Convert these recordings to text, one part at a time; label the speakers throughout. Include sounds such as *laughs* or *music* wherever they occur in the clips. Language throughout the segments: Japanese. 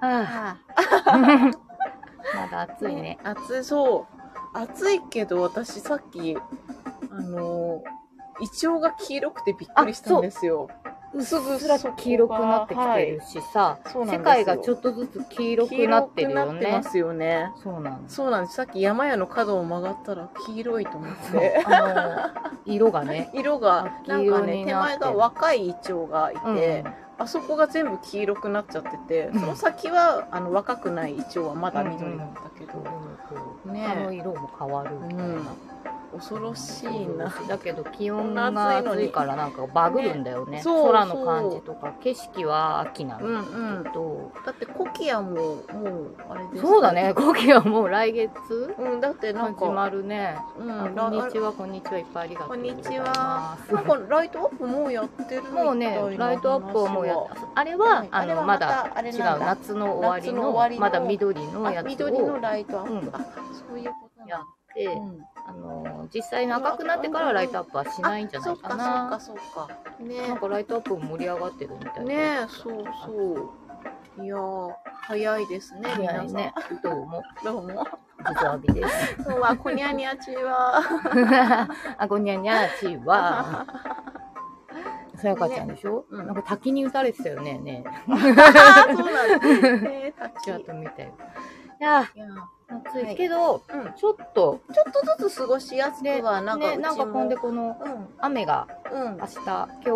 Speaker 1: あ
Speaker 2: あ
Speaker 1: あ *laughs* まだ暑いね。
Speaker 2: 暑い、そう。暑いけど、私さっき、あのー、胃腸が黄色くてびっくりしたんですよ。すぐ
Speaker 1: すら
Speaker 2: そこが
Speaker 1: 黄色くなってきてるしさ、
Speaker 2: そうなんです
Speaker 1: 世
Speaker 2: よ
Speaker 1: 界がちょっとずつ黄色くなってるよ
Speaker 2: 黄色くなっ
Speaker 1: ね
Speaker 2: てま。すよね。
Speaker 1: そうなんです。
Speaker 2: そうなんです。さっき山屋の角を曲がったら黄色いと思って。
Speaker 1: あの色が
Speaker 2: *laughs*
Speaker 1: ね。
Speaker 2: 色が、
Speaker 1: あ
Speaker 2: なんか
Speaker 1: 黄色
Speaker 2: ね、
Speaker 1: に
Speaker 2: 手
Speaker 1: なって
Speaker 2: 前
Speaker 1: る
Speaker 2: が若いイチョウがいて、
Speaker 1: うん、
Speaker 2: あそこが全部黄色くなっちゃってて、
Speaker 1: うん
Speaker 2: その先はあの若くないイチョウはまだ緑だったけど、ね
Speaker 1: あの色も変わるみたいな。
Speaker 2: うん恐ろしいな。
Speaker 1: だけど気温が暑いからなんかバグるんだよね
Speaker 2: ねそう
Speaker 1: 空の感じとか景色は秋な
Speaker 2: うん
Speaker 1: だ
Speaker 2: んうん
Speaker 1: け。ど、
Speaker 2: だってコキアももうあれです
Speaker 1: そうだね *laughs* 後期はもう来月
Speaker 2: うんだってなん
Speaker 1: 始
Speaker 2: か
Speaker 1: まるね
Speaker 2: う
Speaker 1: あ
Speaker 2: ん
Speaker 1: こんにち
Speaker 2: は
Speaker 1: はこんにちはいっぱいありがとう
Speaker 2: こんにち
Speaker 1: は
Speaker 2: はなんかライトアップもうやってるみたいな
Speaker 1: もうねライトアップをもうやったあれは、
Speaker 2: はい
Speaker 1: あ
Speaker 2: あれ
Speaker 1: の
Speaker 2: は
Speaker 1: ま
Speaker 2: ま
Speaker 1: だ
Speaker 2: たあれ
Speaker 1: 違う
Speaker 2: なんだ
Speaker 1: 夏の終わりの
Speaker 2: 夏の終わりの
Speaker 1: まだ緑のや
Speaker 2: あ
Speaker 1: つを
Speaker 2: 緑のライトアップ、
Speaker 1: うん
Speaker 2: あそういうことなん
Speaker 1: や
Speaker 2: だ
Speaker 1: って、
Speaker 2: うん
Speaker 1: あの実際の赤くなってからライトアップはしないんじゃないかな
Speaker 2: あそうかそうかそうかね
Speaker 1: なんかライトアップも盛り上がってるみたい
Speaker 2: ね
Speaker 1: で
Speaker 2: えそうそういやー早いですね
Speaker 1: 早いね。どうも、
Speaker 2: 皆さんどうも
Speaker 1: 実はび
Speaker 2: *laughs*
Speaker 1: です。
Speaker 2: 今日はこにゃにゃちは
Speaker 1: あ、ごにゃにゃちー
Speaker 2: *laughs*
Speaker 1: は、さやかちゃんでしょ、
Speaker 2: ねうん
Speaker 1: なんか滝に打たれてたよね、ねえ。
Speaker 2: あーそうなんですねタッ
Speaker 1: *laughs* ち
Speaker 2: チ
Speaker 1: ょっと見て。いや
Speaker 2: いや
Speaker 1: ー、暑いけど、
Speaker 2: うん
Speaker 1: ちょっと、
Speaker 2: ちょっとずつ過ごしやすく
Speaker 1: ね、
Speaker 2: はなんか、
Speaker 1: ね、なんか今
Speaker 2: ん
Speaker 1: でこの
Speaker 2: う
Speaker 1: 雨が
Speaker 2: んうん
Speaker 1: 明日、今日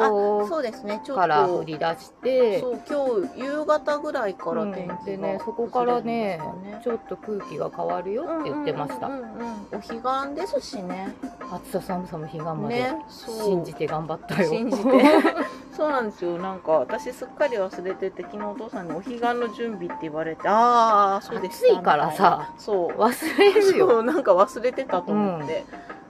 Speaker 2: そうですねちょっと
Speaker 1: から降り出して、
Speaker 2: そう今日夕方ぐらいから
Speaker 1: うん
Speaker 2: 天気
Speaker 1: で
Speaker 2: が、
Speaker 1: ね、そこからね
Speaker 2: 崩れるんですかね
Speaker 1: ちょっと空気が変わるよって言ってました。
Speaker 2: うんうんうんうんお彼岸ですしね
Speaker 1: 暑さ寒さも彼岸まで、
Speaker 2: ねそう
Speaker 1: 信じて頑張ったよ。
Speaker 2: 信じて *laughs* そうなんですよなんか私すっかり忘れてて昨日お父さんにお彼岸の準備って言われてああそうです
Speaker 1: 暑いからさ
Speaker 2: そう
Speaker 1: *laughs* 忘れるよ。
Speaker 2: そう *laughs* なんか忘れてたと思って、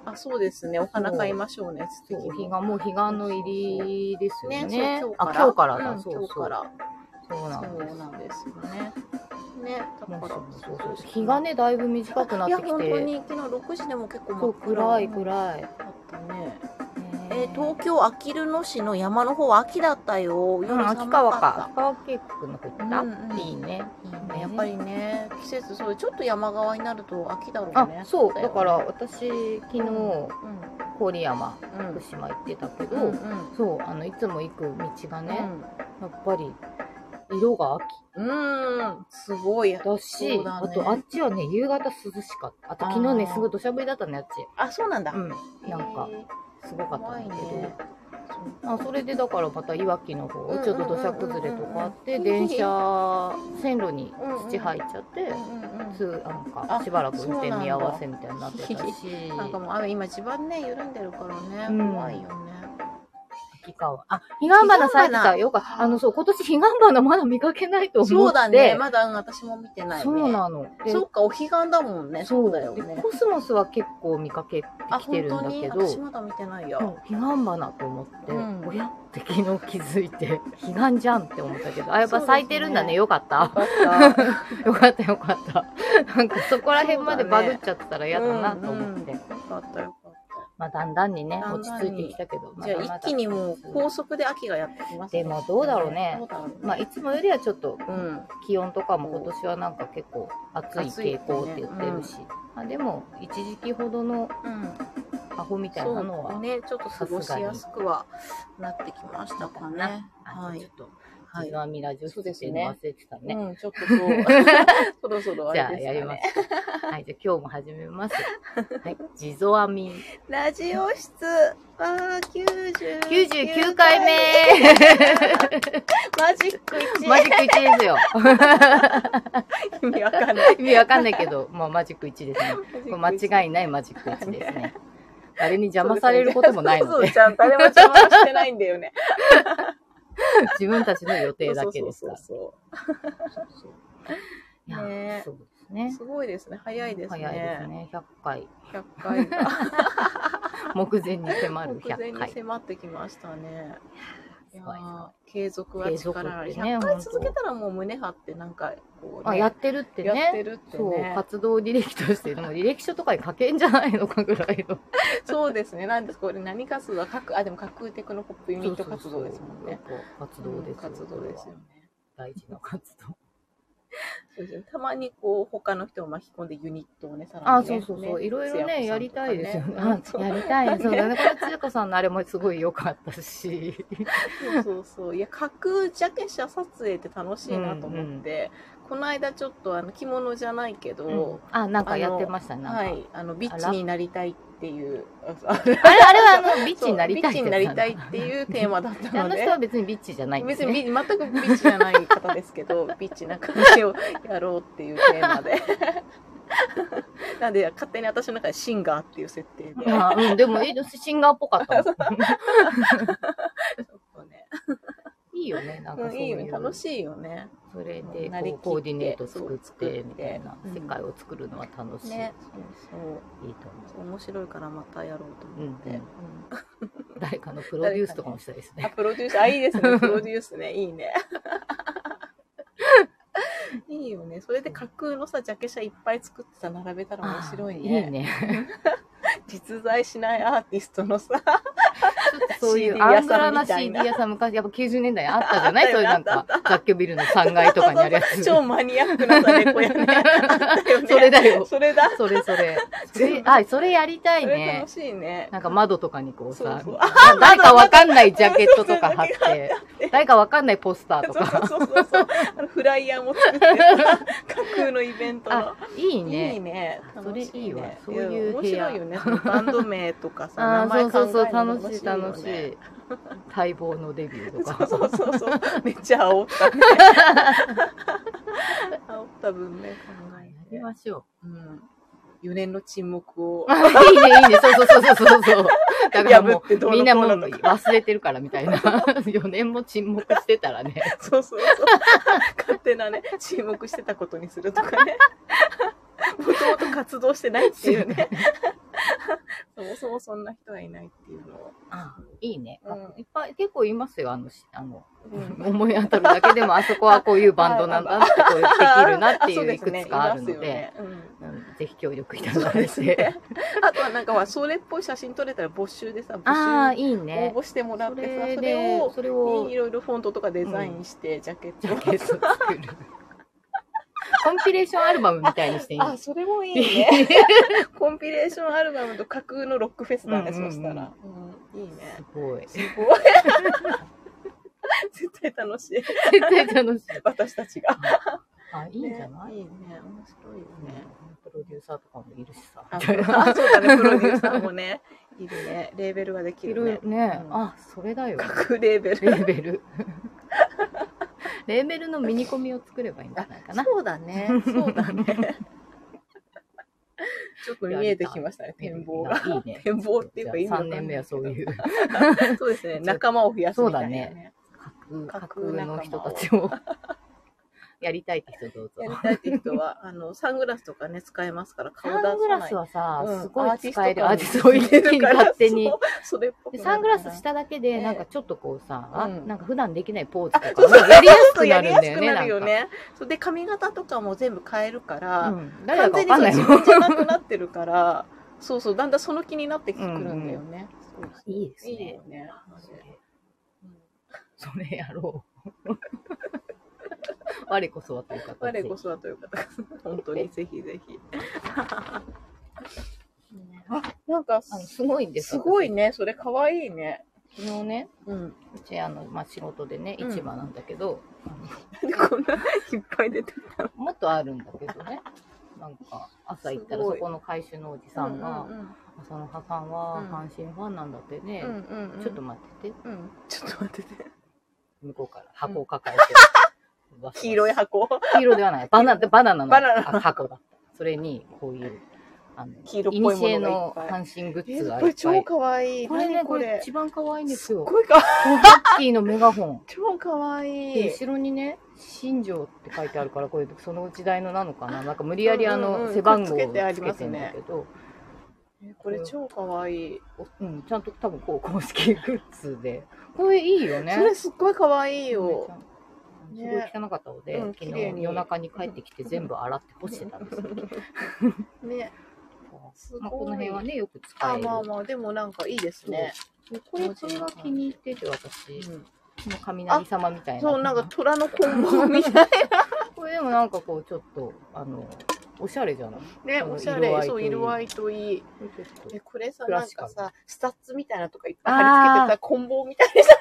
Speaker 2: あそうですねお花買いましょうねつって
Speaker 1: そう、彼岸、もう彼岸の入りですよね。
Speaker 2: ねそう
Speaker 1: あ、今日からだ、
Speaker 2: うん
Speaker 1: そうそう。
Speaker 2: 今日から
Speaker 1: そうなん
Speaker 2: そう
Speaker 1: です。
Speaker 2: なんですよねねだか
Speaker 1: も
Speaker 2: ら
Speaker 1: うそうそうそう日がね、だいぶ短くなってき
Speaker 2: いや本当
Speaker 1: て、
Speaker 2: に昨日6時でも結構
Speaker 1: そ
Speaker 2: 真
Speaker 1: う
Speaker 2: っ
Speaker 1: 暗い
Speaker 2: だ
Speaker 1: 暗い。
Speaker 2: ったねえー
Speaker 1: ね
Speaker 2: 東京あきる野市の山の方は秋だったよ夜
Speaker 1: うん、
Speaker 2: 寒かった、
Speaker 1: 秋川か。秋川渓谷の方だ、
Speaker 2: うんうん
Speaker 1: いいね。いいね。
Speaker 2: やっぱりね季節そうちょっと山側になると秋だろうね
Speaker 1: あ、そう。
Speaker 2: だ
Speaker 1: だ
Speaker 2: よ
Speaker 1: から私、昨日、
Speaker 2: うん
Speaker 1: 郡山、
Speaker 2: うん
Speaker 1: 福島行ってたけど、
Speaker 2: うんうん
Speaker 1: そう、あの、いつも行く道がね、やっぱり、色が秋
Speaker 2: うんうんすごい
Speaker 1: だし、
Speaker 2: そうだ
Speaker 1: あ
Speaker 2: ね
Speaker 1: とあっちはね、夕方涼しかった。あと昨日ね
Speaker 2: あ、ー
Speaker 1: すごい土砂降りだったね、あっち。
Speaker 2: あそうなんだ、
Speaker 1: うん、なんか
Speaker 2: えー
Speaker 1: すごかった
Speaker 2: 怖い
Speaker 1: んだ
Speaker 2: ね
Speaker 1: けど、
Speaker 2: そう
Speaker 1: あそれでだからまたいわきの
Speaker 2: うん
Speaker 1: 方
Speaker 2: うんうん
Speaker 1: ちょっと土砂崩れとかあって、
Speaker 2: うん
Speaker 1: 電車線路に土入っちゃって、
Speaker 2: うんうん
Speaker 1: つなんか
Speaker 2: あ
Speaker 1: しばらく運転見合わせみたいになってたし
Speaker 2: うん *laughs* なんかもう雨今地盤ね緩んでるからね、
Speaker 1: うん
Speaker 2: 怖いよね
Speaker 1: 秋川あ彼岸花咲いて
Speaker 2: 彼岸
Speaker 1: た
Speaker 2: 花
Speaker 1: よかあのそう今年彼岸花まだ見かけないと思って
Speaker 2: そうだねまだうん私も見てない、ね、
Speaker 1: そうなので
Speaker 2: そうかお彼岸だもんねそうだよ
Speaker 1: で
Speaker 2: ね
Speaker 1: コスモスは結構見かけて
Speaker 2: あ
Speaker 1: きてる
Speaker 2: 本
Speaker 1: ん
Speaker 2: 当
Speaker 1: だけ
Speaker 2: に
Speaker 1: ど
Speaker 2: 私まだ見てないよ、
Speaker 1: うん彼岸花と思って、
Speaker 2: うん
Speaker 1: おやって昨日気づいて、彼岸じゃんって思ったけど、あ、やっぱ
Speaker 2: そうですね
Speaker 1: 咲いてるんだね。よかった。 *laughs*
Speaker 2: よかっ
Speaker 1: よかったよかった。なんかそこら辺までバグっちゃってたら嫌だなと思って。
Speaker 2: うんうんよかったよかった
Speaker 1: まあだんだんにね、
Speaker 2: だん
Speaker 1: 落ち
Speaker 2: だん
Speaker 1: 着い
Speaker 2: に
Speaker 1: てきたけど。ま
Speaker 2: じ
Speaker 1: だ
Speaker 2: ゃあ
Speaker 1: まだ
Speaker 2: 一気にもう高速で秋がやってきます
Speaker 1: でもどうだろうね
Speaker 2: どうだろうね
Speaker 1: まあいつもよりはちょっと
Speaker 2: うん、
Speaker 1: 気温とかも今年はなんか結構暑い傾向って言ってるし。まあでも一時期ほどの
Speaker 2: うん、
Speaker 1: アホみたい
Speaker 2: そ
Speaker 1: なの
Speaker 2: う
Speaker 1: は、
Speaker 2: ね、ちょっと過ごしやすくはなってきましたかね。
Speaker 1: あ
Speaker 2: は
Speaker 1: ちょ
Speaker 2: い
Speaker 1: っ、と、
Speaker 2: は
Speaker 1: 藤
Speaker 2: い、
Speaker 1: 波ラジオ室っていうの忘れてたね。
Speaker 2: うん、ちょっとそう
Speaker 1: *laughs*
Speaker 2: そろそろあ
Speaker 1: じ
Speaker 2: れ
Speaker 1: ゃあ
Speaker 2: です
Speaker 1: や
Speaker 2: か
Speaker 1: り
Speaker 2: ね。
Speaker 1: ますか。はい、じゃあ今日も始め
Speaker 2: *laughs*
Speaker 1: ます。はい、地蔵編み。
Speaker 2: ラジオ室は九十
Speaker 1: 99回。目
Speaker 2: マジック一。
Speaker 1: マジック1ですよ。
Speaker 2: 意味わかんない。
Speaker 1: 意味わかんないけど、まあマジック1ですね。これ間違
Speaker 2: い
Speaker 1: いないマジック1ですね。誰に邪魔されることもないの
Speaker 2: そうそ
Speaker 1: で
Speaker 2: う、ちゃん誰も邪魔してないんだよね。
Speaker 1: 自分たちの予定だけですから。
Speaker 2: そうそうそうそう。
Speaker 1: いや
Speaker 2: ね
Speaker 1: そうですね。
Speaker 2: すごいですね。早いですね。
Speaker 1: 早いですね。100回。
Speaker 2: 100回が
Speaker 1: 目前に迫る
Speaker 2: 目前
Speaker 1: 100
Speaker 2: に
Speaker 1: 回。
Speaker 2: 迫ってきましたね。いや
Speaker 1: すごいな
Speaker 2: ー継続は
Speaker 1: 継続っ
Speaker 2: 力あり。
Speaker 1: てね
Speaker 2: 100
Speaker 1: 本
Speaker 2: 回
Speaker 1: 当
Speaker 2: 続けたらもう胸張ってなんかこう、
Speaker 1: あ、やってるって
Speaker 2: やって
Speaker 1: ね。
Speaker 2: るって
Speaker 1: そう、
Speaker 2: ね。
Speaker 1: 活動履歴として、もう履歴書とかに書けんじゃないのかぐらいの。
Speaker 2: そうですね。なんですこれ何活動だ。かくあでも架空テクノポップユニット活動ですもんね。
Speaker 1: そうそうそう。活動ですよ。
Speaker 2: うん活動ですよね。
Speaker 1: 大事な活動。
Speaker 2: そうですねたまにこう、他の人を巻き込んでユニットをね、さら
Speaker 1: あ、
Speaker 2: に、ね。
Speaker 1: そうそうそう。
Speaker 2: ね
Speaker 1: いろいろね、やりたいですよね。
Speaker 2: あ
Speaker 1: あやりた
Speaker 2: *laughs*
Speaker 1: い。そうだね。これ、つやこさんのあれもすごい良かったし。
Speaker 2: そうそうそう。いや、架空ジャケ写撮影って楽しいなと思って、この間ちょっとあの着物じゃないけど、
Speaker 1: あ、なんかやってましたね。なんか
Speaker 2: はい、あの、ビッチになりたいっていう、あ
Speaker 1: あれ、あれはあの、ビッチ
Speaker 2: そう
Speaker 1: になりたい
Speaker 2: ビッチになりたいっていうテーマだった
Speaker 1: であ
Speaker 2: の
Speaker 1: の
Speaker 2: で。
Speaker 1: 人は別にビッチじゃないんです、
Speaker 2: 別
Speaker 1: ね。
Speaker 2: にビ全くビッチじゃない方ですけ
Speaker 1: *laughs*
Speaker 2: どビッチな感じをやろうっていうテーマで *laughs* なんで勝手に私の中でシンガーっていう設定で
Speaker 1: あうん、でも、えシンガーっぽかったもん。
Speaker 2: そうね *laughs*
Speaker 1: いいよね、なんかそう
Speaker 2: うんいい
Speaker 1: い
Speaker 2: よ
Speaker 1: う。
Speaker 2: ね楽しいよね
Speaker 1: それで
Speaker 2: なりきっ
Speaker 1: こ
Speaker 2: て
Speaker 1: うコーディネート作っ
Speaker 2: そう作って
Speaker 1: てみたいな
Speaker 2: うん
Speaker 1: 世界を作るのは楽しい、
Speaker 2: ねそう
Speaker 1: いいと思
Speaker 2: そう面白いからまたやろうと思って、
Speaker 1: うんうん
Speaker 2: うん
Speaker 1: う誰かのプロデュースとかもしたいです
Speaker 2: あ
Speaker 1: ね
Speaker 2: プロデュースあいいです
Speaker 1: *laughs*
Speaker 2: ねプロデュースねいいねいいよねそれで架空のさジャケ写いっぱい作ってさ並べたら面白いね
Speaker 1: あいいね
Speaker 2: 実在しないアーティストのさ
Speaker 1: そう
Speaker 2: *laughs*
Speaker 1: いう
Speaker 2: CD
Speaker 1: アングラ
Speaker 2: 屋さん
Speaker 1: な
Speaker 2: みたい
Speaker 1: CD
Speaker 2: な
Speaker 1: 屋さん昔やっぱ90年代あったじゃない
Speaker 2: あったよ
Speaker 1: そういうなん
Speaker 2: あ
Speaker 1: か
Speaker 2: っ
Speaker 1: 雑居ビルの3階とか
Speaker 2: *laughs*
Speaker 1: にあるやつ
Speaker 2: 超マニアックなさ猫やね。あったよね
Speaker 1: それだよ
Speaker 2: それだ。
Speaker 1: それそ
Speaker 2: *laughs*
Speaker 1: れそれあそれやりたい
Speaker 2: それ
Speaker 1: ね
Speaker 2: 楽しいね。
Speaker 1: なんか窓とかにこうさ
Speaker 2: そうそう
Speaker 1: 誰かわかんないジャケットとか貼って誰かわかんないポスターと
Speaker 2: そう
Speaker 1: か
Speaker 2: そうそうそう。あのフライヤーも作ってさ、架空のイベントの
Speaker 1: あ。いい
Speaker 2: いいね。
Speaker 1: それ
Speaker 2: 楽し
Speaker 1: いいわそういう
Speaker 2: や
Speaker 1: 部屋
Speaker 2: 面白いよね。そのバンド名とか
Speaker 1: *laughs*
Speaker 2: さ、
Speaker 1: あ
Speaker 2: 名
Speaker 1: あ
Speaker 2: 前
Speaker 1: そう
Speaker 2: 考
Speaker 1: そ
Speaker 2: え
Speaker 1: う
Speaker 2: る
Speaker 1: そう
Speaker 2: の
Speaker 1: 楽しい楽しい、
Speaker 2: よね
Speaker 1: 待望のデビューと
Speaker 2: そう
Speaker 1: か
Speaker 2: そうそうそう。 *laughs* めっちゃ煽ったね。煽った文明考
Speaker 1: や
Speaker 2: え
Speaker 1: *laughs* り
Speaker 2: て。
Speaker 1: ましょ
Speaker 2: うん。4年の沈黙を
Speaker 1: ういいねいいねそうそうそうそうそうそうだからも
Speaker 2: 破って
Speaker 1: う
Speaker 2: どう
Speaker 1: みんな
Speaker 2: のこ
Speaker 1: も
Speaker 2: う
Speaker 1: う
Speaker 2: のとか
Speaker 1: 忘れてるからみたいな4年も沈黙してたらね
Speaker 2: そうそうそう。 *laughs* 勝手なね、沈黙してたことにするとか *laughs* ね。もともと活動してないっていうね。そも *laughs* そもそんな人はいないっていうのを。
Speaker 1: あいいね、
Speaker 2: うん
Speaker 1: いっぱい結構いますよあのしあの、
Speaker 2: うん
Speaker 1: 思い当たるだけでもあそこはこういうバンドなんだなってこうできるな
Speaker 2: *laughs*
Speaker 1: っていういくつかあるので
Speaker 2: あそうすねいますよね
Speaker 1: うんぜひ協力い
Speaker 2: うん
Speaker 1: ただ
Speaker 2: そう
Speaker 1: い
Speaker 2: です
Speaker 1: て、
Speaker 2: ね。あとはなんかまあ、それっぽい写真撮れたら募集でさ、
Speaker 1: *laughs* ああ
Speaker 2: 募集
Speaker 1: いい
Speaker 2: 応
Speaker 1: ね
Speaker 2: 募してもらってさ、
Speaker 1: で
Speaker 2: それを、
Speaker 1: それを
Speaker 2: いろいろフォントとかデザインして、ジャケッ
Speaker 1: ジ
Speaker 2: ト
Speaker 1: ャケット作る。 *laughs* コンピレーションアルバムみたいにしていい
Speaker 2: あ、それもいいね。 *laughs* コンピレーションアルバムと架空のロックフェスだね、
Speaker 1: うんうんうん
Speaker 2: そしたら。うん、いいね
Speaker 1: *laughs* す。ご
Speaker 2: *laughs*
Speaker 1: い。
Speaker 2: すごい。絶対楽しい。
Speaker 1: 絶対楽しい。
Speaker 2: 私たちが。
Speaker 1: あ、いいんじゃない、
Speaker 2: ねいいね。面白いよね。
Speaker 1: プロデューサーとかも *laughs* いるしさ。
Speaker 2: あ、そうあそうだね。プロデューサーもね、いるね。レーベルができ
Speaker 1: い
Speaker 2: るね
Speaker 1: る。ね、
Speaker 2: うん
Speaker 1: あ、それだよ。
Speaker 2: 各レーベ
Speaker 1: レ
Speaker 2: ル。
Speaker 1: ーベル。 *laughs* レーベルのミニコミを作ればいいんじゃないかな。
Speaker 2: そうだね。そう
Speaker 1: *laughs*
Speaker 2: だね。ちょっと見えてきましたね、展望が。
Speaker 1: いいね。
Speaker 2: 展望っていうか、
Speaker 1: 3年目はそう
Speaker 2: う。
Speaker 1: いう
Speaker 2: そうですね。仲間を増やすみたいな
Speaker 1: そうだ
Speaker 2: ね。
Speaker 1: 架
Speaker 2: 架
Speaker 1: 空
Speaker 2: 空
Speaker 1: の
Speaker 2: 仲
Speaker 1: 人
Speaker 2: 間
Speaker 1: た
Speaker 2: を
Speaker 1: ち
Speaker 2: *laughs*
Speaker 1: をやりたいって人どうぞ
Speaker 2: や。りたいって人は、あの、サングラスとかね、使えますから、顔出さない。
Speaker 1: サングラスはさ、
Speaker 2: うん
Speaker 1: すごい使える。
Speaker 2: ア
Speaker 1: ア
Speaker 2: ー
Speaker 1: ー
Speaker 2: テ
Speaker 1: ティ
Speaker 2: ィ
Speaker 1: ス
Speaker 2: スト
Speaker 1: ト
Speaker 2: 感
Speaker 1: を一気に勝手に
Speaker 2: そう。それっぽく
Speaker 1: で
Speaker 2: なる
Speaker 1: サングラスしただけ
Speaker 2: え
Speaker 1: で、
Speaker 2: え
Speaker 1: なんかちょっとこうさ、
Speaker 2: うん
Speaker 1: なんか普段できないポーズとか、
Speaker 2: そうそう
Speaker 1: なんかやりやすく
Speaker 2: や
Speaker 1: な
Speaker 2: り
Speaker 1: るん
Speaker 2: や
Speaker 1: だ
Speaker 2: す
Speaker 1: よ
Speaker 2: く
Speaker 1: ね。
Speaker 2: なるよ
Speaker 1: なんか。
Speaker 2: ね。そうで、髪型とかも全部変えるか
Speaker 1: う
Speaker 2: ら、
Speaker 1: ん、誰だ
Speaker 2: 完
Speaker 1: かわか
Speaker 2: 全
Speaker 1: んない
Speaker 2: にそう
Speaker 1: もん。
Speaker 2: 自分じゃなくなってるから、そうそう、だんだんその気になってくるんだよね。そうそう
Speaker 1: いいです
Speaker 2: いい
Speaker 1: ね
Speaker 2: よ。ね。
Speaker 1: それやろう。 *laughs* 我こそはというか、
Speaker 2: 我こそはという方が、本当にぜひぜひ。あ、なんか、
Speaker 1: *laughs* あのすごいんです
Speaker 2: す
Speaker 1: よ
Speaker 2: ごいね。それかわいいね。
Speaker 1: 私昨日ね、 *laughs*
Speaker 2: うん。
Speaker 1: うちあの、まあ、仕事でね、
Speaker 2: うん
Speaker 1: 市場なんだけど、
Speaker 2: こんな、いっぱい出てる。
Speaker 1: もっとあるんだけどね。 *laughs* なんか、朝行ったら
Speaker 2: す
Speaker 1: そ
Speaker 2: ごい
Speaker 1: この回収のおじさんが
Speaker 2: う、ん
Speaker 1: 浅野葉さんは
Speaker 2: うん
Speaker 1: 阪神ファンなんだってね
Speaker 2: う、んうんうん。
Speaker 1: ちょっと待ってて、
Speaker 2: うん、ちょっと待ってて。
Speaker 1: 向こうから箱を抱え
Speaker 2: *laughs*
Speaker 1: て、わしわし
Speaker 2: 黄色い箱。
Speaker 1: 黄色ではない。バナナ、
Speaker 2: *laughs*
Speaker 1: バナナの
Speaker 2: バナナ
Speaker 1: あ箱だった。それに、こういう、あの、
Speaker 2: 黄色っ
Speaker 1: い
Speaker 2: ぽ
Speaker 1: に
Speaker 2: い
Speaker 1: し
Speaker 2: も
Speaker 1: え
Speaker 2: の
Speaker 1: の
Speaker 2: がいっぱい。
Speaker 1: 阪神グッ
Speaker 2: え
Speaker 1: ズ
Speaker 2: ー
Speaker 1: が
Speaker 2: こ
Speaker 1: い
Speaker 2: れ
Speaker 1: っぱ
Speaker 2: 超
Speaker 1: い。
Speaker 2: かわいい。
Speaker 1: これね、
Speaker 2: 何
Speaker 1: こ
Speaker 2: こ
Speaker 1: れ
Speaker 2: れ。
Speaker 1: 一番可愛いんですよ。
Speaker 2: これか
Speaker 1: トラッキーのメガホン。
Speaker 2: 超かわ
Speaker 1: で、
Speaker 2: いい。
Speaker 1: 後ろにね、新庄って書いてあるから、これ、その時代のなのかな。なんか無理やりあ
Speaker 2: うんうんう
Speaker 1: の、
Speaker 2: ん
Speaker 1: 背番号
Speaker 2: く
Speaker 1: を
Speaker 2: っつ
Speaker 1: つ
Speaker 2: け
Speaker 1: け
Speaker 2: てあります
Speaker 1: てんだけど、
Speaker 2: これ超かわいい。
Speaker 1: おうん、ちゃんと多分こう、公式グッズ
Speaker 2: *laughs*
Speaker 1: で。これいいよね。
Speaker 2: それすっごいかわいいよ。
Speaker 1: すごい汚かったので、
Speaker 2: ねうん
Speaker 1: 昨
Speaker 2: 綺麗
Speaker 1: 日
Speaker 2: に
Speaker 1: 夜中に帰ってきて全部洗って干してたんですけど、
Speaker 2: *laughs* ね、す
Speaker 1: *laughs* まあ、
Speaker 2: ご
Speaker 1: この辺
Speaker 2: い。
Speaker 1: はねよく使
Speaker 2: あ、
Speaker 1: える
Speaker 2: まあまあ、でもなんかいいですね。
Speaker 1: そうこれが気に入ってて私、
Speaker 2: うん
Speaker 1: もう雷様みたいな。
Speaker 2: そう、なんか虎の棍棒みたい
Speaker 1: これでもなんかこうちょっとあのおしゃれじゃない。
Speaker 2: な。
Speaker 1: *laughs*
Speaker 2: ね、
Speaker 1: あの
Speaker 2: おしゃれ
Speaker 1: 色合。いといい
Speaker 2: そう、色合いといい。
Speaker 1: ちょ
Speaker 2: え
Speaker 1: っ
Speaker 2: これさ、
Speaker 1: ク
Speaker 2: な
Speaker 1: ラ
Speaker 2: ん
Speaker 1: シカ
Speaker 2: か
Speaker 1: ル
Speaker 2: さ、スタッツみたいなとかいっぱい貼り付けてさ、棍棒みたいにさ、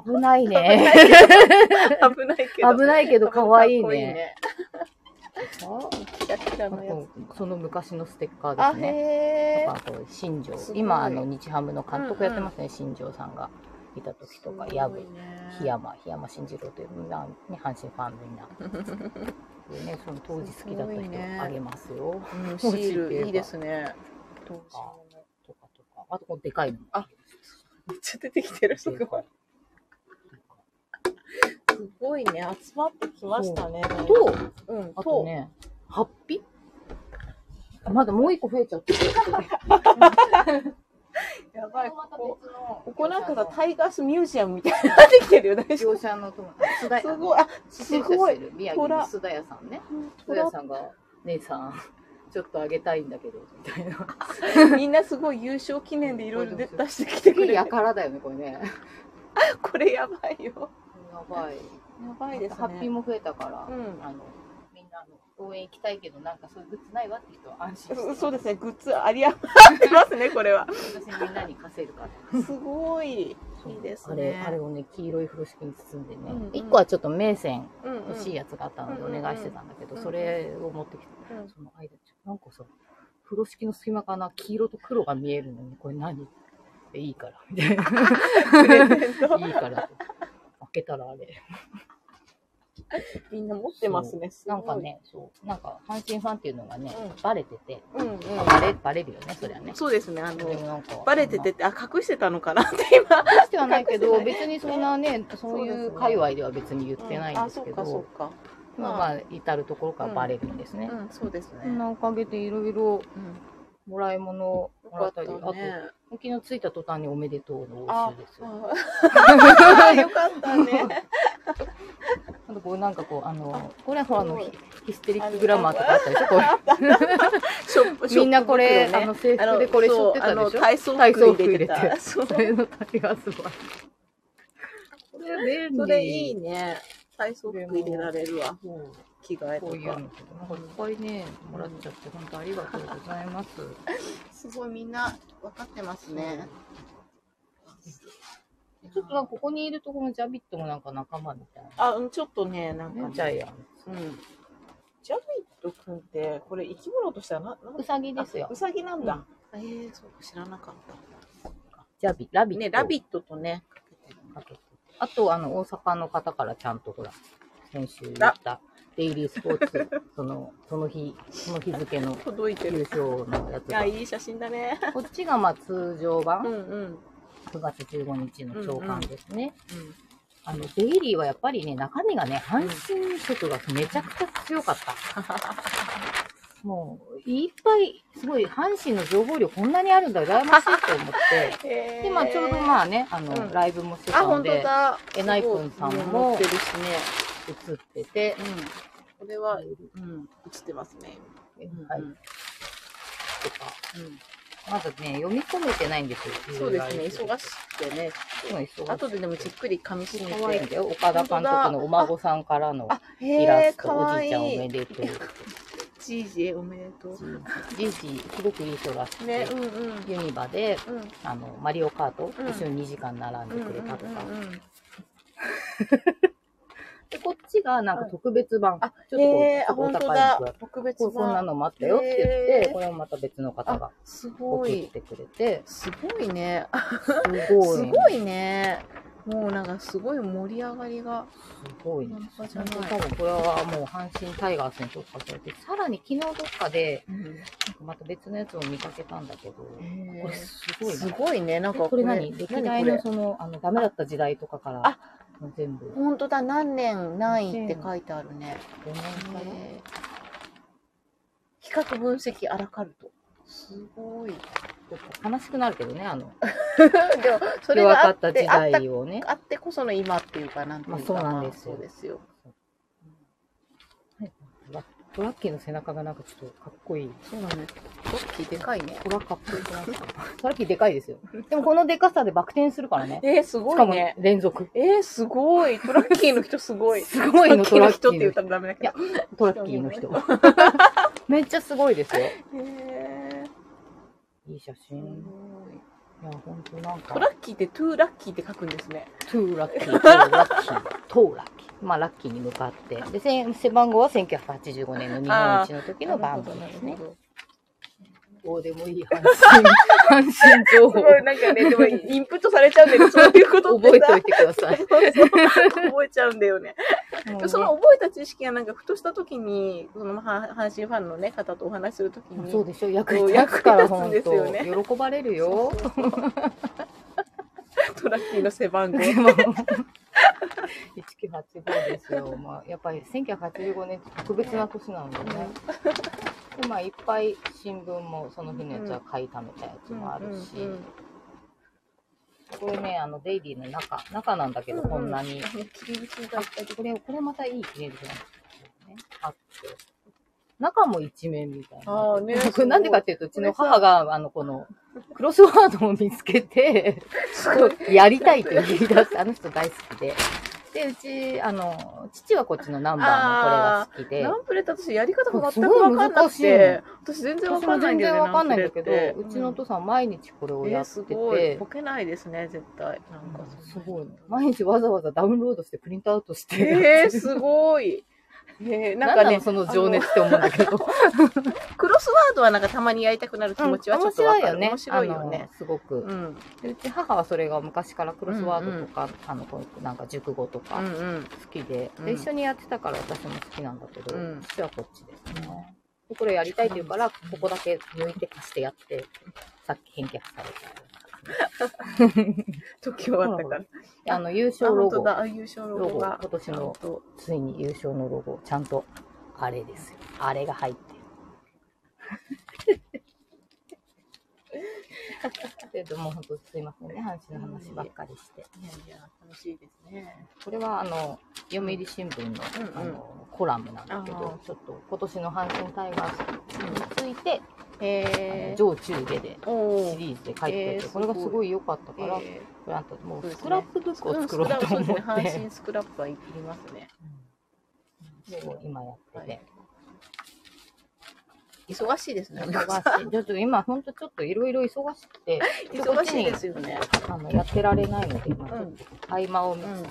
Speaker 1: と危ないね。
Speaker 2: *laughs* 危ないけど。
Speaker 1: 危ないけど可愛いね。
Speaker 2: キラキラ
Speaker 1: あ
Speaker 2: のやつ。
Speaker 1: とその昔のステッカー
Speaker 2: あ、
Speaker 1: ですね。
Speaker 2: へ
Speaker 1: なんかこう新庄
Speaker 2: すごい
Speaker 1: 今あの日ハムの監督やってますね、新庄さんがいた時
Speaker 2: ー。
Speaker 1: とか藪
Speaker 2: すごいね
Speaker 1: 檜山檜山慎次郎というみんな、ね、阪神ファンみんな、ね、その当時好きだった
Speaker 2: すごい
Speaker 1: 人
Speaker 2: ね
Speaker 1: あげますよ
Speaker 2: うんシー *laughs* ルいいですね。どうし
Speaker 1: あ
Speaker 2: ようも
Speaker 1: とかとかあとこのでかいの
Speaker 2: あめっちゃ出てきてる。すごい。すごいね。集まってきましたね。なんか
Speaker 1: と、
Speaker 2: うん、
Speaker 1: あとね、ハッピーまだもう一個増えちゃ *laughs* ってる。
Speaker 2: と。やばい。
Speaker 1: また
Speaker 2: ここ
Speaker 1: 別の
Speaker 2: ここなんかがタイガースミュージアムみたいになってきてるよね。す
Speaker 1: 業者の友達。す
Speaker 2: ごい。あ、すごい。。
Speaker 1: 宮城の須田屋さんね。須田屋さんが、姉さん、 *laughs* ちょっとあげたいんだけど、みたいな。
Speaker 2: みんなすごい優勝記念でいろいろ出出してきて
Speaker 1: す
Speaker 2: く
Speaker 1: げえ
Speaker 2: れ
Speaker 1: や
Speaker 2: る。
Speaker 1: からだよね、これね。や
Speaker 2: これやばいよ。
Speaker 1: ばい。
Speaker 2: やばいですね。
Speaker 1: ハッピーも増えたから、
Speaker 2: うん
Speaker 1: あの、みんなあの応援行きたいけど、なんかそういうグッズないわって人は安心して。。
Speaker 2: そそうですすね。グッズあり余ってますね、これは。
Speaker 1: 私みんなに稼いるから。
Speaker 2: すごい。いいですね
Speaker 1: あれ、あれをね、黄色い風呂敷に包んでね
Speaker 2: うんうん。
Speaker 1: 一、個はちょっと銘仙
Speaker 2: うん、
Speaker 1: 欲しいやつがあったので
Speaker 2: うんうん
Speaker 1: お願いしてたんだけど、
Speaker 2: うん
Speaker 1: それを持ってきて、
Speaker 2: *laughs* うん
Speaker 1: その間ちょなんかさ風呂敷の隙間かな黄色と黒が見えるのにこれ何えいいからみたいな
Speaker 2: プレゼント。
Speaker 1: いいから開けたらあれ
Speaker 2: みんな持ってますね。すご
Speaker 1: ないんか。ねそうなんか阪神ファンっていうのがね、
Speaker 2: うん
Speaker 1: バレてて、
Speaker 2: うんうん。
Speaker 1: バレバレるよねそりゃね
Speaker 2: そうですね。あ
Speaker 1: でも
Speaker 2: の、
Speaker 1: なんか
Speaker 2: バレててって、あ、隠してたのかなって今。
Speaker 1: 隠してはないけど
Speaker 2: *laughs* 隠して
Speaker 1: 別にそんなねそういう界隈では別に言ってないんですけど、
Speaker 2: あ、そうか、そうか。
Speaker 1: まあまあ至る所からバレるんですね、
Speaker 2: うん、そうですね。
Speaker 1: そんなおかげでいろいろ
Speaker 2: うん
Speaker 1: もらい物を
Speaker 2: よ
Speaker 1: も
Speaker 2: からっ
Speaker 1: った
Speaker 2: た
Speaker 1: り、
Speaker 2: ね。
Speaker 1: あと沖縄着いた途端におめでとうの応
Speaker 2: あ
Speaker 1: 酬ですよ。
Speaker 2: あよかったね。
Speaker 1: あとこう *laughs* なんかこうあのこれはほらあ
Speaker 2: す
Speaker 1: の
Speaker 2: ごい
Speaker 1: ヒヒステリックグラマーとかあったでしょこれ
Speaker 2: *laughs* ショッ *laughs* プショップ
Speaker 1: みんなこれ、
Speaker 2: 袋ね
Speaker 1: あの制服でこれ背負ってた
Speaker 2: あの
Speaker 1: でし
Speaker 2: そう
Speaker 1: ょ
Speaker 2: あの
Speaker 1: 体
Speaker 2: 体操服
Speaker 1: 操服入
Speaker 2: 入れ
Speaker 1: れ
Speaker 2: て
Speaker 1: て
Speaker 2: た。そう
Speaker 1: それのタイガースは。これ便利。
Speaker 2: それいいね。体操服入れられるわ。
Speaker 1: そう
Speaker 2: 着替えと
Speaker 1: こういうの
Speaker 2: か。
Speaker 1: とかなんかいっぱいねもらっちゃって本当ありがとうございます。
Speaker 2: すごいみんな分かってますね。
Speaker 1: ちょっとなんかここにいるとこのジャビットもなんか仲間みたい
Speaker 2: あ、うん、ちょっとね、なん
Speaker 1: な、
Speaker 2: か
Speaker 1: ね、ジャイアン。
Speaker 2: うん。ジャビット君って、これ生き物としてはな、なん
Speaker 1: ウサギですよ
Speaker 2: う。さぎなんだ。ええそうか知らなかった。
Speaker 1: ジャビラビット。
Speaker 2: ね、ラビットとね、かけてる
Speaker 1: かけてあと、あの、大阪の方からちゃんとほら、先週言った、デイリースポーツ、その、その日、その日付の
Speaker 2: 届いて
Speaker 1: 優
Speaker 2: る。
Speaker 1: 勝のやつ
Speaker 2: いや、
Speaker 1: が。
Speaker 2: いい写真だね。
Speaker 1: こっちがまあ通常
Speaker 2: うん
Speaker 1: 版、
Speaker 2: うん。
Speaker 1: 9月15日の朝刊ですね。
Speaker 2: うん、
Speaker 1: あの、デイリーはやっぱりね、中身がね、阪神色がめちゃくちゃ強かった。 *laughs* もう、いっぱい、すごい、阪神の情報量こんなにあるんだ、羨ましいと思って。
Speaker 2: え *laughs*
Speaker 1: で、まあ、ちょうど
Speaker 2: あ、
Speaker 1: まあね、あの、
Speaker 2: うん
Speaker 1: ライブもしてた
Speaker 2: あ、
Speaker 1: の
Speaker 2: 本当
Speaker 1: で、
Speaker 2: だ。
Speaker 1: えないくんさん
Speaker 2: すごい
Speaker 1: も
Speaker 2: 持ってるし
Speaker 1: 映ってて、
Speaker 2: ね。うん。これは、うん、映ってますね。
Speaker 1: はい
Speaker 2: う
Speaker 1: と
Speaker 2: ん
Speaker 1: か、まだね、読み込めてないんですよ。
Speaker 2: うんそうですね、忙し
Speaker 1: い。
Speaker 2: くてね。
Speaker 1: 忙し
Speaker 2: 後
Speaker 1: い。
Speaker 2: ででもじっくり噛み締
Speaker 1: 可愛い
Speaker 2: め
Speaker 1: んだ
Speaker 2: て。
Speaker 1: よ。岡田監督のお孫さんからの
Speaker 2: あ、
Speaker 1: イラ
Speaker 2: へえ、
Speaker 1: スト、
Speaker 2: か
Speaker 1: お
Speaker 2: わ
Speaker 1: じい
Speaker 2: いい。
Speaker 1: ちゃんおめでとう。
Speaker 2: じいじ、おめでとう。
Speaker 1: じいじ、すごくいい人らしく
Speaker 2: ね
Speaker 1: て、、
Speaker 2: うんうん。
Speaker 1: ユニバで、
Speaker 2: うん。
Speaker 1: あの、マリオカート、
Speaker 2: うん
Speaker 1: 一緒に2時間並ん
Speaker 2: うん
Speaker 1: で
Speaker 2: うん
Speaker 1: く
Speaker 2: う
Speaker 1: れ
Speaker 2: ん
Speaker 1: たとか。
Speaker 2: うん
Speaker 1: で、こっちがなんか特別版。
Speaker 2: あ、
Speaker 1: ちょっとこう
Speaker 2: へえ
Speaker 1: ちょっと
Speaker 2: あ
Speaker 1: お
Speaker 2: 本当
Speaker 1: 高い
Speaker 2: だ
Speaker 1: のが。
Speaker 2: 特別
Speaker 1: こう
Speaker 2: 版
Speaker 1: こんなのもあったよって言っ
Speaker 2: へー
Speaker 1: て、これもまた別の方が
Speaker 2: あ、すご
Speaker 1: 送っ
Speaker 2: い。
Speaker 1: てくれて、
Speaker 2: すごいね。あ
Speaker 1: すごい。
Speaker 2: すごいね。もうなんかすごい盛り上がりが。
Speaker 1: すごいね。
Speaker 2: 半端じ
Speaker 1: 多
Speaker 2: ゃない
Speaker 1: 分これはもう阪神タイガースに特化されて、さらに昨日どっかで、なんかまた別のやつを見かけたんだけど、
Speaker 2: へえ
Speaker 1: これすごい
Speaker 2: す
Speaker 1: な。
Speaker 2: ごいね。なんか
Speaker 1: これ何歴代
Speaker 2: 何
Speaker 1: の
Speaker 2: こ
Speaker 1: その、あの、ダメだった時代とかから、
Speaker 2: あ
Speaker 1: 全部
Speaker 2: れ。本当だ。何年何位って書いてあるね。
Speaker 1: 五年かな
Speaker 2: へえ比較分析アラカルト。す
Speaker 1: *laughs*
Speaker 2: ごい。
Speaker 1: ちょっ
Speaker 2: で
Speaker 1: と悲しくなるけどね、あの、
Speaker 2: もそれ
Speaker 1: 弱
Speaker 2: が
Speaker 1: か
Speaker 2: あっ
Speaker 1: った
Speaker 2: て
Speaker 1: 時
Speaker 2: あった
Speaker 1: 代をね。
Speaker 2: あってこその今っていうかなんていうか
Speaker 1: まあそうなんですよ
Speaker 2: そうですよ。
Speaker 1: はいトラッキーの背中がなんかちょっとかっこいい。
Speaker 2: そうだね。ロッキーでかいね。
Speaker 1: トラかっこいい。トラッキーでかいですよ。でもこのでかさでバク転するからね。
Speaker 2: えー、す
Speaker 1: し
Speaker 2: ご
Speaker 1: か
Speaker 2: い
Speaker 1: も
Speaker 2: ね。
Speaker 1: 連続。
Speaker 2: えー、すご *laughs* い。トラッキーの人すごい。
Speaker 1: すごいの、
Speaker 2: ト
Speaker 1: ト
Speaker 2: ラ
Speaker 1: ラ
Speaker 2: ッ
Speaker 1: ッ
Speaker 2: キ
Speaker 1: キ
Speaker 2: ーの人って言
Speaker 1: ー
Speaker 2: っ
Speaker 1: の
Speaker 2: たらダメだけど。
Speaker 1: トラッキーの人。 *laughs* めっちゃすごいですよ。
Speaker 2: へ
Speaker 1: いい写
Speaker 2: ー
Speaker 1: 真。いや、ほんとなんか
Speaker 2: トラ、ッキーってトゥーラッキーって書くんですね。
Speaker 1: トゥーラッキー、トゥーラッキー、トーラッキー。まあ、ラッキーに向かって。で、せ背番号は1985年の日本一の時の番号ですね。どうでもいい阪神、阪神情
Speaker 2: すご
Speaker 1: 報。
Speaker 2: い、なんかね、でもインプットされちゃうんだ *laughs* よね、そういうことって
Speaker 1: 覚えてお
Speaker 2: さ
Speaker 1: い。てください。
Speaker 2: そうそう覚えちゃうんだよね。
Speaker 1: もう
Speaker 2: その
Speaker 1: ね
Speaker 2: 覚えた知識がなんかふとした時に、そのまあ阪神ファンのね方とお話しするときに、
Speaker 1: そうでしょ役
Speaker 2: そう
Speaker 1: に立つから
Speaker 2: 役
Speaker 1: 本
Speaker 2: 立つんですよね
Speaker 1: 当喜ばれるよ。
Speaker 2: *laughs* トラッキーの背番 *laughs* 号。
Speaker 1: でも *laughs* 1985ですよ。まあやっぱり1985年って特別な年なんでね。でまあいっぱい新聞もその日のやつは買いためたやつもあるし、
Speaker 2: うんうん
Speaker 1: これねあのデイリーの中中なんだけどこんなに、
Speaker 2: あの切り口がいっぱいで
Speaker 1: これこれまたいい切れるじゃないですかね。あって中も一面みたいな。
Speaker 2: あーね
Speaker 1: こ *laughs* れなんでかっていうと、うちの母が、あの、この、クロスワードを見つけて、 *laughs*
Speaker 2: すごい。
Speaker 1: やりたいと言い出す。あの人大好きで。で、うち、あの、父はこっちのナンバーのこれが好きで。
Speaker 2: *laughs* ナンプレって私やり方が全く
Speaker 1: すごい
Speaker 2: 分かんなくて
Speaker 1: 難、
Speaker 2: 私全然分
Speaker 1: 私
Speaker 2: か
Speaker 1: も
Speaker 2: んないん
Speaker 1: 全
Speaker 2: だよ
Speaker 1: 然
Speaker 2: ね。
Speaker 1: わかんないんだけ
Speaker 2: ナンプレって
Speaker 1: ど、うちのお父さん毎日これを
Speaker 2: え
Speaker 1: や
Speaker 2: ー
Speaker 1: って
Speaker 2: す
Speaker 1: て、
Speaker 2: ごい。ボケないですね、絶対。なんか
Speaker 1: うんす
Speaker 2: そんな
Speaker 1: ごい。毎日わざわざダウンロードしてプリントアウトしてやってる。
Speaker 2: えー、すごい。えー、
Speaker 1: な
Speaker 2: なんん
Speaker 1: か
Speaker 2: か
Speaker 1: ね、
Speaker 2: ね、
Speaker 1: その情熱って思うんだけど。
Speaker 2: あのクロスワードはなんかたまにやりたくなる気持ちはちょっとわかる。
Speaker 1: うん
Speaker 2: 面白いよね。。
Speaker 1: あのすごく。
Speaker 2: うん。
Speaker 1: でうち母はそれが昔からクロスワードとか、あの、こうなんか熟語と
Speaker 2: う
Speaker 1: か
Speaker 2: んうん。
Speaker 1: 好きで,、
Speaker 2: うん
Speaker 1: で、一緒にやってたから私も好きなんだけど、
Speaker 2: うん
Speaker 1: 父はこっちですね。でこれやりたいって言うから、ここだけ抜いて貸してやって、さっき返却され
Speaker 2: 時終わったから。
Speaker 1: た。あの、優
Speaker 2: あ、
Speaker 1: 勝ロ
Speaker 2: 本当
Speaker 1: ゴ、
Speaker 2: だ。あ、優勝ロゴが。
Speaker 1: ロゴ今年の
Speaker 2: ちゃんと
Speaker 1: ついに優勝のロゴ、ちゃんと、あれですよ。あれが入って
Speaker 2: *laughs*
Speaker 1: *laughs* る。けどもう本当すいませんね、阪神の話ばっかりして。
Speaker 2: いやいや、楽しいですね。
Speaker 1: これはあの読売新聞の,、
Speaker 2: うん
Speaker 1: あのコラムなんだけ
Speaker 2: あ
Speaker 1: ど
Speaker 2: ー、
Speaker 1: ちょっと今年の阪神タイガースについて、
Speaker 2: え
Speaker 1: あの上
Speaker 2: ー、
Speaker 1: 中下で
Speaker 2: お
Speaker 1: シ
Speaker 2: ー。
Speaker 1: リーズで書いてくれ
Speaker 2: え
Speaker 1: て、
Speaker 2: ーす
Speaker 1: こ
Speaker 2: ごい
Speaker 1: れがすごい良かったから、
Speaker 2: え
Speaker 1: これあんたも
Speaker 2: そう
Speaker 1: う
Speaker 2: ですね
Speaker 1: スクラップブッ
Speaker 2: ー
Speaker 1: クを作ろうと思って、
Speaker 2: そうですね。阪神スクラップはいりますね。
Speaker 1: うんそう今やってて、
Speaker 2: はい忙しいですね。
Speaker 1: 忙
Speaker 2: *laughs*
Speaker 1: しい。ちょっと今ほんとちょっといろいろ忙しくて、
Speaker 2: 忙しいですよね。
Speaker 1: あのやってられないので、まあ、ちょっと合間を見つつ、
Speaker 2: うん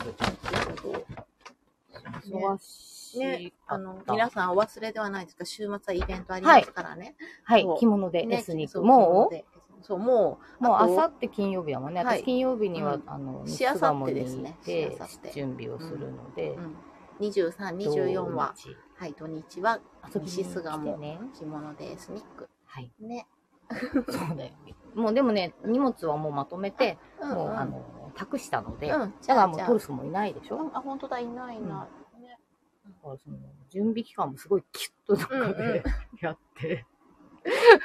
Speaker 1: 忙しい、
Speaker 2: ね、あの
Speaker 1: った
Speaker 2: 皆さんお忘れではないですか週末はイベントありますからね。
Speaker 1: はい
Speaker 2: そう、
Speaker 1: 着物で
Speaker 2: ね
Speaker 1: エスニッ
Speaker 2: そ
Speaker 1: ク。もう
Speaker 2: そうそうもう
Speaker 1: もうあ
Speaker 2: と
Speaker 1: さって金曜日だもんね。
Speaker 2: はい
Speaker 1: 私金曜日には、
Speaker 2: うん
Speaker 1: あの、
Speaker 2: しあさってですね
Speaker 1: 三つ
Speaker 2: しあ
Speaker 1: 鴨に行
Speaker 2: さっ
Speaker 1: ってて、準備をするので
Speaker 2: う、ん、23、24は、
Speaker 1: 土日
Speaker 2: はい、土日は
Speaker 1: 遊びに
Speaker 2: 西
Speaker 1: 来
Speaker 2: 巣
Speaker 1: て
Speaker 2: 鴨
Speaker 1: ね。
Speaker 2: 着物でエスニック。
Speaker 1: はい、
Speaker 2: ね。
Speaker 1: そうだよ。もうでもね、荷物はもうまとめて、
Speaker 2: うん
Speaker 1: もう、
Speaker 2: うん
Speaker 1: あの、託したので、
Speaker 2: うん、じ
Speaker 1: だから
Speaker 2: ゃあ
Speaker 1: もう
Speaker 2: じゃあ
Speaker 1: トルスもいないでしょ。
Speaker 2: うんあ、本当だ、いないいない。ね
Speaker 1: だからその、準備期間もすごいキュッとなんか
Speaker 2: うんう
Speaker 1: ね
Speaker 2: ん
Speaker 1: *laughs* やって。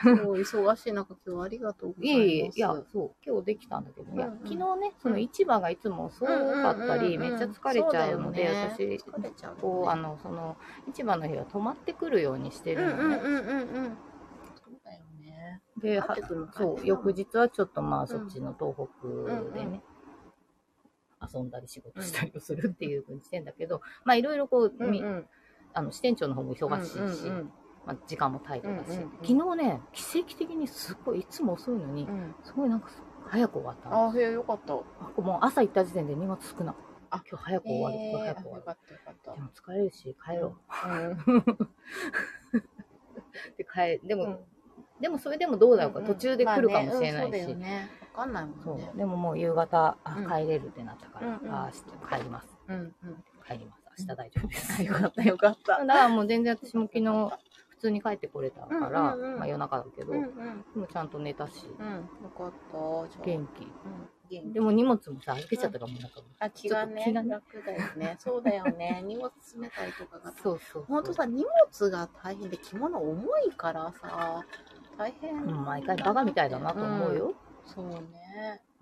Speaker 2: もう忙しい中、今日はありがとうござ
Speaker 1: い
Speaker 2: いま
Speaker 1: えいえ、
Speaker 2: す。
Speaker 1: いや、そう、今日できたんだけど、いや
Speaker 2: うんうん
Speaker 1: 昨日ね、その市場がいつもすごかったり、
Speaker 2: うんうんう
Speaker 1: め
Speaker 2: んう
Speaker 1: っ
Speaker 2: ん
Speaker 1: ちゃ疲れちゃうので、
Speaker 2: そうだよね
Speaker 1: 私、
Speaker 2: 疲れちゃう、ね。
Speaker 1: こうあのその市場の日は泊まってくるようにして
Speaker 2: う
Speaker 1: る
Speaker 2: んう
Speaker 1: のね、
Speaker 2: んうんうんうん。そうだよね。
Speaker 1: で
Speaker 2: 合っ
Speaker 1: は
Speaker 2: てくるのか
Speaker 1: そう翌日はちょっとまあそっちの東北でね、
Speaker 2: うんうん
Speaker 1: 遊んだり仕事したりをするっていうふうにしてんだけど、まあいろいろこう、
Speaker 2: うんうん
Speaker 1: みあの支店長の方も忙しいし、
Speaker 2: うんうん
Speaker 1: まあ、時間もタイトだし、
Speaker 2: うんうんうん
Speaker 1: 昨日ね奇跡的にすごいいつも遅いのに、
Speaker 2: うんうん
Speaker 1: すごいなんか早く終わったの
Speaker 2: あ、部屋よかった。
Speaker 1: あもう朝行った時点で荷物少な
Speaker 2: あ
Speaker 1: 今日早く終わる、今日
Speaker 2: え
Speaker 1: 早
Speaker 2: ー
Speaker 1: く終わ
Speaker 2: よ
Speaker 1: る
Speaker 2: かったよかった
Speaker 1: で。も疲れるし帰ろ
Speaker 2: う
Speaker 1: うって帰でも、
Speaker 2: ん
Speaker 1: でもそれでもどうだろうか、
Speaker 2: んん
Speaker 1: 途中で来るかもしれないし、
Speaker 2: まあねうんそうだよね。わかんないも
Speaker 1: そう
Speaker 2: んね。
Speaker 1: でももう夕方あ
Speaker 2: うん
Speaker 1: 帰れるってなったから、
Speaker 2: うんうん
Speaker 1: ああ帰ります
Speaker 2: うんう
Speaker 1: 帰ります明日大丈夫です、
Speaker 2: ん。よかったよかっ
Speaker 1: だか
Speaker 2: た。
Speaker 1: らもう全然私も昨日普通に帰ってこれたから、
Speaker 2: うんうんうん
Speaker 1: まあ、夜中だけど、
Speaker 2: うんう
Speaker 1: で
Speaker 2: ん。
Speaker 1: もちゃんと寝たし、
Speaker 2: うん。よかった。じゃ
Speaker 1: 元
Speaker 2: あ。うん
Speaker 1: 気
Speaker 2: 元気
Speaker 1: でも荷物もさ預けちゃったからもうなんか、
Speaker 2: あ、気が
Speaker 1: ちょっと気
Speaker 2: ね、
Speaker 1: がね
Speaker 2: 楽だよね。そうだよね。荷物詰めたりとかが。
Speaker 1: そうそうそう
Speaker 2: ほんとさ、荷物が大変で着物重いからさ、大変。
Speaker 1: うん毎回バカみたいだなと思うよ、
Speaker 2: そうね。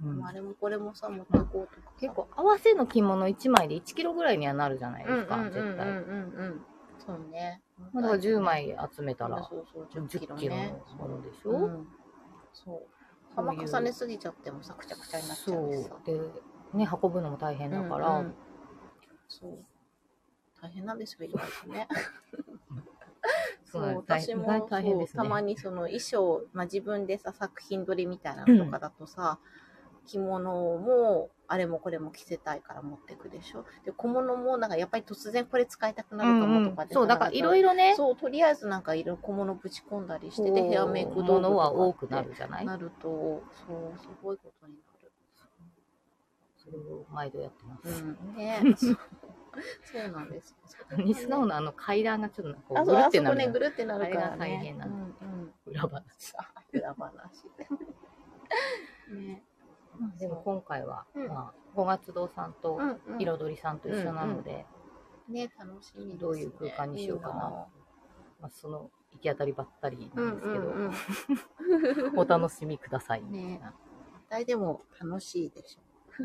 Speaker 1: うん
Speaker 2: あれもこれもさ、持ってこうとかさ。
Speaker 1: 結構合わせの着物1枚で1キロぐらいにはなるじゃない
Speaker 2: うん
Speaker 1: で
Speaker 2: うん
Speaker 1: すか、
Speaker 2: うんうん
Speaker 1: 絶対
Speaker 2: うんうん。そうね。
Speaker 1: まあだから10枚集めたら、
Speaker 2: そうそう、
Speaker 1: 10
Speaker 2: 10
Speaker 1: キ
Speaker 2: キ
Speaker 1: ロの
Speaker 2: ロね。
Speaker 1: ものでしょ、
Speaker 2: うん。そう。
Speaker 1: そう
Speaker 2: 玉
Speaker 1: いう
Speaker 2: 重ねすぎちゃってもさくちゃくちゃになっちゃ
Speaker 1: そう
Speaker 2: し
Speaker 1: う
Speaker 2: さ。。
Speaker 1: で、ね、運ぶのも大変だから、
Speaker 2: うんうんそう大変なんですよ意外とね
Speaker 1: そ
Speaker 2: そうう
Speaker 1: なんです
Speaker 2: 私
Speaker 1: 大
Speaker 2: も
Speaker 1: 大変ですね
Speaker 2: そうたまにその衣装、まあ、自分でさ作品撮りみたいなのとかだとさ、着物もあれもこれも着せたいから持ってくでしょで小物もなんかやっぱり突然これ使いたくなるかもとかでさ、
Speaker 1: そう、だからいろ
Speaker 2: い
Speaker 1: いろね、
Speaker 2: そうとりあえずなんかいろ小物ぶち込んだりしてで
Speaker 1: こう
Speaker 2: ヘアメイク道具とか
Speaker 1: ものは多くなるじゃない
Speaker 2: なるとそうすごいことになる。
Speaker 1: それを毎度やってます。
Speaker 2: うん、ね
Speaker 1: *laughs*
Speaker 2: そうそうなんですよ。
Speaker 1: 何素直なあの階段がちょっとこ
Speaker 2: あ、
Speaker 1: う
Speaker 2: そ
Speaker 1: ぐ
Speaker 2: う、
Speaker 1: る
Speaker 2: あ
Speaker 1: って
Speaker 2: そ
Speaker 1: な
Speaker 2: こ
Speaker 1: る
Speaker 2: ね、
Speaker 1: の
Speaker 2: ぐるってなるから、ね。
Speaker 1: あれが大変な
Speaker 2: う
Speaker 1: の
Speaker 2: んうん。
Speaker 1: 裏話。
Speaker 2: さあ、
Speaker 1: *laughs*
Speaker 2: 裏話。ね。
Speaker 1: でも今回は、
Speaker 2: うん
Speaker 1: まあ、五月堂さんと
Speaker 2: うんうん、
Speaker 1: 彩りさんと一緒なので、
Speaker 2: ね、楽しみです、ね。
Speaker 1: どういう空間にしようかなまあ、その行き当たりばったり
Speaker 2: いいな。う
Speaker 1: なんんですけど、
Speaker 2: うん
Speaker 1: お楽しみください。
Speaker 2: うん。ね。絶対でも楽しいでしょ。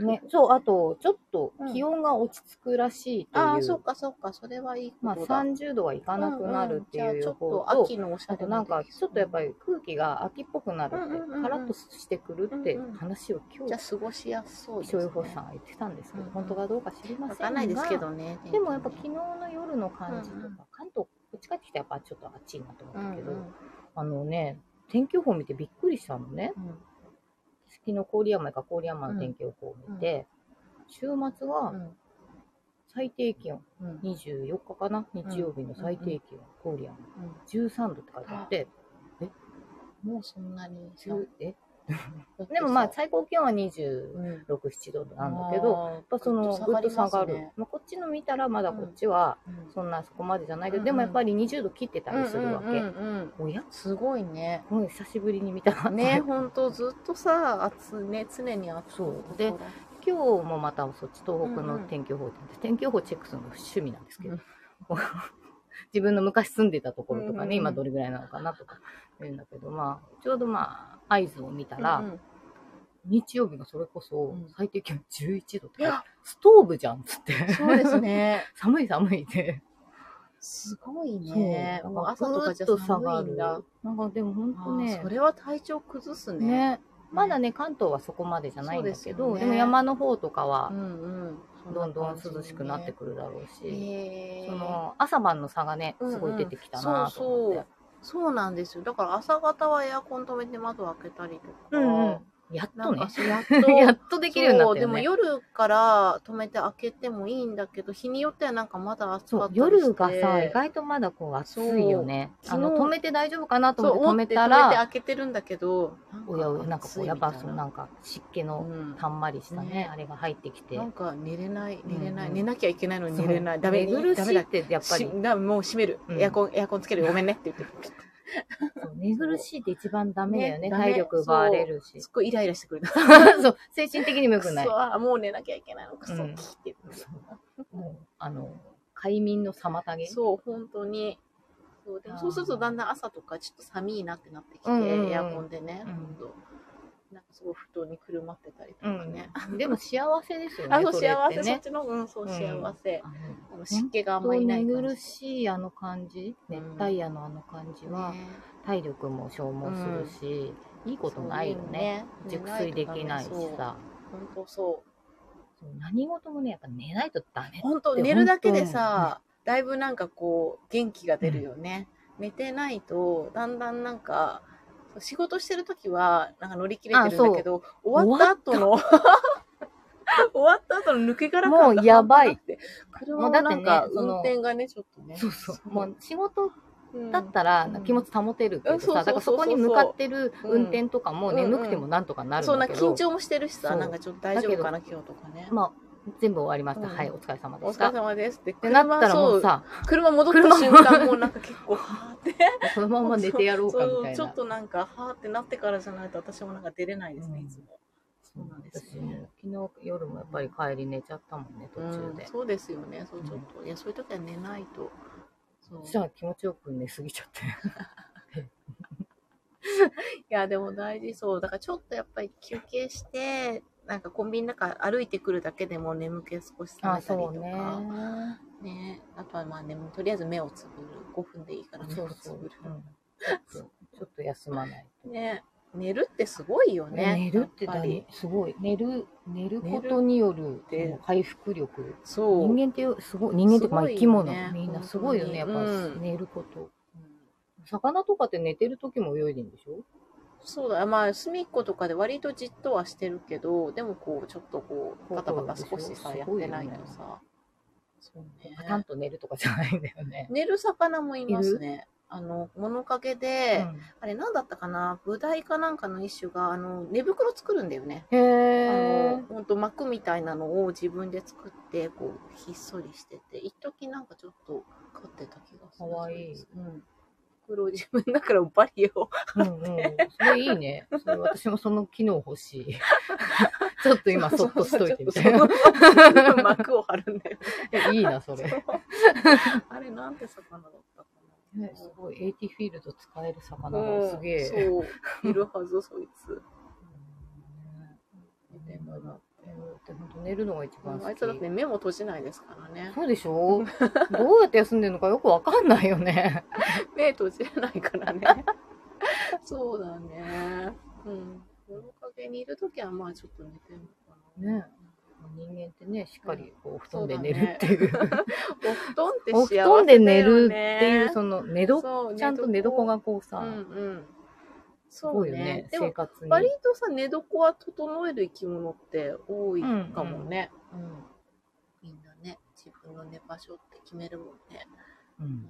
Speaker 1: ね、 *laughs* そう、あと、ちょっと
Speaker 2: うん
Speaker 1: 気温が落ち着くらしいという、
Speaker 2: ああ、そうか、そうか、それはいい
Speaker 1: まあ
Speaker 2: ことだ。
Speaker 1: 30度はいかなくなるって
Speaker 2: ん
Speaker 1: い
Speaker 2: ん
Speaker 1: う予
Speaker 2: じゃあちょ
Speaker 1: 報
Speaker 2: っと
Speaker 1: と、
Speaker 2: 秋のおしゃ
Speaker 1: あ
Speaker 2: れ
Speaker 1: となんかちょっとやっぱ
Speaker 2: り。
Speaker 1: り空気が秋っぽくなるって、
Speaker 2: うんうんうんうん
Speaker 1: カラッとしてくるって
Speaker 2: うんうん
Speaker 1: 話を今
Speaker 2: じゃ
Speaker 1: 日
Speaker 2: あ、過ごしやすそう
Speaker 1: 気
Speaker 2: です、
Speaker 1: 象
Speaker 2: ね。
Speaker 1: 予報士さんは言ってたんですけど、
Speaker 2: うんうん
Speaker 1: 本当かどうか知りま
Speaker 2: わ
Speaker 1: せ
Speaker 2: か
Speaker 1: ん
Speaker 2: ん
Speaker 1: が
Speaker 2: ないですけどね。
Speaker 1: でもやっぱ昨日
Speaker 2: 日
Speaker 1: の夜の感じとか、
Speaker 2: うんうん
Speaker 1: 関東こっち帰ってきたらやっぱちょっと暑いなと思ったけど、
Speaker 2: うん
Speaker 1: あのね天気予報見てびっくりしたのね
Speaker 2: うん
Speaker 1: 月の郡山か郡山の天気予報を見て、週末
Speaker 2: う
Speaker 1: は
Speaker 2: ん
Speaker 1: 最低気温
Speaker 2: うん
Speaker 1: 24日かな日曜日の最低気温、郡山13度って書いてあって、
Speaker 2: もうそんなに
Speaker 1: じゅうえでもまあ最高気温は26、
Speaker 2: うん
Speaker 1: 7度なんだけど、やっぱそのぐっと下がる、まあ、こっちの見たらまだこっちはそんなそこまでじゃないけど、
Speaker 2: うんうん
Speaker 1: でもやっぱり20度切ってたりするわけ、
Speaker 2: うんうんうんうん
Speaker 1: おや
Speaker 2: すごいね
Speaker 1: もう久しぶりに見た
Speaker 2: ねほんとずっとさ暑いね常に暑い
Speaker 1: そうで今日もまたそっち東北の天気予報で、天気予報チェックするのが趣味なんですけど、
Speaker 2: うん
Speaker 1: 自分の昔住んでたところとかね、
Speaker 2: うんうんうん
Speaker 1: 今どれぐらいなのかなとか言うんだけど、まあ、ちょうどまあ合図を見たら、
Speaker 2: うんうん
Speaker 1: 日曜日がそれこそ
Speaker 2: うん
Speaker 1: 最低気温11度と
Speaker 2: いや
Speaker 1: か、ストーブじゃんっつって
Speaker 2: そうですね
Speaker 1: *laughs* 寒い寒いで、
Speaker 2: すごい
Speaker 1: そう
Speaker 2: ねもう朝とかじゃ
Speaker 1: ぐーっと
Speaker 2: 寒いんだ
Speaker 1: なんかでも本当ね
Speaker 2: あーそれは体調崩す
Speaker 1: ね
Speaker 2: ね
Speaker 1: まだね関東はそこまでじゃないんだ
Speaker 2: そ
Speaker 1: け
Speaker 2: うですよ
Speaker 1: どで,、
Speaker 2: ね
Speaker 1: も山の方とかは
Speaker 2: うんうんそ
Speaker 1: どん
Speaker 2: な
Speaker 1: どん
Speaker 2: 感じね
Speaker 1: 涼しくなってくるだろうし、
Speaker 2: へー
Speaker 1: その朝晩の差がね
Speaker 2: うんうん
Speaker 1: すごい出てきたなと思って、
Speaker 2: そうそうそうなんですよだから朝方はエアコン止めて窓開けたりとか、
Speaker 1: うんうんやっ
Speaker 2: な
Speaker 1: と
Speaker 2: ん
Speaker 1: ね *laughs*
Speaker 2: かそうやっ
Speaker 1: や
Speaker 2: と
Speaker 1: っとできるようになっ
Speaker 2: そう
Speaker 1: た
Speaker 2: で
Speaker 1: よ
Speaker 2: も
Speaker 1: ね
Speaker 2: 夜から止めて開けてもいいんだけど日によってはなんかまだ暑
Speaker 1: そ
Speaker 2: か
Speaker 1: う
Speaker 2: ったりして
Speaker 1: 夜がさ意外とまだこう暑いよね
Speaker 2: そ
Speaker 1: あ
Speaker 2: う
Speaker 1: の
Speaker 2: 昨日
Speaker 1: 止めて大丈夫かなと
Speaker 2: そう
Speaker 1: 思って止
Speaker 2: 思
Speaker 1: め
Speaker 2: って
Speaker 1: た
Speaker 2: 止めて
Speaker 1: ら
Speaker 2: 開けてるんだけど
Speaker 1: おやおやなんかこうやっぱそのな
Speaker 2: なん
Speaker 1: か湿気の
Speaker 2: うん
Speaker 1: たんまりしたね、
Speaker 2: ね
Speaker 1: あれが入ってきて
Speaker 2: なんか寝れない寝れない、
Speaker 1: うんうん
Speaker 2: 寝なきゃいけないのに寝れない
Speaker 1: そう
Speaker 2: ダメ
Speaker 1: 寝苦
Speaker 2: ダ
Speaker 1: し
Speaker 2: メ
Speaker 1: い
Speaker 2: だ
Speaker 1: ってやっぱり
Speaker 2: しだもう閉める、
Speaker 1: うん
Speaker 2: エアコンエアコンつけるよごめんねって言
Speaker 1: *laughs*
Speaker 2: って
Speaker 1: そう寝苦しいって一番ダメだよね
Speaker 2: ねダメ
Speaker 1: 体力奪われるし
Speaker 2: すっごいイライラしてくる
Speaker 1: *laughs* そう精神的にも良くない
Speaker 2: *laughs* くそあもう寝なきゃいけないのくそ、
Speaker 1: うん
Speaker 2: キーって言って
Speaker 1: もうあの快眠の妨げ
Speaker 2: そう、本当に。そうで
Speaker 1: あー
Speaker 2: もそうするとだんだん朝とかちょっと寒いなってなってきて、
Speaker 1: うんうんうん
Speaker 2: エアコンでね、
Speaker 1: うん
Speaker 2: 今度なんかすごい布団にくるまってたりと
Speaker 1: う
Speaker 2: かね。
Speaker 1: ん、でも幸せですよね
Speaker 2: あ、そう、
Speaker 1: れっ
Speaker 2: 幸
Speaker 1: て
Speaker 2: せ、そっ
Speaker 1: ね
Speaker 2: ちの、うん、そう、
Speaker 1: うん
Speaker 2: 幸せ。
Speaker 1: あの
Speaker 2: あの湿気があん
Speaker 1: 本
Speaker 2: ま
Speaker 1: 当
Speaker 2: り
Speaker 1: に
Speaker 2: ない
Speaker 1: 寝
Speaker 2: 感じ。
Speaker 1: 苦しいあの感じ熱帯夜のあの感じは、
Speaker 2: ね
Speaker 1: 体力も消耗するし、いいことないよね。
Speaker 2: そう
Speaker 1: 熟睡できないし。
Speaker 2: 寝とかね
Speaker 1: さ、
Speaker 2: そう本当そ
Speaker 1: そう何事もねやっぱ寝ないとダメ
Speaker 2: う。本当寝るだけでさ、だいぶなんかこう、元気が出るよね。寝てないと、だんだんなんか、仕事してるときは、なんか乗り切れてるんだけど、終わった後の、 *laughs* 終わった後の抜け殻感が
Speaker 1: もうやばい
Speaker 2: 半端なくて。車もなん
Speaker 1: も
Speaker 2: か
Speaker 1: うだってねその
Speaker 2: 運転がね、ちょっとね。
Speaker 1: そうそうもう仕事
Speaker 2: うん
Speaker 1: だったら
Speaker 2: うん
Speaker 1: 気持ち保てるけど
Speaker 2: うん
Speaker 1: さ、だからそこに向かってる運転とかも
Speaker 2: うん
Speaker 1: 眠くてもなんとかなる
Speaker 2: そうんな
Speaker 1: だけど、
Speaker 2: 緊張もしてるしさ、
Speaker 1: そう
Speaker 2: なんかちょっと大丈夫かな、今日とかね。
Speaker 1: まあ全部終わりました、
Speaker 2: うん
Speaker 1: はいお疲れ様
Speaker 2: お
Speaker 1: でし
Speaker 2: 疲
Speaker 1: た
Speaker 2: れ様ですって。
Speaker 1: ってなったらもう
Speaker 2: 車、
Speaker 1: さ
Speaker 2: そう車戻った瞬間、もうなんか結
Speaker 1: *laughs*
Speaker 2: 構、はーって。
Speaker 1: そのまま寝てやろうかみたいな
Speaker 2: そうちょっとなんかはーってなってからじゃないと私もなんか出れないですね、
Speaker 1: うん
Speaker 2: いつもそうなんです
Speaker 1: 私
Speaker 2: よ
Speaker 1: も昨日夜もやっぱり帰り寝ちゃったもんね途中で、
Speaker 2: うんそうですよねそう
Speaker 1: うん
Speaker 2: ちょっと、いやそういう時は寝ないとそう
Speaker 1: そしたら気持ちよく寝すぎちゃって
Speaker 2: いやでも大事そうだからちょっとやっぱり休憩してなんかコンビニなんか歩いてくるだけでも眠気少し冷めたりとか、ねやっぱまあでもとりあえず目をつぶる5分でいいから目
Speaker 1: そ
Speaker 2: を
Speaker 1: う
Speaker 2: つ
Speaker 1: そう、
Speaker 2: ぶる
Speaker 1: うんちょっと休まないと。
Speaker 2: ね寝るってすごいよね
Speaker 1: 寝るって
Speaker 2: やぱり
Speaker 1: 何すごい。寝る、寝ることによる
Speaker 2: 寝るって
Speaker 1: この回復力。
Speaker 2: そう
Speaker 1: 人間ってすごい、人間っていうかまあ
Speaker 2: すご
Speaker 1: 生
Speaker 2: いよね
Speaker 1: き物、みんなすごいよね、やっ
Speaker 2: 本
Speaker 1: ぱ
Speaker 2: 当にうん
Speaker 1: 寝ること。魚とかって寝てる時も泳いでんでしょ
Speaker 2: そうだまあ隅っことかで割とじっとはしてるけどでもこうちょっとこうバタバタ少しさ
Speaker 1: そうで
Speaker 2: や
Speaker 1: し
Speaker 2: っ
Speaker 1: ょ
Speaker 2: てないとさそう
Speaker 1: パタン
Speaker 2: ね
Speaker 1: と寝るとかじゃないんだよね。
Speaker 2: 寝る魚もいますねあの物陰で、あれ何だったかなブダイかなんかの一種があの寝袋作るんだよね
Speaker 1: へ
Speaker 2: あ
Speaker 1: え
Speaker 2: の。ほんと膜みたいなのを自分で作ってこうひっそりしてて一時なんかちょっと飼ってた気がする
Speaker 1: かわいい
Speaker 2: うん、袋を自分だからバリを
Speaker 1: うんうん。それいいね。それ私もその機能欲しい。ちょっと今そっとしといてみたい
Speaker 2: そ
Speaker 1: な
Speaker 2: う。そうそうその膜を張るんだよね
Speaker 1: いいな、それ。
Speaker 2: あれなんて魚だったかな、
Speaker 1: ねすごい、エイティフィールド使える魚
Speaker 2: うん
Speaker 1: がすげえ。
Speaker 2: そういるはずそいつ
Speaker 1: うんでもな寝るって本当寝るのが一番
Speaker 2: あ
Speaker 1: 好
Speaker 2: い
Speaker 1: き。
Speaker 2: つだって目も閉じないですからね
Speaker 1: そうでしょどうやって休んでるのかよくわかんないよね。
Speaker 2: 目閉じれないからね
Speaker 1: *laughs*
Speaker 2: そうだねうん物陰にいる時はまあちょっと寝てるのかな
Speaker 1: ね人間ってね、しっかりこう布団で寝るっていう。
Speaker 2: お布団って
Speaker 1: お
Speaker 2: 幸
Speaker 1: 布
Speaker 2: せだよ、ね、
Speaker 1: 団で寝るっていう、その寝ど、
Speaker 2: そう
Speaker 1: ちゃんと寝床がこうさ、
Speaker 2: うんうん
Speaker 1: す
Speaker 2: そ
Speaker 1: ご
Speaker 2: う
Speaker 1: いよね
Speaker 2: ね、で
Speaker 1: 生
Speaker 2: も
Speaker 1: 活に。
Speaker 2: 割とさ寝床は整える生き物って多いかもね、
Speaker 1: うん
Speaker 2: みんなね自分の寝場所って決めるもんね、
Speaker 1: うん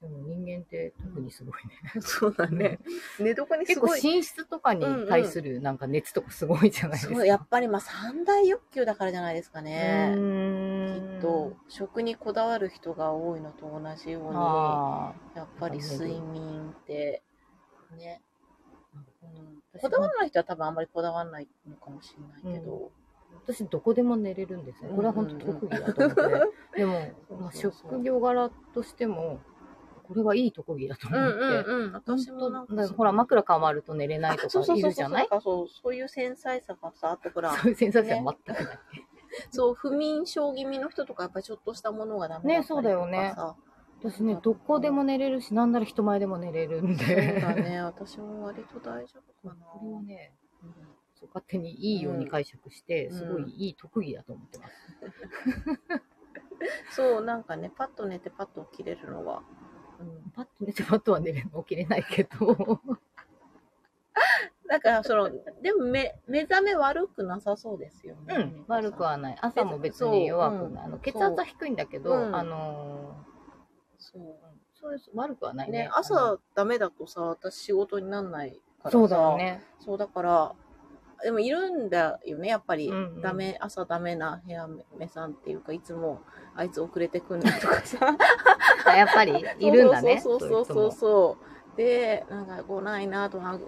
Speaker 1: でも人間って特にすごいね。
Speaker 2: そうだね寝床にす
Speaker 1: *laughs* 結構
Speaker 2: ごい
Speaker 1: 寝室とかに対するなんか熱とかすごいじゃないですか。
Speaker 2: そうやっぱりまあ三大欲求だからじゃないですかね、き
Speaker 1: っ
Speaker 2: っと食にこだわる人が多いのと同じように
Speaker 1: あ
Speaker 2: やっぱり睡眠ってね、うん、
Speaker 1: 私
Speaker 2: こだわらない人は多分あんまりこだわらないのかもしれないけど、
Speaker 1: ー私どこでも寝れるんですね。これは本当特技だと思
Speaker 2: *laughs*
Speaker 1: って。でも、まあ、
Speaker 2: そうそうそう
Speaker 1: 職業柄としても、これはいい特技だと
Speaker 2: う
Speaker 1: 思
Speaker 2: ん
Speaker 1: っ
Speaker 2: う
Speaker 1: て。
Speaker 2: んうん私もな
Speaker 1: 本当
Speaker 2: んか
Speaker 1: だからほら、枕変わると寝れないと
Speaker 2: そう
Speaker 1: か
Speaker 2: そう
Speaker 1: い
Speaker 2: そう
Speaker 1: る
Speaker 2: そ
Speaker 1: じ
Speaker 2: う
Speaker 1: ゃない
Speaker 2: なんかそうそういう繊細さがさあとほら
Speaker 1: そういうセンサーションは全くない。
Speaker 2: そう、不眠症気味の人とか、やっぱりちょっとしたものがダメ
Speaker 1: ねそうだよね
Speaker 2: そう
Speaker 1: 私ね、どこでも寝れるし、なんなら人前でも寝れるんで。
Speaker 2: だね。私も割と大丈夫
Speaker 1: こ
Speaker 2: かな。
Speaker 1: れはね、そう勝手にいいように解釈して、
Speaker 2: うん
Speaker 1: すごいいい特技だと思ってます。
Speaker 2: そう、なんかね、パッと寝てパッと起きれるのは。うん
Speaker 1: パッと寝てパッとは寝れるの起きれないけど。
Speaker 2: だから、その、でも目、目覚め悪くなさそうですよね。
Speaker 1: うん、悪く
Speaker 2: は。
Speaker 1: はない。朝も別に弱くない。あの血圧は低いんだけど、
Speaker 2: うん
Speaker 1: あの
Speaker 2: そう
Speaker 1: ー、そうです悪くはないね。
Speaker 2: ね、朝ダメだとさ、私仕事にならない
Speaker 1: あの
Speaker 2: からさ。
Speaker 1: そうだよ。ね。
Speaker 2: そう、だから、でもいるんだよね、やっぱり。
Speaker 1: うんうん
Speaker 2: ダメ、朝ダメなヘアメさんっていうか、いつも、あいつ遅れてくんのとかさ。
Speaker 1: あやっぱり *laughs* いるんだね。
Speaker 2: そうそうそうそうそう。で、なんか、こうないなと、なんか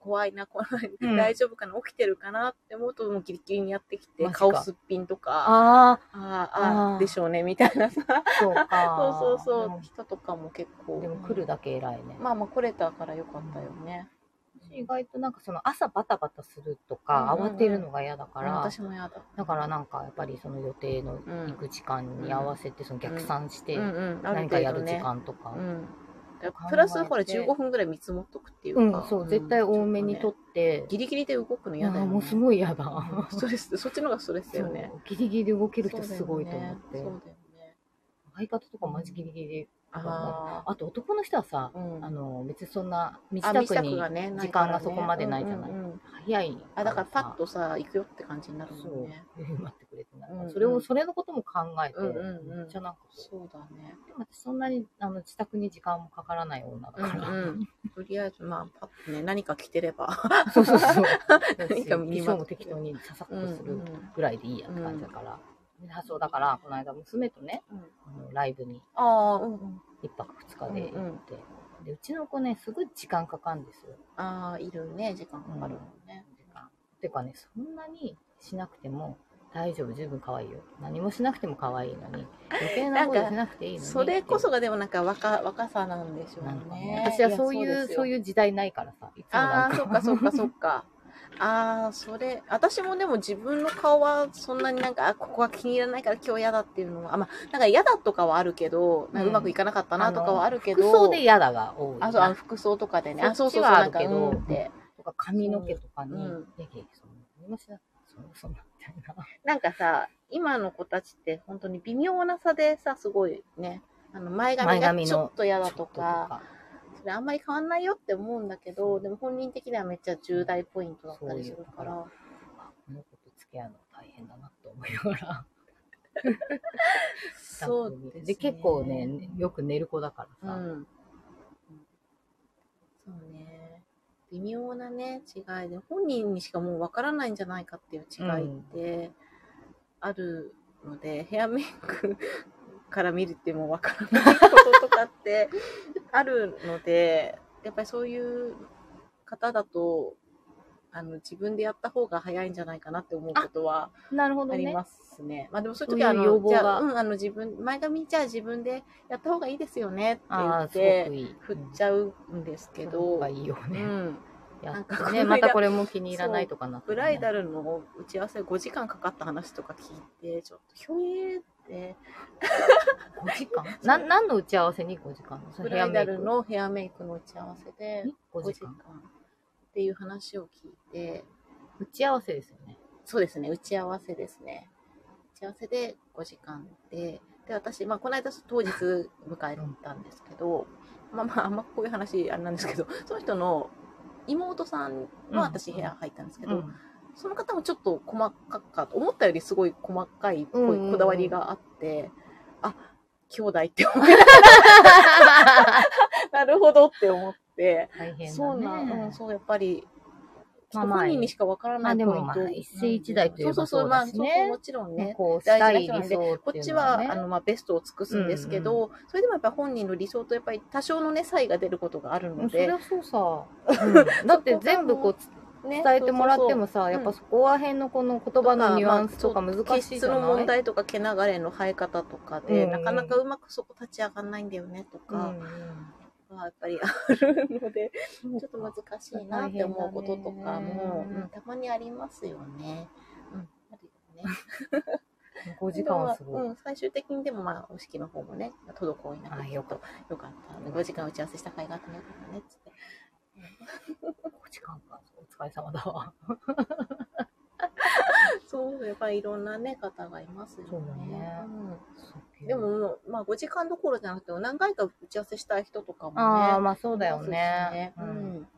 Speaker 2: 怖いな、怖いな、
Speaker 1: うん
Speaker 2: 大丈夫かな、起きてるかなって思うと、もうギリギリにやってきて、
Speaker 1: マジか
Speaker 2: 顔すっぴんとか、あ
Speaker 1: あ
Speaker 2: ーあ
Speaker 1: あー
Speaker 2: ー、でしょうね、みたいなさ。
Speaker 1: あー、そうか。
Speaker 2: そうそうそう、人とかも結構。
Speaker 1: でも来るだけ偉いね。
Speaker 2: まあまあ、来れたからよかったよね。
Speaker 1: 私意外となんかその朝バタバタするとか、
Speaker 2: うんうんうん
Speaker 1: 慌てるのが嫌だから、
Speaker 2: 私もやだ。
Speaker 1: だからなんかやっぱりその予定の
Speaker 2: うん
Speaker 1: 行く時間に合わせてその逆算して
Speaker 2: うんうん、ある
Speaker 1: 何かや
Speaker 2: 程度
Speaker 1: る時
Speaker 2: ね。
Speaker 1: 間とか。
Speaker 2: うん。だから
Speaker 1: 考えて、
Speaker 2: プラス、ほら、15分ぐらい見積もっとくっていううんか。
Speaker 1: そう、絶対多めにとっ
Speaker 2: ちょ
Speaker 1: て
Speaker 2: っとね。ギリギリで動くの嫌だ
Speaker 1: あ
Speaker 2: よ
Speaker 1: ー
Speaker 2: ね。
Speaker 1: もうすごい嫌だ。
Speaker 2: ストレ *laughs* ス、そっちの方がストレスだよね。
Speaker 1: そうギリギリで動ける人すごいと思って、
Speaker 2: そうだよね。
Speaker 1: 相方とかマジギリギリ
Speaker 2: あ
Speaker 1: あと男の人はさ
Speaker 2: あ、うん。
Speaker 1: あ
Speaker 2: あの、
Speaker 1: の別にそんな身支
Speaker 2: あ、
Speaker 1: 度
Speaker 2: 身
Speaker 1: に
Speaker 2: 支度がね、ない
Speaker 1: 時
Speaker 2: から
Speaker 1: 間
Speaker 2: ね
Speaker 1: がそこまでないじゃない
Speaker 2: うんうんうん
Speaker 1: 早い
Speaker 2: あ、だからパッ
Speaker 1: と
Speaker 2: とさ、行くよって感じになる
Speaker 1: そ
Speaker 2: もんね。
Speaker 1: う待ってくれてなんか
Speaker 2: うん
Speaker 1: それをそれのことも考えて、
Speaker 2: うんうんうん
Speaker 1: めっちゃなんか
Speaker 2: そうだね。
Speaker 1: でも私そんなにあの自宅に時間もかからない女だ
Speaker 2: うん
Speaker 1: から、
Speaker 2: うん。とりあえず、まあ、パッとね、何か着てれば。
Speaker 1: そうそう
Speaker 2: *laughs*
Speaker 1: そう
Speaker 2: 何か身にまとって
Speaker 1: 衣装も適当にささっ
Speaker 2: うんう
Speaker 1: とする
Speaker 2: ん。
Speaker 1: ぐらいでいいやって感じだから、あそうだからこの間娘とねあのライブに
Speaker 2: ああ、うんうん。
Speaker 1: 一泊二日で行って、うでうちの子ねすぐ時間かかるんですよ
Speaker 2: ああ、いるね、時間かかるもんね。
Speaker 1: 時間てかねそんなにしなくても大丈夫十分可愛いよ何もしなくても可愛いのに余計なことしなくていいのに
Speaker 2: それこそがでもなんか若若さなんでしょう
Speaker 1: なんか
Speaker 2: ね
Speaker 1: ね。私はそうい
Speaker 2: や
Speaker 1: うそう
Speaker 2: うで
Speaker 1: いう時代ないからさいつも
Speaker 2: すよ。あ
Speaker 1: なん
Speaker 2: あ、
Speaker 1: か
Speaker 2: そっかそっかそっか。ああ、それ、私もでも自分の顔はそんなになんか、あここは気に入らないから今日嫌だっていうのは、あ、まあ、なんか嫌だとかはあるけど、なんかうまくいかなかったなとかはあるけど、
Speaker 1: 服装で嫌だが多いな。
Speaker 2: あ、そう、あの服装とかでね、あ、
Speaker 1: そ
Speaker 2: そう
Speaker 1: っち
Speaker 2: そうそう、
Speaker 1: はあ
Speaker 2: な
Speaker 1: る
Speaker 2: んか、
Speaker 1: けど
Speaker 2: うんって。
Speaker 1: とか髪の毛とかね。
Speaker 2: うん
Speaker 1: いやいやそんなのそんなそんなみたいな。
Speaker 2: なんかさ、今の子たちって本当に微妙な差でさ、すごいね、あの前髪
Speaker 1: 前
Speaker 2: が
Speaker 1: 髪の
Speaker 2: ちょっと嫌だ
Speaker 1: ちょ
Speaker 2: と
Speaker 1: っとと
Speaker 2: か、それあんまり変わんないよって思うんだけど、でも本人的にはめっちゃ重大ポイントだったりするから。
Speaker 1: あこの子と付き合うの大変だなと思いながら。
Speaker 2: そうです、ね。
Speaker 1: で結構ね、よく寝る子だからさ。
Speaker 2: うん。そうね。微妙なね、違いで、本人にしかもうわからないんじゃないかっていう違いってあるので、ヘアメイクから見るってもわからないこととかってあるので、やっぱりそういう方だと、あの自分でやった方が早いんじゃないかなって思うことは
Speaker 1: なるほど
Speaker 2: あり
Speaker 1: ね。
Speaker 2: ますね。まあでもそういう
Speaker 1: そう
Speaker 2: 時
Speaker 1: いう
Speaker 2: はあの
Speaker 1: 要望
Speaker 2: じ
Speaker 1: が
Speaker 2: ゃあ、うん、あの自分、前髪じゃあ自分でやった方がいいですよねって言
Speaker 1: ああ、
Speaker 2: っ
Speaker 1: すご
Speaker 2: て
Speaker 1: くいい。
Speaker 2: 振っちゃうんですけど、
Speaker 1: がいいよ
Speaker 2: う
Speaker 1: ね。
Speaker 2: ん、
Speaker 1: やっ
Speaker 2: なんか
Speaker 1: て
Speaker 2: こ
Speaker 1: ね、
Speaker 2: れ
Speaker 1: またこれも気に入らないとかなってね。
Speaker 2: ブライダルの打ち合わせ5時間かかった話とか聞いて、ちょっとひょえーって、
Speaker 1: 5時間な何の打ち合わせに5時間そ
Speaker 2: ブ
Speaker 1: れヘア
Speaker 2: ライ
Speaker 1: メ
Speaker 2: ダ
Speaker 1: イク
Speaker 2: ルのヘアメイクの打ち合わせで
Speaker 1: に5
Speaker 2: 5
Speaker 1: 時
Speaker 2: 時間
Speaker 1: 間。
Speaker 2: っていう話を聞いて、
Speaker 1: 打ち合わせですよね。
Speaker 2: そうですね、打ち合わせですね。打ち合わせで5時間で、で、私、まあ、この間当日迎えたんですけど、まあまあ、あんまこういう話、あれなんですけど、その人の妹さん
Speaker 1: うん
Speaker 2: の私部屋入ったんですけど、 *laughs*
Speaker 1: うん
Speaker 2: その方もちょっと細かかった、思ったよりすごい細かいこ
Speaker 1: うんう
Speaker 2: うん
Speaker 1: うん
Speaker 2: こだわりがあって、あ、兄弟って
Speaker 1: *laughs*
Speaker 2: 思いなるほどって思って、
Speaker 1: 大変だね。
Speaker 2: そうなん、うん、そう、やっぱり、
Speaker 1: まあまあ
Speaker 2: 本人にしかわからないポイント。
Speaker 1: まあでもまあ一世一代といえば
Speaker 2: そうそうそう、
Speaker 1: そう
Speaker 2: まあ、
Speaker 1: だ
Speaker 2: そう
Speaker 1: し
Speaker 2: そう
Speaker 1: ね、
Speaker 2: もちろんね。
Speaker 1: こうしたい理想っていうのは、ね、
Speaker 2: こっちは、あの、まあ、ベストを尽くすんですけど、それでもやっぱり本人の理想と、やっぱり多少のね、差異が出ることがある
Speaker 1: う
Speaker 2: の
Speaker 1: んそり
Speaker 2: で、
Speaker 1: ゃそうさ、うんだって全部こう
Speaker 2: ね
Speaker 1: 伝えてもらっても
Speaker 2: そう
Speaker 1: さ、
Speaker 2: ん
Speaker 1: やっぱそこら辺のこの言葉のニュアンスとか難
Speaker 2: そうそう
Speaker 1: し
Speaker 2: 気
Speaker 1: い
Speaker 2: 質
Speaker 1: じゃ
Speaker 2: の問
Speaker 1: ない
Speaker 2: 題とか毛流れの生え方とかで、
Speaker 1: うん
Speaker 2: なかなかうまくそこ立ち上がんないんだよねと
Speaker 1: うんう
Speaker 2: か
Speaker 1: ん
Speaker 2: はやっぱりあるので、
Speaker 1: そう
Speaker 2: ちょっと
Speaker 1: か
Speaker 2: 難しいなって思うこととかも、うんたまにありますよね。うん、あるよね。
Speaker 1: 5時間はすごい。
Speaker 2: うん、最終的にでもまあ、お式の方もね、滞いなく
Speaker 1: あよかっ
Speaker 2: よかったね。5時間打ち合わせした甲斐があったね。よかったねっつって。
Speaker 1: 5時間か。お疲れ様だわ。
Speaker 2: そう、やっぱりいろんなね、方がいますよね。
Speaker 1: そうだね
Speaker 2: うん、でももう、まあ、5時間どころじゃなくて、何回か打ち合わせしたい人とかもね。
Speaker 1: ああ、まあそう
Speaker 2: そう
Speaker 1: だよね。
Speaker 2: う
Speaker 1: うん
Speaker 2: ん。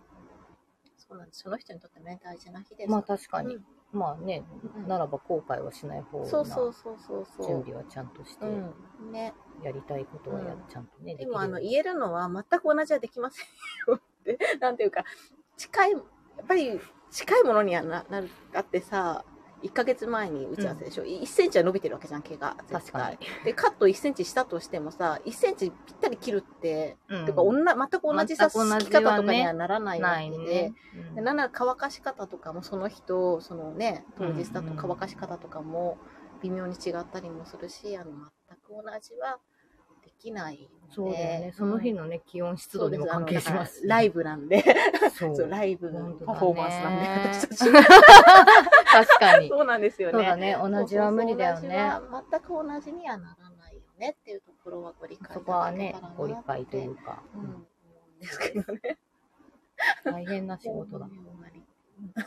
Speaker 2: そうなんです。その人にとってね、大事な日です。
Speaker 1: まあ確か
Speaker 2: う
Speaker 1: に
Speaker 2: ん。
Speaker 1: まあね、
Speaker 2: うん
Speaker 1: ならば後悔はしない方
Speaker 2: そうそ
Speaker 1: が
Speaker 2: うそうそうそう。
Speaker 1: 準備はちゃんとして、
Speaker 2: うん。ね。
Speaker 1: やりたいことはやちゃんとね、で
Speaker 2: で
Speaker 1: きる
Speaker 2: もあの
Speaker 1: ように
Speaker 2: 言えるのは全く同じはできませんよ *laughs* って、なんていうか、近い、やっぱり近いものにはななる、だってさ、1ヶ月前に打ち合わせでしょ、1センチは伸びてるわけじゃん、毛が。
Speaker 1: 確かに
Speaker 2: 絶。対で、カット1センチしたとしてもさ、1センチぴったり切るって、
Speaker 1: うん
Speaker 2: てか女全く同じさ、
Speaker 1: 全く同
Speaker 2: 好
Speaker 1: じ
Speaker 2: き方
Speaker 1: はね
Speaker 2: とかにはならないわ
Speaker 1: な
Speaker 2: け
Speaker 1: い
Speaker 2: で、
Speaker 1: ね。
Speaker 2: でなんなら乾かし方とかもその人そのね当日だと乾かし方とかも微妙に違ったりもするし、あの全く同じはできないので
Speaker 1: そうだよね。その日
Speaker 2: うん
Speaker 1: のね、気温、湿
Speaker 2: そ
Speaker 1: 度に
Speaker 2: うで
Speaker 1: も
Speaker 2: すあ
Speaker 1: 関係
Speaker 2: の
Speaker 1: します
Speaker 2: だからライブなんで
Speaker 1: ブ。 *laughs* そ
Speaker 2: そう
Speaker 1: う。
Speaker 2: ライブ
Speaker 1: 本当だね
Speaker 2: パフォーマンスなんで私たち
Speaker 1: 確か *laughs* に。そ
Speaker 2: そうなんですよ
Speaker 1: うだね。
Speaker 2: ね
Speaker 1: 同じは無理だよ
Speaker 2: そうそう
Speaker 1: ね。
Speaker 2: そう同じは全く同じにはならないよねっていうところはご理解
Speaker 1: そこはい
Speaker 2: ただけ
Speaker 1: ね
Speaker 2: たらな、
Speaker 1: ご理解とい
Speaker 2: って
Speaker 1: うか、
Speaker 2: うん思うんですけどね
Speaker 1: 大変な仕事だ。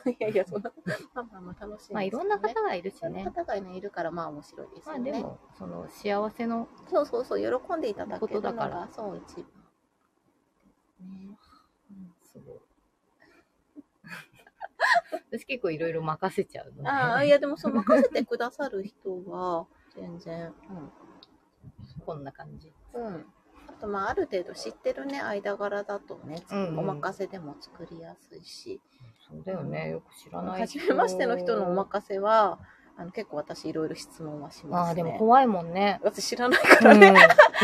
Speaker 2: いやいや、そんな、まあまあまあ楽しいですけどね
Speaker 1: まあいろんな方がいるし
Speaker 2: いろんな
Speaker 1: ね。
Speaker 2: 方がねいるからまあ面白いです
Speaker 1: ま
Speaker 2: よ
Speaker 1: あ
Speaker 2: ね。
Speaker 1: でも、その幸せの、
Speaker 2: そうそうそう喜んでいただける
Speaker 1: こ
Speaker 2: の
Speaker 1: とだから
Speaker 2: がそう一番。ね。
Speaker 1: すごい私結構いろいろ任せちゃうので。
Speaker 2: ああいやでもそう任せてくださる人は全然。
Speaker 1: こんな感じ。
Speaker 2: うん。うん。あとまあある程度知ってるね間柄だとね、
Speaker 1: うんうん
Speaker 2: お任せでも作りやすいし、
Speaker 1: そうだよね。よく知らない
Speaker 2: 初
Speaker 1: 人。
Speaker 2: めましての人のお任せはあの結構私いろいろ質問はし
Speaker 1: あ
Speaker 2: ますね。
Speaker 1: あ、でも怖いもんね。
Speaker 2: 私知らないからね。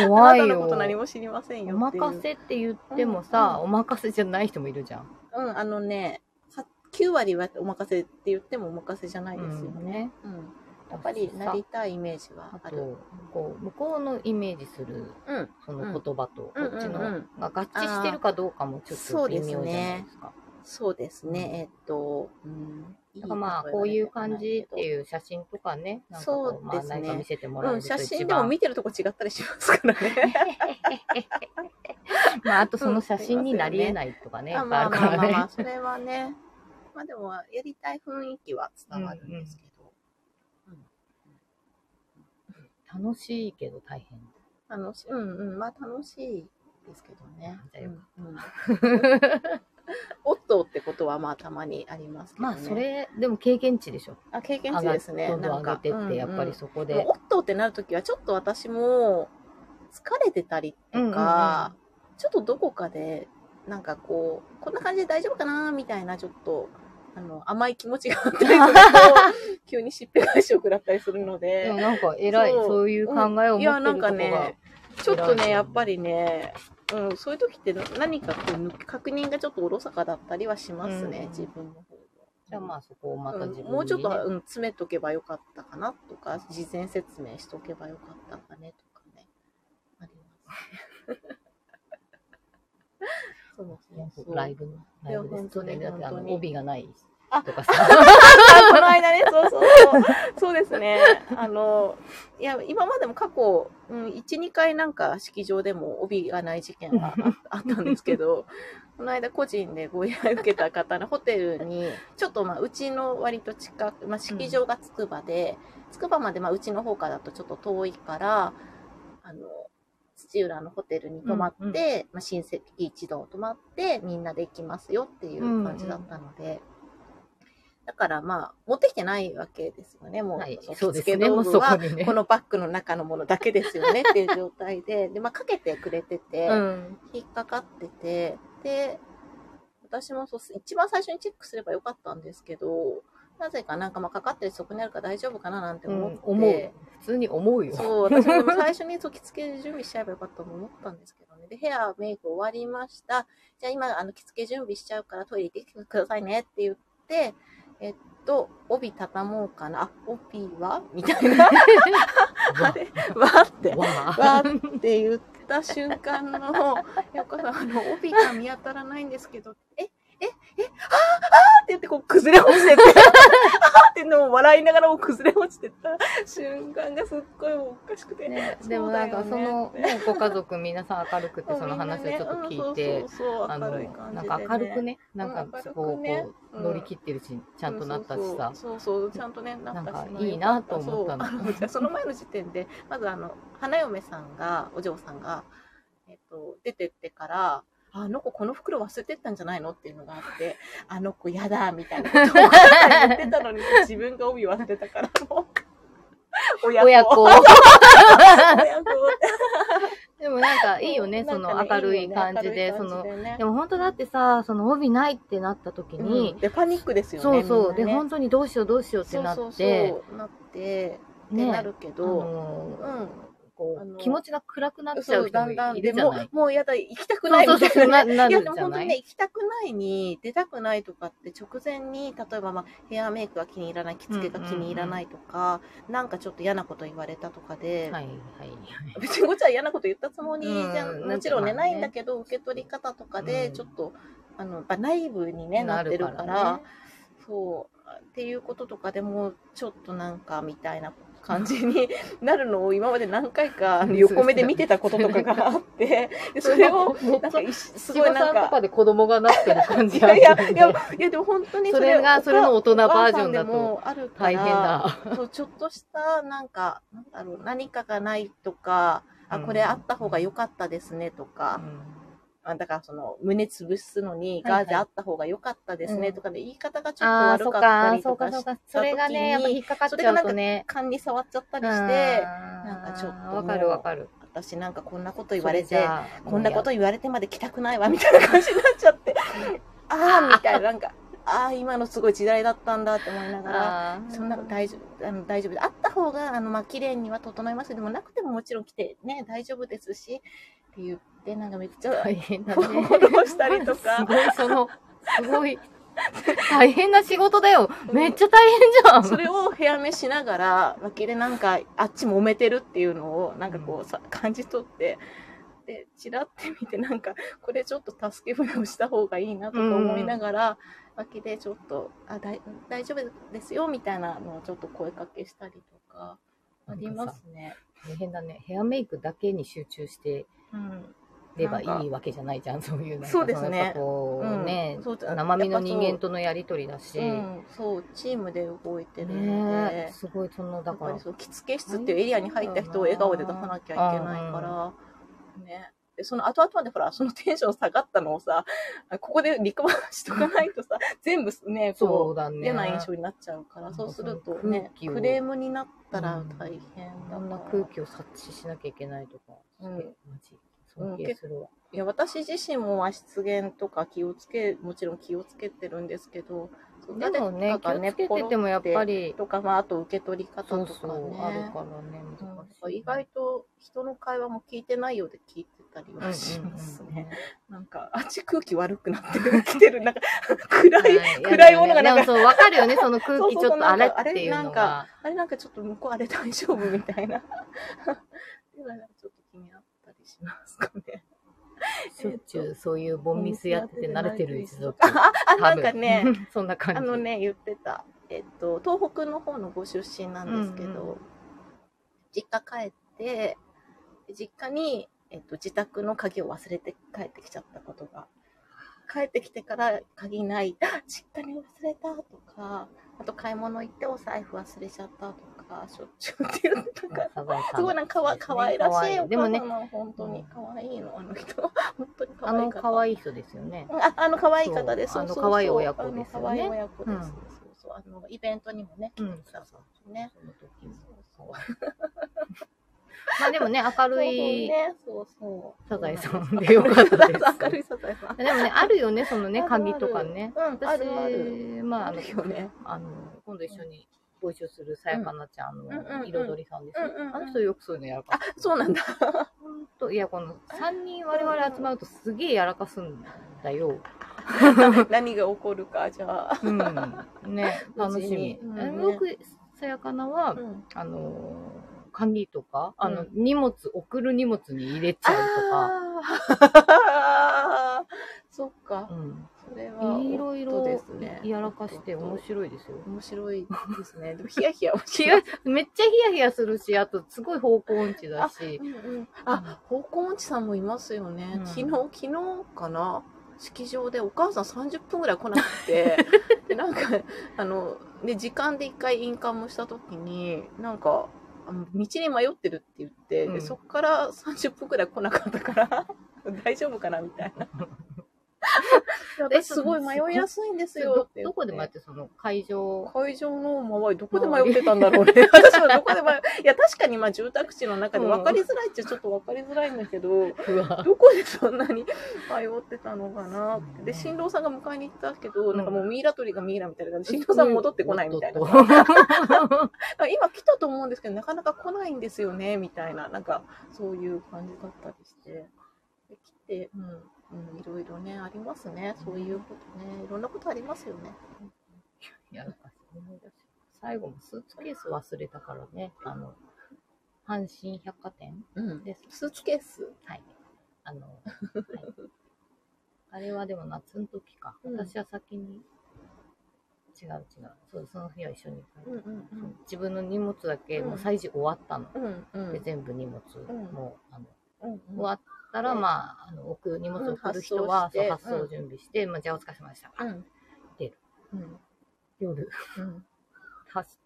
Speaker 1: うん、怖
Speaker 2: あ
Speaker 1: い
Speaker 2: なた
Speaker 1: よ。
Speaker 2: のこと何も知りません
Speaker 1: お
Speaker 2: よっていう。
Speaker 1: 任せって言ってもさ、お任せじゃない人もいるじゃん。
Speaker 2: うん、あのね、さ9割はお任せって言ってもお任せじゃないですよ
Speaker 1: うん
Speaker 2: ね。
Speaker 1: ね。
Speaker 2: うんやっぱりなりたいイメージは
Speaker 1: あ
Speaker 2: ある
Speaker 1: と。、こう、向こうのイメージする、
Speaker 2: うん、
Speaker 1: その言葉と、こっち
Speaker 2: うんうんう
Speaker 1: の
Speaker 2: ん、
Speaker 1: が合致してるかどうかもちょっと微妙じゃないですか。
Speaker 2: そうですね、
Speaker 1: うん
Speaker 2: えっと、うん、
Speaker 1: なんかまあ、こういう感じって
Speaker 2: う。
Speaker 1: いう写真とかね、なんかこうま
Speaker 2: そう
Speaker 1: あ
Speaker 2: ですね
Speaker 1: 何か見せてもらえ
Speaker 2: う
Speaker 1: る
Speaker 2: ん、
Speaker 1: と
Speaker 2: 写
Speaker 1: 一
Speaker 2: 真でも
Speaker 1: 番。 *laughs*
Speaker 2: 見てるとこ違ったりしますからね。
Speaker 1: まあ、あとその写真になり得ないと *laughs* かね、いっ
Speaker 2: あ
Speaker 1: ぱいある
Speaker 2: *laughs* まあま
Speaker 1: か
Speaker 2: あまあま
Speaker 1: ら
Speaker 2: あ、
Speaker 1: ね。
Speaker 2: それはね。まあでも、やりたい雰囲気は伝わるんですけど。
Speaker 1: 楽しいけど大
Speaker 2: *laughs*
Speaker 1: 変。
Speaker 2: 楽しうんうん、まあ楽しいですけどね。
Speaker 1: じゃあよか
Speaker 2: うんうんおっとってことはまあたまにありますけど、
Speaker 1: ま
Speaker 2: ね。
Speaker 1: あ、それ、でも経験値でしょ。
Speaker 2: あ経験
Speaker 1: 上
Speaker 2: 値
Speaker 1: が
Speaker 2: で
Speaker 1: っ
Speaker 2: すね。
Speaker 1: どんどん上がってっ
Speaker 2: なん
Speaker 1: て、
Speaker 2: か
Speaker 1: やっぱり
Speaker 2: うん
Speaker 1: そこ
Speaker 2: うんで
Speaker 1: で
Speaker 2: も。おっとってなるときは、ちょっと私も疲れてたりとか、ちょっとどこかで、なんかこう、こんな感じで大丈夫かなみたいな、ちょっと、あの、甘い気持ちがあったりする
Speaker 1: *laughs*
Speaker 2: と、急にしっぺ返しを食らったりするの
Speaker 1: でも
Speaker 2: で、
Speaker 1: なんか偉い、
Speaker 2: そう
Speaker 1: そういう考えを持ってるとこが。
Speaker 2: いや、なんかね、ちょっ
Speaker 1: 偉
Speaker 2: と
Speaker 1: い
Speaker 2: ね、
Speaker 1: ね
Speaker 2: やっぱりね、うん、そういう時って何かこう抜け確認がちょっとおろそかだったりはしますね、
Speaker 1: うん
Speaker 2: 自分の方で。
Speaker 1: じゃあまあそこをまた自分に、
Speaker 2: う
Speaker 1: ね
Speaker 2: んもうちょっと、うん、詰めとけばよかったかなとか事前説明しとけばよかったかねとかねありますねそうそうそう
Speaker 1: ライブの、ライブです。
Speaker 2: 本当に
Speaker 1: だってあ
Speaker 2: 本当
Speaker 1: の、
Speaker 2: に
Speaker 1: 帯がない
Speaker 2: あ
Speaker 1: とかさ。
Speaker 2: あこの間ねそうそうそうそうですねあのいや今までも過去、うん、12回なんか式場でも帯がない事件がああったんです
Speaker 1: *laughs*
Speaker 2: けどこの間個人でご依頼受けた方のホテルにちょっとまあうちの割と近く、まあ、式場が筑波で、筑波までまあうちの方からだとちょっと遠いからあの土浦のホテルに泊まって、
Speaker 1: うんうん
Speaker 2: まあ、親戚一同泊まってみんなで行きますよっていう感じだったので。だからまあ、持ってきてないわけですよね、もう。
Speaker 1: はい
Speaker 2: の、
Speaker 1: そうですね。
Speaker 2: 着付け
Speaker 1: も
Speaker 2: 道
Speaker 1: う
Speaker 2: 具
Speaker 1: そ
Speaker 2: は
Speaker 1: こにね。
Speaker 2: このバッグの中のものだけですよねっていう状態
Speaker 1: *laughs*
Speaker 2: で、で、まあ、かけてくれてて、
Speaker 1: うん。
Speaker 2: 引っかかってて、で、私もそうす、一番最初にチェックすればよかったんですけど、なぜかなんかまあ、かかってるそこにあるから大丈夫かななんて思って、
Speaker 1: うん思う普通に思うよ。
Speaker 2: そう、私も最初に着付け準備しちゃえばよかったと思ったんですけどね。で、ヘア、メイク終わりました。じゃあ今、あの、着付け準備しちゃうからトイレ行ってきてくださいねって言って、えっと、帯畳もうかな。あ、帯はみたい *laughs* な。あれわーって。
Speaker 1: わ
Speaker 2: わ
Speaker 1: あ。
Speaker 2: ーって言った瞬間の、やっぱあの、帯が見当たらないんですけど、え、え、え、あーあーって言ってこう崩れ落ちてって、あーってのを笑いながらもう崩れ落ちてった瞬間がすっごいもうおかしくて。
Speaker 1: ね
Speaker 2: そうだよ
Speaker 1: でも
Speaker 2: ね
Speaker 1: なんかその、ね、ご家族皆さん明るくて、
Speaker 2: もう
Speaker 1: その
Speaker 2: みんな
Speaker 1: 話を
Speaker 2: ね
Speaker 1: ちょっと聞いて
Speaker 2: うん、そうそうそ
Speaker 1: あ
Speaker 2: う
Speaker 1: の、
Speaker 2: 明るい感じで、
Speaker 1: なん
Speaker 2: ね。
Speaker 1: か明るくね、なんかそこを
Speaker 2: 明るくね
Speaker 1: こ
Speaker 2: う
Speaker 1: うん乗り切ってるし、ちゃんとなったしさ。
Speaker 2: そうそうそうちゃんとねなった
Speaker 1: な
Speaker 2: し
Speaker 1: んか
Speaker 2: まあ
Speaker 1: いいなと思ったの
Speaker 2: そうあ *laughs* じゃあその前の時点でまずあの花嫁さんがお嬢さんが、えっと出てってからあの子この袋忘れてったんじゃないのっていうのがあって、あの子やだ、みたいなことをお母さんに言ってたのに、自分が帯忘れたから、
Speaker 1: *laughs*
Speaker 2: もう、
Speaker 1: 親子。
Speaker 2: 親子
Speaker 1: でもなんかいいよね、そ
Speaker 2: *laughs* な
Speaker 1: の
Speaker 2: んか
Speaker 1: 明
Speaker 2: ね
Speaker 1: る
Speaker 2: い
Speaker 1: い
Speaker 2: よね
Speaker 1: 感じで、
Speaker 2: 明
Speaker 1: そ
Speaker 2: るい感
Speaker 1: の
Speaker 2: じ、でね
Speaker 1: でも本当だってさ、その帯ないってなった時に、
Speaker 2: うんで、パニックですよ
Speaker 1: そ
Speaker 2: ね。
Speaker 1: うそう。で、
Speaker 2: みんなね
Speaker 1: 本当にどうしようどうしようってな
Speaker 2: そ
Speaker 1: っ
Speaker 2: うそ
Speaker 1: て、
Speaker 2: うそうなって、ってな
Speaker 1: ね、
Speaker 2: るけ
Speaker 1: あ
Speaker 2: ど、
Speaker 1: の
Speaker 2: う
Speaker 1: ー、
Speaker 2: ん。
Speaker 1: こ
Speaker 2: あの
Speaker 1: う、気持ちが暗くなっちゃ
Speaker 2: そうう、だん
Speaker 1: 人も
Speaker 2: だん。
Speaker 1: い
Speaker 2: で
Speaker 1: るじ
Speaker 2: も
Speaker 1: ゃな
Speaker 2: う
Speaker 1: い、。
Speaker 2: もうやだ、行きたく
Speaker 1: そ
Speaker 2: な
Speaker 1: う
Speaker 2: い
Speaker 1: そう
Speaker 2: み
Speaker 1: そ
Speaker 2: た
Speaker 1: う、
Speaker 2: いな。
Speaker 1: な、ない
Speaker 2: や、
Speaker 1: る
Speaker 2: でも
Speaker 1: じゃ
Speaker 2: 本当
Speaker 1: な
Speaker 2: にね、
Speaker 1: い
Speaker 2: 行きたくないに、出たくないとかって直前に、例えば、まあ、ヘアメイクが気に入らない、着付けが気に入らないとか、なんかちょっと嫌なこと言われたとかで、
Speaker 1: はい、はい。
Speaker 2: 別にごちゃ嫌なこと言ったつもりじゃ、
Speaker 1: うんん
Speaker 2: もちろんね、
Speaker 1: なんかまあ
Speaker 2: な
Speaker 1: ね
Speaker 2: いんだけど、受け取り方とか
Speaker 1: う
Speaker 2: で、
Speaker 1: ん
Speaker 2: ちょっと、あの、やっぱ内部にね、なってるから、
Speaker 1: ね
Speaker 2: そう、っていうこととかでも、ちょっとなんか、みたいな感
Speaker 1: *laughs*
Speaker 2: じになるのを今まで何回か、あの横目で見てたこととかがあ
Speaker 1: *laughs*
Speaker 2: って、でそれを、
Speaker 1: めっ
Speaker 2: な
Speaker 1: ち
Speaker 2: んか
Speaker 1: ゃ、
Speaker 2: いし、す
Speaker 1: 七五
Speaker 2: ごいな
Speaker 1: 三
Speaker 2: ん
Speaker 1: と
Speaker 2: か、
Speaker 1: かで子供がなってる感
Speaker 2: い
Speaker 1: じあ
Speaker 2: や
Speaker 1: る *laughs*
Speaker 2: い
Speaker 1: よ
Speaker 2: や、いや、
Speaker 1: ね。
Speaker 2: いやでも本当に
Speaker 1: それが、それの大人
Speaker 2: 大
Speaker 1: バージョンだと
Speaker 2: あるから
Speaker 1: 大変だ。
Speaker 2: そう、ちょっとした、なんか、なんだろう、何かがないとか、あ、
Speaker 1: うん
Speaker 2: これあった方が良かったですねとか、あだからその、胸潰すのにガーゼあった方が良かったですねとかで、言い方がちょっと
Speaker 1: ああ、
Speaker 2: 悪
Speaker 1: そっ
Speaker 2: かった
Speaker 1: か、
Speaker 2: り
Speaker 1: そ
Speaker 2: と
Speaker 1: うか、
Speaker 2: か
Speaker 1: そう
Speaker 2: して、
Speaker 1: か。それがね、やっぱ引っかかっちゃうとね。
Speaker 2: 勘に触っちゃったり
Speaker 1: うん
Speaker 2: して、なんかちょっともう
Speaker 1: わかるわかる。
Speaker 2: 私なんかこんなこと言われて、こ
Speaker 1: こ
Speaker 2: んなこと言われてまで来たくないわ、みたいな感じになっちゃって、ああ、みたいな、なんか、ああ、今のすごい時代だったんだって思いながら、そんな大丈夫、あの大丈夫で。あった方が、あの、まあ、綺麗には整いますけどでも、なくてももちろん来てね、大丈夫ですし、って言って、なんかめっちゃ、
Speaker 1: 大変
Speaker 2: *laughs*
Speaker 1: だ
Speaker 2: フ
Speaker 1: ね。
Speaker 2: ォローしたり
Speaker 1: *laughs*
Speaker 2: と
Speaker 1: す
Speaker 2: か、
Speaker 1: ごい、その、すごい、大変な仕事だよ。めっちゃ大変じ *laughs* ゃん。
Speaker 2: それを部屋目しながら、脇でなんか、あっち揉めてるっていうのを、なんかこうさ、感じ取って、でチラって見てなんかこれちょっと助け舟をした方がいいなとか思いながら、わけでちょっとあだい大丈夫ですよみたいなのをちょっと声かけしたりとかありますね。
Speaker 1: 大変だね。ヘアメイクだけに集中して
Speaker 2: うん、
Speaker 1: ればいいわけじゃないじゃん、そういうなんか
Speaker 2: そうですね
Speaker 1: やっぱこう
Speaker 2: うん
Speaker 1: ね、
Speaker 2: そう
Speaker 1: 生身の人間
Speaker 2: と
Speaker 1: とのやりとりだし、
Speaker 2: うん、そうチームで動いてるので、
Speaker 1: ねえすごいそのだ
Speaker 2: だ
Speaker 1: か
Speaker 2: かららそう着付け室っていうエリアに入った人を笑顔で出さなきゃいけないから、ね。で、その後々までほら、そのテンション下がったのをさ、あここでリカバーしとかない
Speaker 1: *laughs*
Speaker 2: とさ、全部ね、
Speaker 1: そ
Speaker 2: こ
Speaker 1: うだ
Speaker 2: う、
Speaker 1: ね
Speaker 2: 嫌な印象になっちゃうから、そうするとね、
Speaker 1: 空気を
Speaker 2: クレームになったら大変
Speaker 1: い
Speaker 2: だ
Speaker 1: ろんな
Speaker 2: から
Speaker 1: 空。気を察知しなきゃいけないとか、
Speaker 2: うん
Speaker 1: すげえマジ尊敬するわ、
Speaker 2: いや、私自身も失言とか気をつけ、もちろん気をつけてるんですけど、そう
Speaker 1: でもね気をつけててもやっぱ。り
Speaker 2: とか、まあ、あと受け取り方とか
Speaker 1: そう
Speaker 2: ね。
Speaker 1: そう、あるからね難しい、
Speaker 2: 意外と人の会話も聞いてないようで聞いてたりはしますね。
Speaker 1: うんうんうんうん
Speaker 2: なんか、あっち空気悪くなってきてる。なんか、暗い。
Speaker 1: は
Speaker 2: 暗いものがなんか
Speaker 1: でもそう、わかるよ
Speaker 2: *laughs*
Speaker 1: ね、その空気
Speaker 2: そう
Speaker 1: ち
Speaker 2: そう
Speaker 1: ょ
Speaker 2: そ
Speaker 1: っ
Speaker 2: う
Speaker 1: とあれ
Speaker 2: なんかあれ
Speaker 1: っていうの
Speaker 2: な
Speaker 1: が。
Speaker 2: あれなんかちょっと向こうあれ大丈夫みたいな。っていうのがちょっと気になったりしますかね。
Speaker 1: しょっちゅうそういうボンミスやってて慣れてる一族。
Speaker 2: *laughs* あ、
Speaker 1: 多
Speaker 2: あ
Speaker 1: 分
Speaker 2: なんかね、、
Speaker 1: *laughs* そんな感じ。
Speaker 2: あのね、言ってた。えっと、東北の方のご出身なんですけど、
Speaker 1: うんうん
Speaker 2: 実家帰って、実家に、えっと、自宅の鍵を忘れて帰ってきちゃったことが。帰ってきてから鍵ない、実家に忘れたとか、あと買い物行ってお財布忘れちゃったとか、しょっちゅうって言ってたから。
Speaker 1: サザエさん
Speaker 2: すごいなんかかわ可愛らしいお母様、
Speaker 1: でもね、
Speaker 2: 本当に可愛いの、あの人。本当に可
Speaker 1: あ
Speaker 2: 愛い
Speaker 1: の
Speaker 2: 方。
Speaker 1: 可愛い人ですよね。
Speaker 2: ああの可愛い方です。
Speaker 1: そう
Speaker 2: そう
Speaker 1: あの可愛い親子ですよね
Speaker 2: あの可愛い親子です。
Speaker 1: うん
Speaker 2: そうそうあのイベントにもね、来
Speaker 1: う
Speaker 2: て
Speaker 1: ん
Speaker 2: くださってね。
Speaker 1: その時
Speaker 2: そう
Speaker 1: も
Speaker 2: そう。
Speaker 1: *laughs* まあでもね、明
Speaker 2: そう
Speaker 1: るい。
Speaker 2: ね、そうそう。
Speaker 1: サザエさんでよかったです
Speaker 2: 明るいサザエさん。
Speaker 1: でもね、あるよね、そのね、
Speaker 2: あるある
Speaker 1: 鍵とかね。
Speaker 2: うん、あ
Speaker 1: 私
Speaker 2: るある。、
Speaker 1: まあ、
Speaker 2: あ
Speaker 1: あの
Speaker 2: る、よね。
Speaker 1: あの今度一緒にご一緒するさやかなちゃん、あ
Speaker 2: うんうんうん
Speaker 1: の、彩りさんですね
Speaker 2: うんうんうん
Speaker 1: あの人よくそういうのやらか
Speaker 2: あ、そ
Speaker 1: *laughs*
Speaker 2: うなんだ。
Speaker 1: ほんと、いや、この3人我々集まるとすげえやらかすんだよ。
Speaker 2: 何が起こるか、じゃあ。
Speaker 1: うん。ね、
Speaker 2: *laughs*
Speaker 1: 楽しみ。
Speaker 2: うん
Speaker 1: あのよく、さやかなは、
Speaker 2: ん。
Speaker 1: あのー、鍵とか、あの、
Speaker 2: うん
Speaker 1: 荷物、送る荷物に入れちゃう
Speaker 2: ああ。そっか
Speaker 1: とか、。う
Speaker 2: それは。
Speaker 1: ん。いろい
Speaker 2: 夫
Speaker 1: ろ
Speaker 2: ですね
Speaker 1: やらかして面白いですよ。
Speaker 2: 面白いですね。でもヒヤヒヤも
Speaker 1: ヒヤめっちゃヒヤヒヤするし、あとすごい方向音痴だし、
Speaker 2: あ、方向音痴さんもいますよね。
Speaker 1: うん
Speaker 2: 昨日、昨日かな式場でお母さん30分ぐらい来なくて、
Speaker 1: *laughs*
Speaker 2: で、なんか、あの、で、時間で一回印鑑もした時に、なんか、あの道に迷ってるって言って、
Speaker 1: うん
Speaker 2: でそこから30分ぐらい来なかったから、 *laughs* 大丈夫かなみたい
Speaker 1: *laughs*
Speaker 2: な。
Speaker 1: え
Speaker 2: 私すごい迷いやすいんですよ
Speaker 1: ど
Speaker 2: って言って。
Speaker 1: どこでもやってその会場、
Speaker 2: 会場の周り、どこで迷ってたんだろうね。私はどこで迷いや、確かにまあ住宅地の中で分かりづらいっちゃちょっと分かりづらいんだけど、
Speaker 1: うわ
Speaker 2: どこでそんなに迷ってたのかなって
Speaker 1: うん
Speaker 2: で、新郎さんが迎えに行ったけど、
Speaker 1: うん
Speaker 2: なんかもうミイラ取りがミイラみたいな感じで、 *laughs* 新郎さん戻ってこないみたいな。
Speaker 1: お
Speaker 2: だ
Speaker 1: っ
Speaker 2: か
Speaker 1: と *laughs* っと
Speaker 2: ら今来たと思うんですけど、なかなか来ないんですよね、みたいな、なんかそういう感じだったりして。で来て、うん、うん、いろいろね、ありますね。そういうことね。いろんなことありますよね。
Speaker 1: やらかし思い出した最後もスーツケース忘れたからね、あの、阪神百貨店
Speaker 2: うん。
Speaker 1: です。
Speaker 2: スーツケース。
Speaker 1: はい。あの、はい、あれはでも夏の時か。
Speaker 2: うん
Speaker 1: 私は先に、違う違う。そう、その日は一緒に帰
Speaker 2: うん
Speaker 1: っ
Speaker 2: う
Speaker 1: て、
Speaker 2: ん
Speaker 1: そう自分の荷物だけ、もう催事終わったの。
Speaker 2: うんうん
Speaker 1: で、全部荷物、
Speaker 2: ん
Speaker 1: もう、あの、
Speaker 2: うんうん
Speaker 1: 終わったら、
Speaker 2: うん
Speaker 1: まあ、あの、置く荷物を送る人
Speaker 2: うん
Speaker 1: は、
Speaker 2: 発送
Speaker 1: そう
Speaker 2: して
Speaker 1: 発送を準備して、まあ、じゃあお疲れ様でした。
Speaker 2: うん
Speaker 1: 出る
Speaker 2: うん
Speaker 1: 夜、
Speaker 2: うん
Speaker 1: 発送。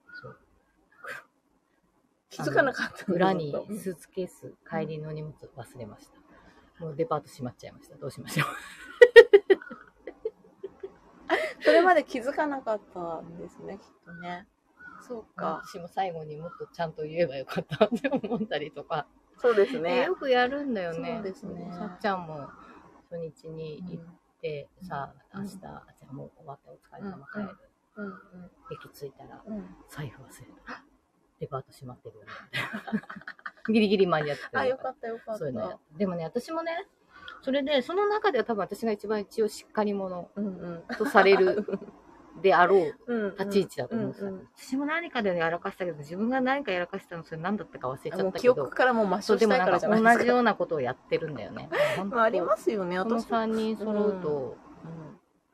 Speaker 2: 気づかなかった
Speaker 1: 裏にス
Speaker 2: ス
Speaker 1: ーツケース、帰りの荷物忘れました。もうデパート閉まっちゃいました。どうしましょう。
Speaker 2: それまで気づかなかったんですねきっとねそうか、
Speaker 1: 私も最後にもっとちゃんと言えばよかった *laughs* って思ったりとか。
Speaker 2: そうです
Speaker 1: えよくやるんだよね。
Speaker 2: そうですね
Speaker 1: さっちゃんも初日に行っ
Speaker 2: う
Speaker 1: て、さあ、
Speaker 2: うん
Speaker 1: 明日、あじゃあもう終わってお疲れ様帰る。
Speaker 2: んうん
Speaker 1: 駅着いたら、
Speaker 2: うんうん
Speaker 1: 財布忘れた。デパート閉まってるよね。 *laughs* ギリギリ間に合ってた
Speaker 2: あよかったよかった
Speaker 1: そういうのやでもね、私もね、それで、その中では多分私が一番一応しっかり者
Speaker 2: うんうん
Speaker 1: *laughs* とされるであろう
Speaker 2: うん
Speaker 1: 立ち位置だと思うさ、
Speaker 2: うんうん
Speaker 1: 私も何かでやらかしたけど自分が何かやらかしたのそれ何だったか忘れちゃ
Speaker 2: も
Speaker 1: っ
Speaker 2: う
Speaker 1: た
Speaker 2: 記
Speaker 1: け
Speaker 2: 憶
Speaker 1: ど
Speaker 2: からもう抹
Speaker 1: そ
Speaker 2: 消
Speaker 1: うで
Speaker 2: し
Speaker 1: も
Speaker 2: たい
Speaker 1: な
Speaker 2: か
Speaker 1: んか
Speaker 2: らじゃない
Speaker 1: 同
Speaker 2: です
Speaker 1: じようなことをやってるんだよね *laughs* 本当
Speaker 2: か。ありますよね、
Speaker 1: この
Speaker 2: 私。
Speaker 1: 3人揃うと、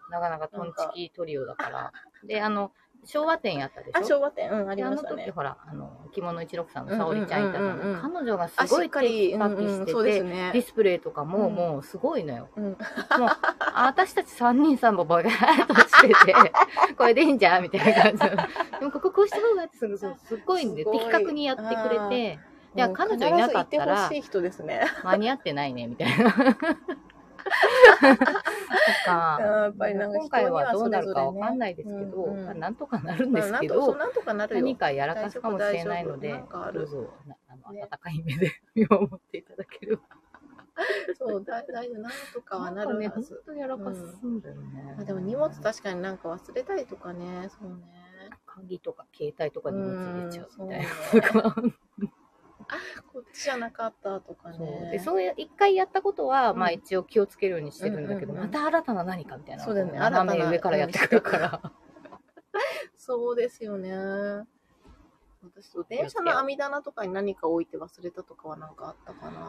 Speaker 1: なかなかトンチキトリオだからであの昭和店やったでしょ
Speaker 2: あ、昭和店、うん、あり
Speaker 1: であ
Speaker 2: ま
Speaker 1: の
Speaker 2: した
Speaker 1: 時
Speaker 2: ね。
Speaker 1: ほらあの着物一六さんの沙織ちゃんいたじゃ
Speaker 2: うんうんうんうん
Speaker 1: ない彼女がす
Speaker 2: あ、
Speaker 1: ご
Speaker 2: しっ
Speaker 1: い
Speaker 2: か
Speaker 1: テキ
Speaker 2: り、
Speaker 1: ス
Speaker 2: うん
Speaker 1: パキし
Speaker 2: うん、
Speaker 1: てて、
Speaker 2: そうです
Speaker 1: ディ
Speaker 2: ね。
Speaker 1: スプレイとかも、
Speaker 2: うん
Speaker 1: もうすごいのよ。
Speaker 2: うん
Speaker 1: もう、あ私たち3人さんもバカーっと
Speaker 2: *laughs*
Speaker 1: してて、これでいいんじゃんみたいな感じなのでもこここうした方がいいってすごいすごいんで、
Speaker 2: すごい
Speaker 1: 的確にやってくれて、いや
Speaker 2: もう
Speaker 1: 彼女いなかったら
Speaker 2: 必ずいてほしい人ですね。
Speaker 1: 間に合ってないね、みたいな。と *laughs* か
Speaker 2: やっぱりなんか
Speaker 1: 今回はどうなるかわ
Speaker 2: 人には
Speaker 1: か
Speaker 2: それぞれね
Speaker 1: んないですけど、
Speaker 2: うんうん
Speaker 1: まあなんとかなるん
Speaker 2: ま
Speaker 1: で
Speaker 2: あ
Speaker 1: す
Speaker 2: なん
Speaker 1: け
Speaker 2: とそう
Speaker 1: ど、
Speaker 2: なんとかなる
Speaker 1: 何
Speaker 2: よ。
Speaker 1: かやらかすかもしれないの
Speaker 2: 大
Speaker 1: で
Speaker 2: 丈夫大丈夫なんかあ、る
Speaker 1: どうぞなあの
Speaker 2: ね
Speaker 1: 温かい目で *laughs* 見守っていただければ。
Speaker 2: そう、だ大丈夫、なんとかは
Speaker 1: な
Speaker 2: な
Speaker 1: んか
Speaker 2: る
Speaker 1: ね、
Speaker 2: は
Speaker 1: 本
Speaker 2: ず。
Speaker 1: 当にやらかすんだよね。
Speaker 2: あでも荷物確かになんか忘れたりとかね、そうね。
Speaker 1: 鍵とか携帯とか荷物入れちゃうみたいな。
Speaker 2: うん
Speaker 1: *laughs*
Speaker 2: そうねこっちじゃなかったとか
Speaker 1: そう
Speaker 2: ね。
Speaker 1: でそういう一回やったことは、
Speaker 2: うん
Speaker 1: まあ一応気をつけるようにしてるんだけど、
Speaker 2: うんうんうん
Speaker 1: また新たな何かみたいな
Speaker 2: そうだよね
Speaker 1: こ斜
Speaker 2: 新た
Speaker 1: め
Speaker 2: な
Speaker 1: 上からやってくるから
Speaker 2: そうですよね。私と電車の網棚とかに何か置いて忘れたとかはなんかあったか
Speaker 1: あ
Speaker 2: な。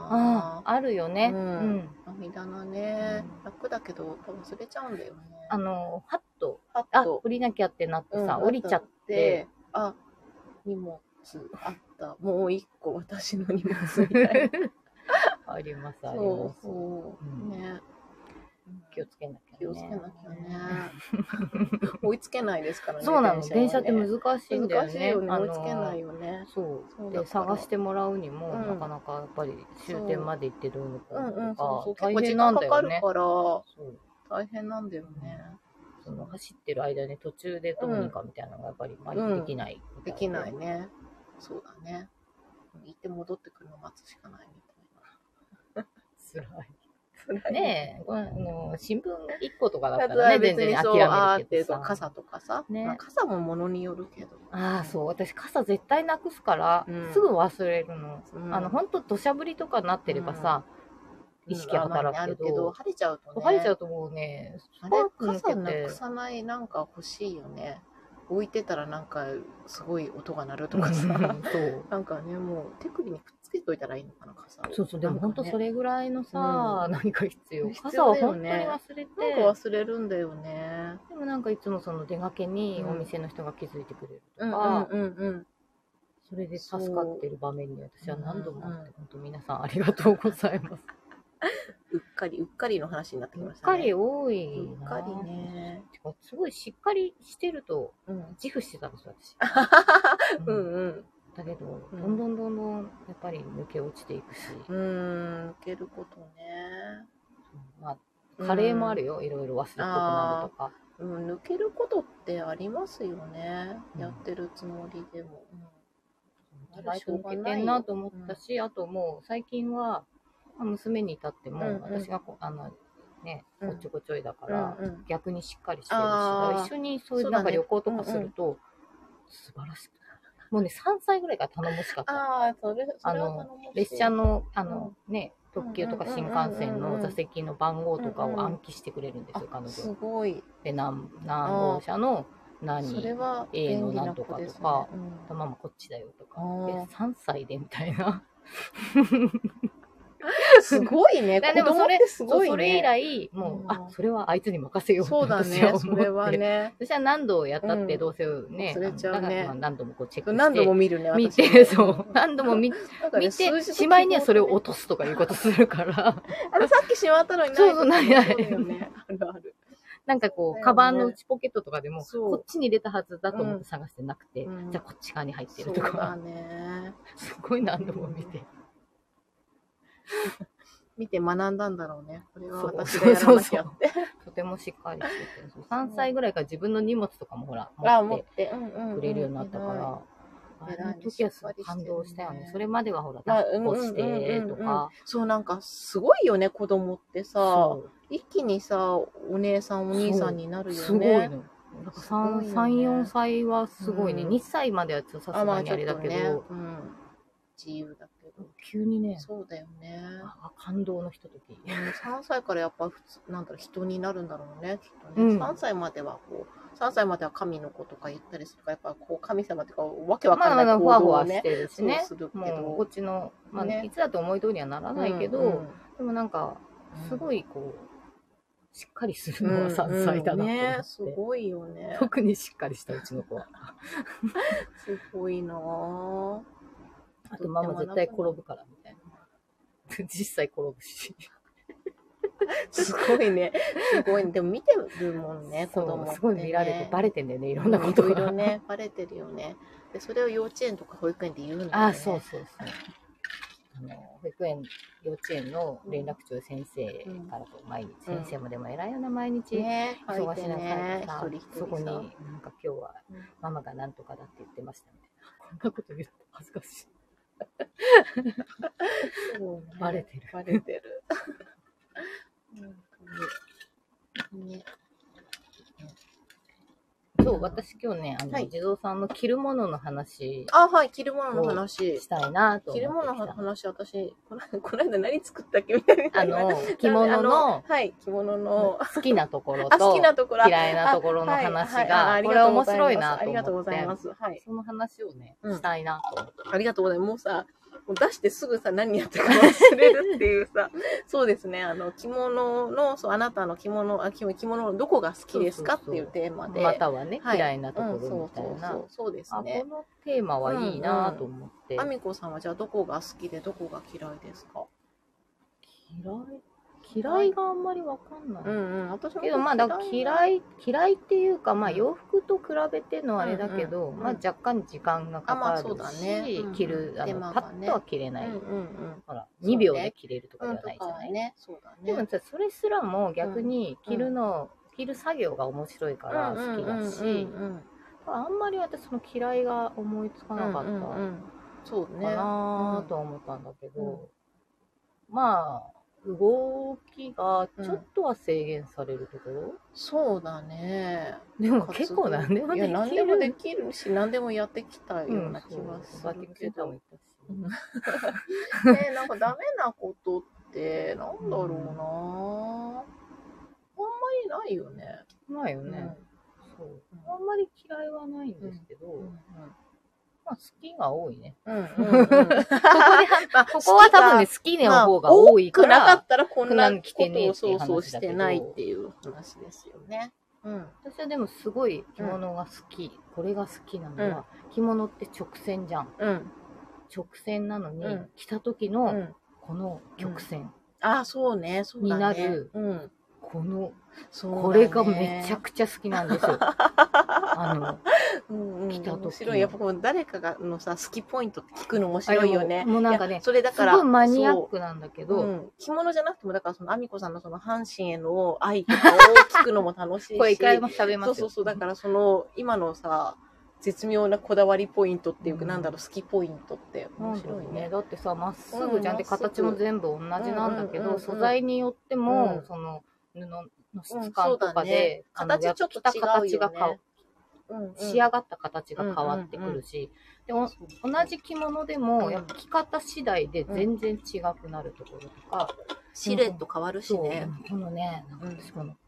Speaker 1: ああるよね、
Speaker 2: う
Speaker 1: うんん
Speaker 2: 網棚ね、
Speaker 1: うん
Speaker 2: 楽だけど多分忘れちゃうんだよね。
Speaker 1: あのハッと
Speaker 2: パッ
Speaker 1: あ
Speaker 2: と
Speaker 1: 降りなきゃってなってさ、
Speaker 2: うん
Speaker 1: 降りちゃって、
Speaker 2: あ荷物あったもう一個私の荷物みたい
Speaker 1: *laughs* あります *laughs*
Speaker 2: な
Speaker 1: あり
Speaker 2: そ
Speaker 1: ま
Speaker 2: う
Speaker 1: す
Speaker 2: そう、
Speaker 1: うん
Speaker 2: ね
Speaker 1: 気をつけなきゃね
Speaker 2: 気をつけなきゃね *laughs* 追いつけないですからね
Speaker 1: そうなの電車,、
Speaker 2: はね
Speaker 1: って難しいんだよ
Speaker 2: 難
Speaker 1: ね
Speaker 2: しいよね
Speaker 1: あの
Speaker 2: 追いつけないよね
Speaker 1: そう
Speaker 2: そうだ
Speaker 1: で
Speaker 2: から
Speaker 1: 探してもらうにも、
Speaker 2: うん
Speaker 1: なかなかやっぱり終点まで行ってどうのこ
Speaker 2: う
Speaker 1: うん
Speaker 2: うん
Speaker 1: の
Speaker 2: そうそう
Speaker 1: とか
Speaker 2: 結構
Speaker 1: 大
Speaker 2: 時
Speaker 1: 変な
Speaker 2: 間
Speaker 1: んだ
Speaker 2: かか
Speaker 1: よ
Speaker 2: る
Speaker 1: ね。
Speaker 2: から
Speaker 1: そう
Speaker 2: 大変なんだよね
Speaker 1: その走ってる間に途中でどうにかみたいなのがやっぱりま
Speaker 2: う
Speaker 1: あ
Speaker 2: ん
Speaker 1: できないみた
Speaker 2: で
Speaker 1: い
Speaker 2: きないねそうだね行って戻ってくるの待つしかないみ
Speaker 1: 辛い
Speaker 2: たいな
Speaker 1: ねえ、このあの新聞1個とかだ
Speaker 2: だ
Speaker 1: っ
Speaker 2: ったたら
Speaker 1: らね
Speaker 2: ね別
Speaker 1: 全
Speaker 2: に
Speaker 1: 然
Speaker 2: そ
Speaker 1: 諦
Speaker 2: うあー
Speaker 1: め
Speaker 2: って
Speaker 1: るけ
Speaker 2: そ
Speaker 1: ど
Speaker 2: う
Speaker 1: さ
Speaker 2: 傘とかさ、
Speaker 1: ね
Speaker 2: まあ、傘もものによるけど
Speaker 1: ああそう私傘絶対なくすから、
Speaker 2: うん
Speaker 1: すぐ忘れるの、
Speaker 2: うん
Speaker 1: あの本当土砂降りとかになってればさ、意識働
Speaker 2: あ
Speaker 1: く
Speaker 2: る
Speaker 1: け
Speaker 2: けど
Speaker 1: ど、
Speaker 2: 晴れちゃうとね
Speaker 1: 晴れちゃうともうね
Speaker 2: あ
Speaker 1: ス
Speaker 2: れ
Speaker 1: パーク抜
Speaker 2: 傘
Speaker 1: け
Speaker 2: な
Speaker 1: て
Speaker 2: くさないなんか欲しいよね置いてたらなんかすごい音が鳴るとかさ
Speaker 1: そう
Speaker 2: *laughs* なんかねもう手首にくっつけといたらいいのかな傘を
Speaker 1: そうそうでも本当それぐらいのさ、何か必要
Speaker 2: 必要だ
Speaker 1: 傘
Speaker 2: よ
Speaker 1: は
Speaker 2: ね
Speaker 1: 本当に忘れて
Speaker 2: なんか忘れるんだよね
Speaker 1: でもなんかいつもその出かけに
Speaker 2: うん
Speaker 1: お店の人が気づいてくれると
Speaker 2: う
Speaker 1: か、
Speaker 2: んうんうん
Speaker 1: それで助かってる場面に私は何度もあって、
Speaker 2: うん
Speaker 1: 本当皆さんありがとうございます。
Speaker 2: うっかりうっかりの話になってき
Speaker 1: う
Speaker 2: ま
Speaker 1: っ
Speaker 2: した
Speaker 1: か
Speaker 2: ね
Speaker 1: り多いな。
Speaker 2: うっかり。ね
Speaker 1: てかすごいしっかりしてると
Speaker 2: うん
Speaker 1: *laughs* 自負してたんですよ私。
Speaker 2: *laughs* う
Speaker 1: うん
Speaker 2: んうん
Speaker 1: だけど、
Speaker 2: うん
Speaker 1: どんどんどんどんやっぱり抜け落ちていくし、
Speaker 2: うーん、受けることね。
Speaker 1: まあ、カレーもあるよ、いろいろ忘れっぽくなるとか。
Speaker 2: うん。うん、抜けることってありますよね。
Speaker 1: うん
Speaker 2: やってるつもりでも。
Speaker 1: 意外と抜けてんなと思ったし、あともう最近は、まあ娘に至っても、
Speaker 2: うんうん
Speaker 1: 私がこうあの、ね、
Speaker 2: う
Speaker 1: こ
Speaker 2: ん
Speaker 1: っちょこちょいだか
Speaker 2: うん、
Speaker 1: ら、
Speaker 2: うん、
Speaker 1: 逆にしっかりしてるし、だ
Speaker 2: あー
Speaker 1: から一緒にそうい
Speaker 2: そうう
Speaker 1: な
Speaker 2: だね
Speaker 1: んか旅行とかすると、素晴らしくもうね、3歳ぐらいから頼もしかった。
Speaker 2: ああ、それ、それは
Speaker 1: あの
Speaker 2: 頼もしい
Speaker 1: 列車、の、あの、ね、特急とか新幹線
Speaker 2: うんうんうんうんうん
Speaker 1: の座席の番号とか
Speaker 2: うんうん
Speaker 1: を暗記してくれるんですよ、
Speaker 2: あ
Speaker 1: 彼
Speaker 2: す
Speaker 1: 女。
Speaker 2: ごい。
Speaker 1: で、何、何号車の
Speaker 2: そ
Speaker 1: 何、
Speaker 2: れは
Speaker 1: 英
Speaker 2: 便
Speaker 1: 語
Speaker 2: 利な
Speaker 1: なん
Speaker 2: 子
Speaker 1: とか
Speaker 2: で
Speaker 1: と
Speaker 2: すね。
Speaker 1: か
Speaker 2: うん
Speaker 1: ママこっちだよとか
Speaker 2: あ。ー
Speaker 1: で、3歳でみたいな。
Speaker 2: すごいね。
Speaker 1: いや *laughs*
Speaker 2: 子
Speaker 1: でも
Speaker 2: 供
Speaker 1: そ
Speaker 2: っ
Speaker 1: れ
Speaker 2: て *laughs* す
Speaker 1: そ
Speaker 2: ご
Speaker 1: う
Speaker 2: いね。
Speaker 1: それ以来、もう、
Speaker 2: うん
Speaker 1: あ、それはあいつに任せよう
Speaker 2: そうだ
Speaker 1: 私は
Speaker 2: ね。
Speaker 1: 思
Speaker 2: そ
Speaker 1: って
Speaker 2: れはね。
Speaker 1: 私は何度やったっ
Speaker 2: う
Speaker 1: て
Speaker 2: ん
Speaker 1: どうせね、
Speaker 2: 忘れちゃうね
Speaker 1: あのだからまあ何度もこうチェックして
Speaker 2: 何度も見るね。
Speaker 1: 見
Speaker 2: 私ね
Speaker 1: て、 *laughs* そう。何度も見
Speaker 2: なんかね
Speaker 1: 見
Speaker 2: 数
Speaker 1: て、
Speaker 2: 字と
Speaker 1: しまいにはそれを
Speaker 2: 記号
Speaker 1: 落とすとかいうことするから、 *laughs*
Speaker 2: あれさっきしまったのに
Speaker 1: そうそうないない
Speaker 2: そうだよね。あるある。
Speaker 1: なんかこ
Speaker 2: そうだよね
Speaker 1: う、カバンの内ポケットとかでも、
Speaker 2: そう
Speaker 1: こっちに入れたはずだと思って探してなくて、
Speaker 2: うん
Speaker 1: じゃあこっち側に入って
Speaker 2: そ
Speaker 1: る
Speaker 2: う
Speaker 1: と
Speaker 2: だ
Speaker 1: か、
Speaker 2: ね。
Speaker 1: *laughs* すごい何度も見て。
Speaker 2: 見て学んだんだろうね。これは
Speaker 1: そう
Speaker 2: 私がやらなきゃって。
Speaker 1: とてもしっかりしてて、そう3歳ぐらいから自分の荷物とかもほら、
Speaker 2: あ
Speaker 1: 持
Speaker 2: 持っ
Speaker 1: って
Speaker 2: て、うんうんうん
Speaker 1: くれるようになったか
Speaker 2: 偉
Speaker 1: ら、
Speaker 2: い偉い
Speaker 1: あの時はすごい感動したよ
Speaker 2: しっかりしてるね
Speaker 1: ね。それまではほら、
Speaker 2: まあ
Speaker 1: 抱っこし
Speaker 2: うんうんうん
Speaker 1: て
Speaker 2: うん
Speaker 1: とか、
Speaker 2: そう、なんかすごいよね、子供ってさ
Speaker 1: そ。う
Speaker 2: 一気にさ、お姉さん、お兄さんになるよね。
Speaker 1: すごいの。なんか
Speaker 2: すごいよね
Speaker 1: 3、4歳はすごいね。
Speaker 2: うん
Speaker 1: 2歳まではちょっとさ
Speaker 2: あ、
Speaker 1: す
Speaker 2: ま
Speaker 1: が
Speaker 2: あ
Speaker 1: に
Speaker 2: ちょ
Speaker 1: あ
Speaker 2: っ
Speaker 1: れ
Speaker 2: と
Speaker 1: だけ
Speaker 2: ね、
Speaker 1: ど、
Speaker 2: うん。自由だけど。
Speaker 1: 急にね、
Speaker 2: そうだよね。
Speaker 1: あ感動のひととき。
Speaker 2: うん3歳からやっぱ普通、なんだろう、人になるんだろうね、きっと
Speaker 1: う
Speaker 2: ね。
Speaker 1: ん
Speaker 2: 3歳まではこう、 3歳までは神の子とか言ったりするから、やっぱこう神様とかわけわ
Speaker 1: ま
Speaker 2: か
Speaker 1: あ
Speaker 2: ん
Speaker 1: ま
Speaker 2: ない
Speaker 1: あ、ふ
Speaker 2: 行
Speaker 1: わふ
Speaker 2: 動を
Speaker 1: わし
Speaker 2: ね、
Speaker 1: てるしね。
Speaker 2: そうするけど
Speaker 1: もう、こっちの、まあ、
Speaker 2: ね
Speaker 1: いつだって思い通りにはならないけど、
Speaker 2: うんうん
Speaker 1: でもなんか、すご
Speaker 2: い
Speaker 1: いこう、しっかりするのは3歳だなと思って、
Speaker 2: ね、すごいよね。
Speaker 1: 特にしっかりしたうちの子は。
Speaker 2: すごいなぁ。
Speaker 1: あとママ絶対転ぶからみたいな。 *laughs* 実際転ぶし。
Speaker 2: すごいね。すごいね。でも見てるもんね、
Speaker 1: そ
Speaker 2: 子
Speaker 1: う
Speaker 2: 供って、ね。
Speaker 1: すごい見られて、バレてんだよね、い
Speaker 2: い
Speaker 1: ろんなこと
Speaker 2: いろいろ
Speaker 1: が。
Speaker 2: ね、 *laughs* バレてるよね。で、それを幼稚園とか保育園で言うんだよね。
Speaker 1: ああ、そうそうそう。あの保育園、幼稚園の連絡帳先生からこう毎日、
Speaker 2: うん
Speaker 1: 先生もでも偉いよな、毎日。
Speaker 2: ね、書い
Speaker 1: 忙してい中で
Speaker 2: ね、
Speaker 1: さ
Speaker 2: 一人一人さ
Speaker 1: そこに、なんか今日は
Speaker 2: うん
Speaker 1: ママがなんとかだって言ってましたみたいな。こんなこと言うと恥ずかしい。
Speaker 2: そうね
Speaker 1: バレてる。
Speaker 2: バレて *laughs* る。本当にね、
Speaker 1: そう、私今日ね、あの、
Speaker 2: はい
Speaker 1: 地蔵さんの着るものの話
Speaker 2: あ、はい、着るものの話。
Speaker 1: したいなと思ってきた。
Speaker 2: 着るものの話、私、この *laughs* この間何作ったっけみたいな。
Speaker 1: あの、着物
Speaker 2: あ
Speaker 1: の
Speaker 2: はい、着物の、
Speaker 1: 好きなところ
Speaker 2: あ、好
Speaker 1: と
Speaker 2: きなところ。
Speaker 1: 嫌いなところの話
Speaker 2: あはい
Speaker 1: が、
Speaker 2: はいあ
Speaker 1: これ面白いなと思って。
Speaker 2: ありがとうございます。はい。
Speaker 1: その話をね、
Speaker 2: うん
Speaker 1: したいなと思って。
Speaker 2: ありがとうございます。もうさ、もう出してすぐさ、何やったか忘れるっていうさ、そうですね、あの、着物の、そう、あなたの着物、あ着着物のどこが好きですかっていうテーマで。
Speaker 1: またはね、
Speaker 2: はい
Speaker 1: 嫌いなところ
Speaker 2: うん
Speaker 1: みたいな。
Speaker 2: そうそうそうそうです
Speaker 1: あ、
Speaker 2: ね
Speaker 1: こ。のテーマはいいなと思って。
Speaker 2: あみこさんはじゃあどこが好きでどこが嫌いですか
Speaker 1: 嫌い、嫌いがあんまりわかんない。
Speaker 2: うんうん、私も
Speaker 1: けどまあだから嫌
Speaker 2: い。
Speaker 1: い嫌いっていうかまあ
Speaker 2: うん
Speaker 1: 洋服と比べてのあれだけど、
Speaker 2: うんうん
Speaker 1: まあ若干時間がか
Speaker 2: あま
Speaker 1: か
Speaker 2: あ
Speaker 1: る
Speaker 2: そうだ
Speaker 1: し、
Speaker 2: ねうん
Speaker 1: 着るあ
Speaker 2: 手
Speaker 1: の、
Speaker 2: 間
Speaker 1: パ
Speaker 2: が
Speaker 1: ッ
Speaker 2: ね
Speaker 1: とは着れ
Speaker 2: う
Speaker 1: なんい、
Speaker 2: うんうん。
Speaker 1: ほら
Speaker 2: そうね
Speaker 1: 2秒で着れるとか
Speaker 2: う
Speaker 1: で
Speaker 2: ん、
Speaker 1: は
Speaker 2: と
Speaker 1: ない
Speaker 2: か
Speaker 1: じゃな、
Speaker 2: はいね、そうだね。
Speaker 1: でもさそれすらも逆に
Speaker 2: うん
Speaker 1: 着るの、着る作業が面白いから好きだし、
Speaker 2: うんうんうん
Speaker 1: あんまり私その嫌いが思いつか
Speaker 2: うん
Speaker 1: なかっ
Speaker 2: うんう
Speaker 1: た
Speaker 2: んそうね。
Speaker 1: かなとは思ったんだけど、まあ動きがちょっとは制限されるところ、
Speaker 2: そうだね。
Speaker 1: でも結構何でも
Speaker 2: い
Speaker 1: で
Speaker 2: や
Speaker 1: き
Speaker 2: 何でも
Speaker 1: る
Speaker 2: できるし、何でもやってきたような気がす
Speaker 1: バッティン
Speaker 2: る
Speaker 1: グセ
Speaker 2: け
Speaker 1: ンター
Speaker 2: ど。
Speaker 1: も
Speaker 2: ね
Speaker 1: 行ったし、
Speaker 2: なんかダメなことって、なんだろうな、あんまりないよね。
Speaker 1: ないよ
Speaker 2: うん
Speaker 1: ね、そうあんまり嫌いはないんですけど、
Speaker 2: うん
Speaker 1: まあ好きが多いね
Speaker 2: うんうんうん
Speaker 1: ここは多分ね好きねの方が多いから、
Speaker 2: まあ多くなかったらこん
Speaker 1: こ
Speaker 2: な
Speaker 1: んな
Speaker 2: こ
Speaker 1: の着てね
Speaker 2: と
Speaker 1: え
Speaker 2: を
Speaker 1: ってい
Speaker 2: そううそう
Speaker 1: 話
Speaker 2: し
Speaker 1: だけど
Speaker 2: てないっていう話ですよね。うん。
Speaker 1: 私はでもすごい着物が好き、これが好きなのは、着物って直線じゃん
Speaker 2: うん。
Speaker 1: 直線なのに、
Speaker 2: うん
Speaker 1: 着た時
Speaker 2: う
Speaker 1: の
Speaker 2: ん。
Speaker 1: この曲線、
Speaker 2: ああ、そうね。そうだね。
Speaker 1: になる
Speaker 2: うん。
Speaker 1: この
Speaker 2: そうだね
Speaker 1: これがめち
Speaker 2: *laughs*
Speaker 1: ゃくちゃ好きなんですよあの
Speaker 2: うんうん
Speaker 1: 来た時の
Speaker 2: 面白い。やっぱこの誰かがのさ、好きポイントって聞くの面白いよ
Speaker 1: あれ
Speaker 2: ね。
Speaker 1: ももうなんかね
Speaker 2: いやそれだ
Speaker 1: す
Speaker 2: から。
Speaker 1: ごいマニア
Speaker 2: そ
Speaker 1: ッ
Speaker 2: う
Speaker 1: クなんだけ
Speaker 2: う
Speaker 1: ど、
Speaker 2: ん、着物じゃなくても、だからその、あみこさんのその、阪神への愛とかを聞くのも楽しいし。
Speaker 1: これ一回も食べます
Speaker 2: そ
Speaker 1: よ
Speaker 2: うそうそう、だからその、今のさ、絶妙なこだわりポイントっていうか、
Speaker 1: うん
Speaker 2: なんだろう、好きポイントって面
Speaker 1: 面
Speaker 2: 白
Speaker 1: 白
Speaker 2: い
Speaker 1: い
Speaker 2: ね
Speaker 1: ね。。だってさまっすぐじゃんって
Speaker 2: うんまっすぐ
Speaker 1: 形も全部同じなんだけ
Speaker 2: うんうんう
Speaker 1: ど
Speaker 2: んうん
Speaker 1: 素材によって
Speaker 2: う
Speaker 1: も
Speaker 2: ん
Speaker 1: その布の質感とかで
Speaker 2: うんそ
Speaker 1: あ
Speaker 2: うだ
Speaker 1: の
Speaker 2: ね形ちょっと
Speaker 1: 着た
Speaker 2: 違う
Speaker 1: 形
Speaker 2: よ
Speaker 1: が
Speaker 2: ね
Speaker 1: 変わ
Speaker 2: うんうん
Speaker 1: 仕上がった形が変わってくるしでお同じ着物で
Speaker 2: う
Speaker 1: も
Speaker 2: ん
Speaker 1: やっぱ着方次第で全然違くなるところとか
Speaker 2: シルエット変わるし
Speaker 1: そう
Speaker 2: ね。
Speaker 1: このねなんか私このこ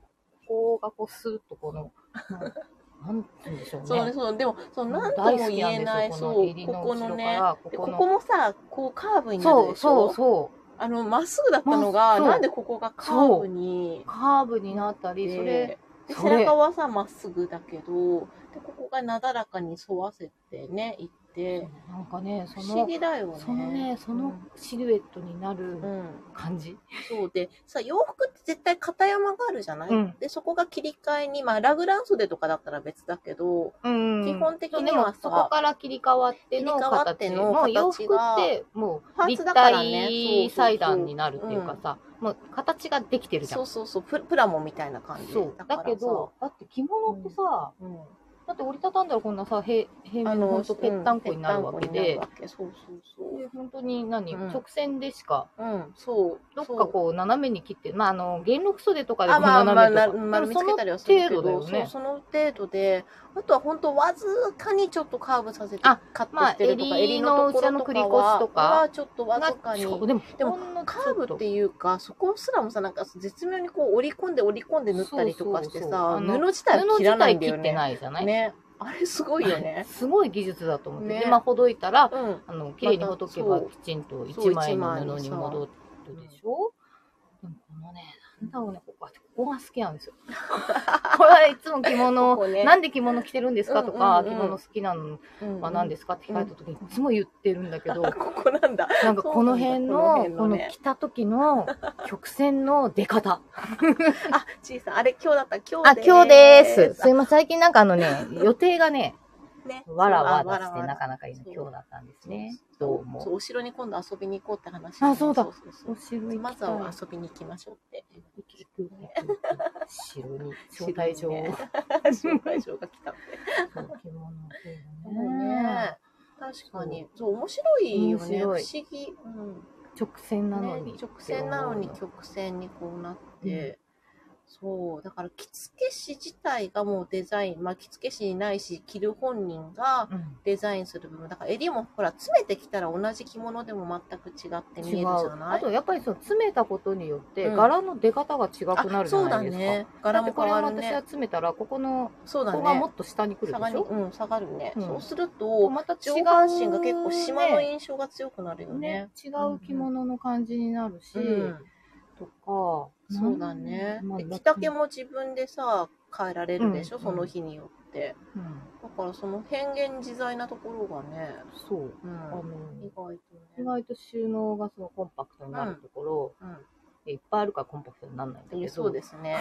Speaker 1: こがこうスーッとこのなんて言うんでしょ
Speaker 2: そう
Speaker 1: う
Speaker 2: ね、
Speaker 1: ね
Speaker 2: そう、でも、そう、なんと
Speaker 1: 大
Speaker 2: も
Speaker 1: 好きな
Speaker 2: 言えない、
Speaker 1: んですよ
Speaker 2: そ
Speaker 1: この
Speaker 2: う
Speaker 1: 襟、
Speaker 2: こ
Speaker 1: の
Speaker 2: こ
Speaker 1: 後
Speaker 2: の
Speaker 1: ろか
Speaker 2: ね、
Speaker 1: らこ
Speaker 2: で
Speaker 1: こ
Speaker 2: こ
Speaker 1: の
Speaker 2: こもさ、こうカーブになる
Speaker 1: そ
Speaker 2: で
Speaker 1: う
Speaker 2: しょ
Speaker 1: そうそう
Speaker 2: あの、まっすぐだったのが、
Speaker 1: まそう
Speaker 2: なんでここがカーブに、
Speaker 1: カーブになったりそれ
Speaker 2: で
Speaker 1: そ
Speaker 2: 背
Speaker 1: れ
Speaker 2: 中はさ、まっすぐだけど、で、ここがなだらかに沿わせてね、いって、
Speaker 1: なんかね、
Speaker 2: 不
Speaker 1: そ
Speaker 2: 思
Speaker 1: の、
Speaker 2: 議だよね。
Speaker 1: そのね、そのシルエットになる
Speaker 2: うん、うん。
Speaker 1: 感じ。
Speaker 2: そうで、さ、洋服って絶対型山があるじゃない、
Speaker 1: うん
Speaker 2: で、そこが切り替えに、まあ、ラグラン袖とかだったら別だけど、
Speaker 1: うん
Speaker 2: 基本的にはさ
Speaker 1: でもそこから切り替わっての
Speaker 2: 切り替わって
Speaker 1: 形
Speaker 2: の
Speaker 1: もう
Speaker 2: 形が
Speaker 1: 洋服ってもう
Speaker 2: パーツ
Speaker 1: 立
Speaker 2: だからね
Speaker 1: 体裁断になるっていうかさ、もう形ができてるじゃ
Speaker 2: そ
Speaker 1: ん
Speaker 2: う。そうそう、ププラモンみたいな感じ。
Speaker 1: そう。だ
Speaker 2: から
Speaker 1: けどだ
Speaker 2: さ、
Speaker 1: って着物ってさ、
Speaker 2: うん、
Speaker 1: だって折りたたんだらこんなさ、へ平
Speaker 2: あ
Speaker 1: 面のほ
Speaker 2: の
Speaker 1: んとぺったんこになるわけ
Speaker 2: ぺっ
Speaker 1: で
Speaker 2: たんこになるわけそうそうそう
Speaker 1: で、本当に何、
Speaker 2: うん
Speaker 1: 直線でしか、
Speaker 2: うんそう
Speaker 1: どっかこう斜めに切って、まああの、元禄袖とかで
Speaker 2: あ
Speaker 1: も
Speaker 2: まあまあ
Speaker 1: 斜め
Speaker 2: な
Speaker 1: とか。
Speaker 2: 丸
Speaker 1: でも
Speaker 2: みつ
Speaker 1: そ
Speaker 2: け
Speaker 1: の
Speaker 2: たりはするけ
Speaker 1: 程
Speaker 2: ど
Speaker 1: 度だよね
Speaker 2: そうその程度であとは本当わずかにちょっとカーブさせて
Speaker 1: あ
Speaker 2: カットしてるとか、
Speaker 1: まあ襟の
Speaker 2: ところとか
Speaker 1: 後ろの繰り越しとか
Speaker 2: はちょっとわずかに
Speaker 1: そうでも、
Speaker 2: でも
Speaker 1: ほんのち
Speaker 2: カ
Speaker 1: ょ
Speaker 2: ー
Speaker 1: っと
Speaker 2: ブっていうかそこすらもさなんか絶妙にこう折り込んで折り込んで塗ったりとかし
Speaker 1: そ
Speaker 2: て
Speaker 1: うそうそうあ
Speaker 2: さ
Speaker 1: の
Speaker 2: 布自体は
Speaker 1: 布
Speaker 2: 切ら
Speaker 1: 自
Speaker 2: な
Speaker 1: 体
Speaker 2: いんだ
Speaker 1: 切
Speaker 2: よ
Speaker 1: って
Speaker 2: ね
Speaker 1: ないじゃない、
Speaker 2: ねあれすごいよね
Speaker 1: すごい技術だと思って、
Speaker 2: ね
Speaker 1: で *laughs* まあほどいたら
Speaker 2: うん
Speaker 1: あの綺麗にほどけば
Speaker 2: またそう
Speaker 1: きちんと
Speaker 2: そう
Speaker 1: 1枚
Speaker 2: 一枚に
Speaker 1: の
Speaker 2: さ
Speaker 1: 布に戻るでしょでもこのねなんだろうねここ私ここが好きなん
Speaker 2: *laughs*
Speaker 1: ですよこれはいつも着物
Speaker 2: こ
Speaker 1: を、
Speaker 2: こね
Speaker 1: なんで着物着てるんですかとか、
Speaker 2: うんうんうん
Speaker 1: 着物好きなのは何ですすかって聞かれた時にいつも言ってるん
Speaker 2: *laughs*
Speaker 1: だけど、
Speaker 2: あここなんだ
Speaker 1: なんかこの辺の
Speaker 2: そうなんだ
Speaker 1: こ
Speaker 2: この辺
Speaker 1: の
Speaker 2: のね
Speaker 1: 着た時の曲線の出方
Speaker 2: あちいさんあれ今日だった今日
Speaker 1: あ、
Speaker 2: でーす
Speaker 1: 今日です。
Speaker 2: あ
Speaker 1: すいません。最近なんかあのね、予定がね、
Speaker 2: ね
Speaker 1: わらわら
Speaker 2: あ
Speaker 1: してなかなかいいの今日だったんですね。
Speaker 2: そう
Speaker 1: どうも
Speaker 2: そう。お城に今度遊びに行こうって話
Speaker 1: あそうだ
Speaker 2: そうそうそう
Speaker 1: お城
Speaker 2: まずは遊びに行きましょうって
Speaker 1: 城に招待状を。
Speaker 2: ね招待状が来たんで
Speaker 1: 着物を
Speaker 2: もう
Speaker 1: ね
Speaker 2: ね確かにそう面白いよね不
Speaker 1: 面白
Speaker 2: 思
Speaker 1: い
Speaker 2: 議、うん
Speaker 1: 直線なの
Speaker 2: ね
Speaker 1: に。、
Speaker 2: 直線なのに曲線にこうなって、そうだから着付け師自体がもうデザイン、まあ、着付け師いないし着る本人が
Speaker 1: うん
Speaker 2: デザインする部分だから襟もほら詰めてきたら同じ着物でも全く違って見える
Speaker 1: 違
Speaker 2: じ
Speaker 1: う。
Speaker 2: ゃな
Speaker 1: あ
Speaker 2: い
Speaker 1: とやっぱりその詰めたことによって、
Speaker 2: うん
Speaker 1: 柄の出方が違くなるじゃないです
Speaker 2: そうだ
Speaker 1: か。
Speaker 2: ね
Speaker 1: だ
Speaker 2: 柄
Speaker 1: って
Speaker 2: も
Speaker 1: これ
Speaker 2: 変
Speaker 1: を
Speaker 2: わる
Speaker 1: 私が
Speaker 2: ね
Speaker 1: 詰めたら、ここの、
Speaker 2: そう
Speaker 1: こ
Speaker 2: だ
Speaker 1: こがも
Speaker 2: ね
Speaker 1: っと下に来る
Speaker 2: 下
Speaker 1: で
Speaker 2: が
Speaker 1: し
Speaker 2: り
Speaker 1: ょ
Speaker 2: うん下がるね、
Speaker 1: うん
Speaker 2: そうする
Speaker 1: ことうまた違う。
Speaker 2: 上半身が結構島の
Speaker 1: ね
Speaker 2: 印象が強くなるよね
Speaker 1: ね、違う着物の感じになるし、
Speaker 2: うん
Speaker 1: とか、
Speaker 2: そうだね。
Speaker 1: まあ
Speaker 2: で
Speaker 1: まあ
Speaker 2: 着丈も自分でさ、変えられるでしょ、
Speaker 1: うん
Speaker 2: その日によって。
Speaker 1: うん
Speaker 2: だからその変幻自在なところがね、
Speaker 1: そう。
Speaker 2: う
Speaker 1: あ
Speaker 2: ん
Speaker 1: の、
Speaker 2: 意外
Speaker 1: 意
Speaker 2: とね。
Speaker 1: 外と収納がそのコンパクトになるところ、
Speaker 2: う
Speaker 1: いっぱいあるからコンパクトにならないんだ
Speaker 2: ん、い
Speaker 1: け
Speaker 2: や
Speaker 1: ど、
Speaker 2: そうです
Speaker 1: *laughs*
Speaker 2: ね。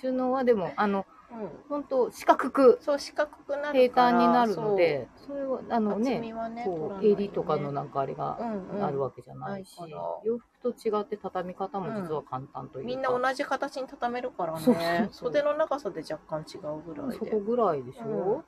Speaker 1: 収納はでも、あの、
Speaker 2: うん、
Speaker 1: 本当四角く
Speaker 2: そう、四角くな
Speaker 1: 平
Speaker 2: るから。
Speaker 1: 坦になるので、それは、あ
Speaker 2: そう、
Speaker 1: の
Speaker 2: 厚み
Speaker 1: ね、
Speaker 2: はね、取
Speaker 1: こ
Speaker 2: らな
Speaker 1: う、
Speaker 2: いよね
Speaker 1: 襟とかのなんかあれが、
Speaker 2: うんうん、
Speaker 1: あるわけじゃないし、
Speaker 2: ないから
Speaker 1: 洋服と違って畳み方も実は簡単というか、
Speaker 2: みんな同じ形に畳めるからね。
Speaker 1: そうそうそう
Speaker 2: 袖の長さで若干違うぐらい
Speaker 1: そ
Speaker 2: で。
Speaker 1: こぐらいでしょ、
Speaker 2: うんうん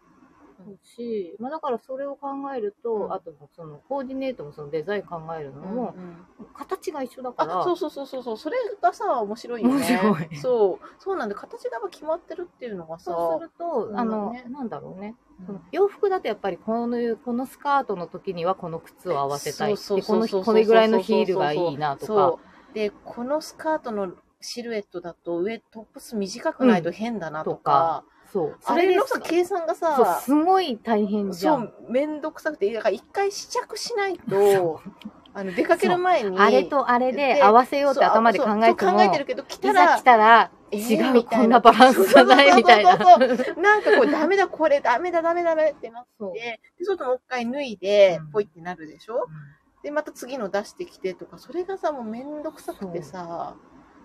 Speaker 1: し、まあ、だからそれを考えると、
Speaker 2: うん
Speaker 1: あとそのコーディネートもそのデザイン考えるの
Speaker 2: うん
Speaker 1: も、
Speaker 2: うん
Speaker 1: 形が一緒だから
Speaker 2: あ、そうそうそうそうそう、それがさ、面白いよね。
Speaker 1: 面白い
Speaker 2: そう、そうなんで、形が決まってるっていうのがさ。
Speaker 1: そうすると、
Speaker 2: うん
Speaker 1: あの、
Speaker 2: ね
Speaker 1: なんだろうね。
Speaker 2: うん
Speaker 1: その洋服だとやっぱりこの、このスカートの時にはこの靴を合わせたい。で、
Speaker 2: そう
Speaker 1: こ
Speaker 2: そう
Speaker 1: の、
Speaker 2: そうそう
Speaker 1: これぐらいのヒールがいいなとか
Speaker 2: そ。うでこのスカートのシルエットだと上トップス短くないと変だなとか,、
Speaker 1: そう。
Speaker 2: あれ
Speaker 1: で
Speaker 2: のさ計算が
Speaker 1: そう、
Speaker 2: さ
Speaker 1: すごい大変じ
Speaker 2: そ
Speaker 1: ゃ。
Speaker 2: うん面倒くさくてだから一回試着しない
Speaker 1: *laughs*
Speaker 2: とあの出かける前に
Speaker 1: あれとあれ
Speaker 2: で
Speaker 1: で合わせようって
Speaker 2: そう
Speaker 1: 頭で考えて
Speaker 2: そう
Speaker 1: も、
Speaker 2: 考えて
Speaker 1: い
Speaker 2: るけど来た
Speaker 1: ざ
Speaker 2: ら
Speaker 1: 来たら、
Speaker 2: え
Speaker 1: 違
Speaker 2: ー
Speaker 1: う、
Speaker 2: みたい
Speaker 1: こんなバランスじゃないみたいな。
Speaker 2: そうそうそうそうなんかこれダメだこれダメだダメだダメってなっ
Speaker 1: そう
Speaker 2: てでちょっともう一回脱いで
Speaker 1: うん
Speaker 2: ポイってなるでしょ、でまた次の出してきてとかそれがさもうめんどくさくてさ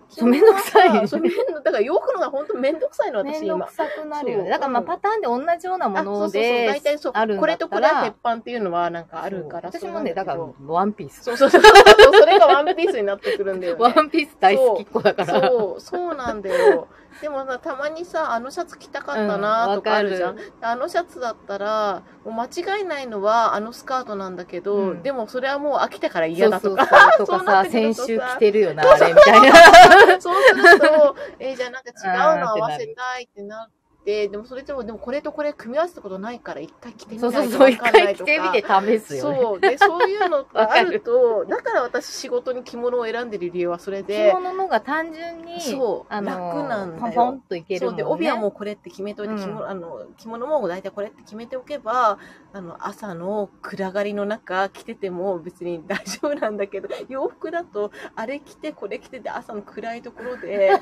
Speaker 1: そうそうめんどくさい
Speaker 2: そうめんどだから洋服のが本当めんどくさいの
Speaker 1: め
Speaker 2: 私
Speaker 1: んど
Speaker 2: 今
Speaker 1: くさくなるよ
Speaker 2: そう
Speaker 1: ね。だからまあ
Speaker 2: うん
Speaker 1: パターンで同じようなも
Speaker 2: あそうそ
Speaker 1: の
Speaker 2: うそう大
Speaker 1: で、
Speaker 2: 体そう
Speaker 1: あるん
Speaker 2: こ
Speaker 1: だ
Speaker 2: れ
Speaker 1: った
Speaker 2: と
Speaker 1: ら
Speaker 2: これは鉄板っていうのはなんかあるから
Speaker 1: そう私
Speaker 2: そう
Speaker 1: も
Speaker 2: なん
Speaker 1: ね、だ
Speaker 2: け
Speaker 1: から
Speaker 2: ど
Speaker 1: ワンピース。
Speaker 2: そうそうそうそうそれがワンピースになってくるんだよね
Speaker 1: ワンピース大好きっ子だから。
Speaker 2: そうそうなんだよでもさたまにさあのシャツ着たかったなとかあるじゃん、
Speaker 1: う
Speaker 2: あのシャツだったらもう間違いないのはあのスカートなんだけど、
Speaker 1: うん
Speaker 2: でもそれはもう飽きたから嫌だとか
Speaker 1: そうそうそうと
Speaker 2: そう
Speaker 1: か
Speaker 2: なっ
Speaker 1: さ
Speaker 2: てくる
Speaker 1: 先
Speaker 2: とさ
Speaker 1: 週着てるよなあれみたいな
Speaker 2: *laughs* そうすると、えーじゃあなんか違うの合わせたいってなって、でもそれでも、でもこれとこれ組み合わせたことないから、一回着てみ
Speaker 1: そ
Speaker 2: な
Speaker 1: う
Speaker 2: い
Speaker 1: そうそう
Speaker 2: と分
Speaker 1: 一
Speaker 2: かんな
Speaker 1: 回
Speaker 2: い
Speaker 1: 着
Speaker 2: と
Speaker 1: てみ
Speaker 2: か
Speaker 1: て。試すよね
Speaker 2: そう。で、そういうのがあ
Speaker 1: *laughs*
Speaker 2: ると、だから私仕事に着物を選んでる理由はそれ
Speaker 1: 着
Speaker 2: で、
Speaker 1: 物の方が単純に
Speaker 2: そう
Speaker 1: あの
Speaker 2: 楽なんだ
Speaker 1: ポ
Speaker 2: よ
Speaker 1: ンポンといける
Speaker 2: そ
Speaker 1: もん
Speaker 2: う
Speaker 1: ね
Speaker 2: で、帯はもうこれって決めておいて、
Speaker 1: うん
Speaker 2: 着物、あの、着物も大体これって決めておけば、あの、朝の暗がりの中着てても別に大丈夫なんだけど、 *laughs* 洋服だと、あれ着てこれ着てて朝の暗いところで、 *laughs*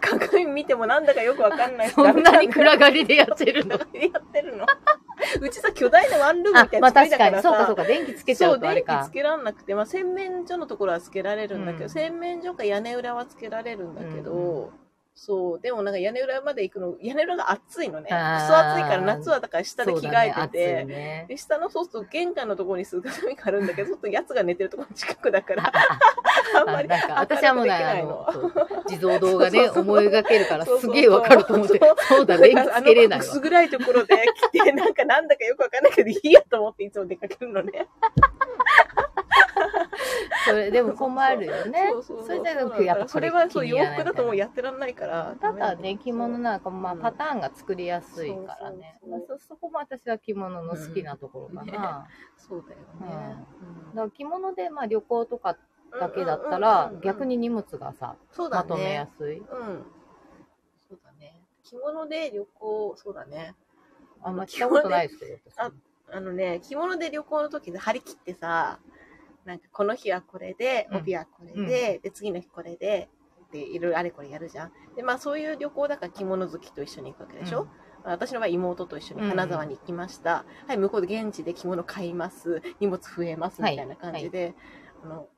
Speaker 2: 鏡見てもなんだかよくわかんないし
Speaker 1: *laughs* そんなに暗
Speaker 2: が
Speaker 1: がりでやってるの
Speaker 2: りでやってるの。 *laughs* うちさ、巨大なワンルーム
Speaker 1: あ
Speaker 2: みたい
Speaker 1: ま
Speaker 2: な
Speaker 1: あ
Speaker 2: 作り
Speaker 1: 確
Speaker 2: だ
Speaker 1: か
Speaker 2: か
Speaker 1: に
Speaker 2: ら
Speaker 1: そ
Speaker 2: さ、
Speaker 1: うかそうか電気つけちゃ
Speaker 2: そう
Speaker 1: うとあれ
Speaker 2: 電気
Speaker 1: か
Speaker 2: つけらんなくて、まあ、洗面所のところはつけられるんだけど、
Speaker 1: うん
Speaker 2: 洗面所か屋根裏はつけられるんだけど、
Speaker 1: うんう
Speaker 2: そう、でもなんか屋根裏まで行くの、屋根裏が暑いのね。クソ
Speaker 1: あー
Speaker 2: 暑いから夏はだから下で着替えてて、
Speaker 1: そうだね
Speaker 2: で、下のそうすると玄関のところに鈴鏡があるん
Speaker 1: *laughs*
Speaker 2: だけど、ちょっと奴が寝てるところの近くだから、あ
Speaker 1: 暑い
Speaker 2: ん
Speaker 1: ね
Speaker 2: ま
Speaker 1: あ
Speaker 2: り
Speaker 1: なんか私はもう
Speaker 2: 明
Speaker 1: な
Speaker 2: るくでき
Speaker 1: あ
Speaker 2: ない
Speaker 1: の
Speaker 2: の。
Speaker 1: そう自動動画で
Speaker 2: *laughs* そうそうそう
Speaker 1: 思いがけるから
Speaker 2: そう
Speaker 1: す
Speaker 2: そうそう
Speaker 1: げえわかると思って
Speaker 2: そう
Speaker 1: そうだね
Speaker 2: だから
Speaker 1: つけれない
Speaker 2: あ
Speaker 1: わ
Speaker 2: の薄暗いところで来
Speaker 1: *laughs*
Speaker 2: て、なんかなんだかよくわかんないけど、いいやと思っていつも出かけるのね。
Speaker 1: それでも困るよね
Speaker 2: *laughs* そうそう
Speaker 1: それ
Speaker 2: う
Speaker 1: じゃなく
Speaker 2: う
Speaker 1: やっぱ
Speaker 2: そ
Speaker 1: こ
Speaker 2: れ
Speaker 1: れ
Speaker 2: はそう
Speaker 1: 気
Speaker 2: 洋
Speaker 1: に入らない
Speaker 2: 服だともうやってらんないから。
Speaker 1: ただね着物なんかもまあ
Speaker 2: うん
Speaker 1: パターンが作りやすいからね
Speaker 2: そうそうそう
Speaker 1: まあそそこも私は着物の好きなところか
Speaker 2: うんね
Speaker 1: な、
Speaker 2: そうだよね。うん
Speaker 1: だから着物でまあ旅行とかだけだった
Speaker 2: うん
Speaker 1: ら
Speaker 2: うんうんうん
Speaker 1: 逆に荷物がさ
Speaker 2: そうだ
Speaker 1: ま
Speaker 2: ね
Speaker 1: とめやすい
Speaker 2: うん。そうだね。着物で旅行、そうだね。
Speaker 1: あんま着たことないですけど
Speaker 2: ああのね、着物で旅行の時で張り切ってさ、なんかこの日はこれで、
Speaker 1: うん
Speaker 2: 帯はこれで、で、次の日これで、で、いろいろあれこれやるじゃん。で、まあそういう旅行だから着物好きと一緒に行くわけでしょ、まあ私の場合妹と一緒に金沢に行きました。はい、向こうで現地で着物買います。荷物増えます。
Speaker 1: は
Speaker 2: みた
Speaker 1: い
Speaker 2: いな感じで、あの、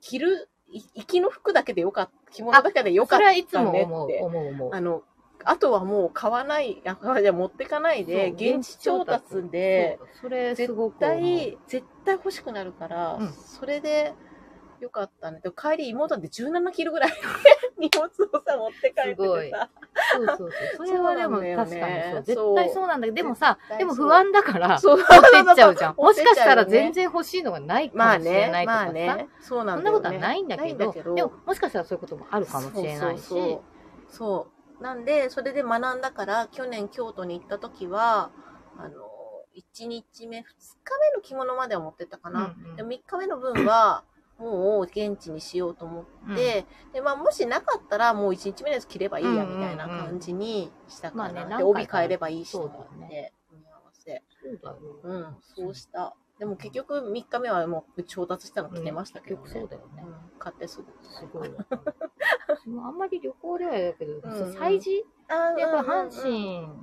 Speaker 2: 着る、い行きの服だけでよかった。着物だけでよ
Speaker 1: そ
Speaker 2: かっ
Speaker 1: れ
Speaker 2: た
Speaker 1: はいつ
Speaker 2: ね
Speaker 1: も思
Speaker 2: っ
Speaker 1: う
Speaker 2: て。
Speaker 1: 思う思う
Speaker 2: あの、あとはもう買わない、あ買わないじゃ持ってかないで、
Speaker 1: そう
Speaker 2: 現地調達で、
Speaker 1: そうそれすご
Speaker 2: 絶
Speaker 1: く思う
Speaker 2: 対、絶対欲しくなるから、
Speaker 1: うん
Speaker 2: それで、よかったね。でも帰り、妹なんて17キロぐらい *laughs* 荷物をさ、持って帰
Speaker 1: す
Speaker 2: って
Speaker 1: ご
Speaker 2: て
Speaker 1: い
Speaker 2: さ。
Speaker 1: そうそうそう。それはでも
Speaker 2: そうなん
Speaker 1: 確
Speaker 2: だ
Speaker 1: か
Speaker 2: よ
Speaker 1: に
Speaker 2: ね
Speaker 1: そう。
Speaker 2: そう
Speaker 1: 絶対そうなんだけど、でもさ
Speaker 2: 絶、対
Speaker 1: でも
Speaker 2: そう
Speaker 1: 不安だから、
Speaker 2: そう、
Speaker 1: 持ってっちゃうじゃん。
Speaker 2: *laughs* 持
Speaker 1: も
Speaker 2: って
Speaker 1: し
Speaker 2: っ
Speaker 1: か
Speaker 2: ち
Speaker 1: し
Speaker 2: ゃう
Speaker 1: た
Speaker 2: よね
Speaker 1: ら全然欲しいのがないか
Speaker 2: まあ
Speaker 1: もしれ
Speaker 2: ね
Speaker 1: ない、と
Speaker 2: ま
Speaker 1: か
Speaker 2: あ
Speaker 1: さ。
Speaker 2: ね。そうな
Speaker 1: そ
Speaker 2: ん
Speaker 1: ん
Speaker 2: だ
Speaker 1: な
Speaker 2: よ
Speaker 1: こ
Speaker 2: ね。
Speaker 1: とはないんだけど、でももしかしたらそういうこともあるかもしれないし、
Speaker 2: そうそうそうそうなんでそれで学んだから去年京都に行った時はあの1日目2日目の着物までは持ってったかな、
Speaker 1: うんうん
Speaker 2: でも3日目の分
Speaker 1: *clears throat*
Speaker 2: はもう現地にしようと思って、
Speaker 1: うん
Speaker 2: でまあ、もしなかったらもう1日目のやつ着ればいいや
Speaker 1: うんうんうん
Speaker 2: みたいな感じにしたから、
Speaker 1: まあね
Speaker 2: で
Speaker 1: 何
Speaker 2: 帯
Speaker 1: 回か
Speaker 2: 変えればいいし
Speaker 1: そうだ
Speaker 2: と
Speaker 1: よ
Speaker 2: 思
Speaker 1: ね
Speaker 2: って組み合わせ
Speaker 1: そうだよ。
Speaker 2: うんそうしたでも結局3日目はもう調達したの着てましたけどね、
Speaker 1: 結局そうだよね。
Speaker 2: うん買ってすぐ
Speaker 1: すごい *laughs* わかる。もうあんまり旅行ではやだけど、
Speaker 2: んうん
Speaker 1: そう催事
Speaker 2: あー
Speaker 1: やっぱり
Speaker 2: うんうんうん
Speaker 1: 阪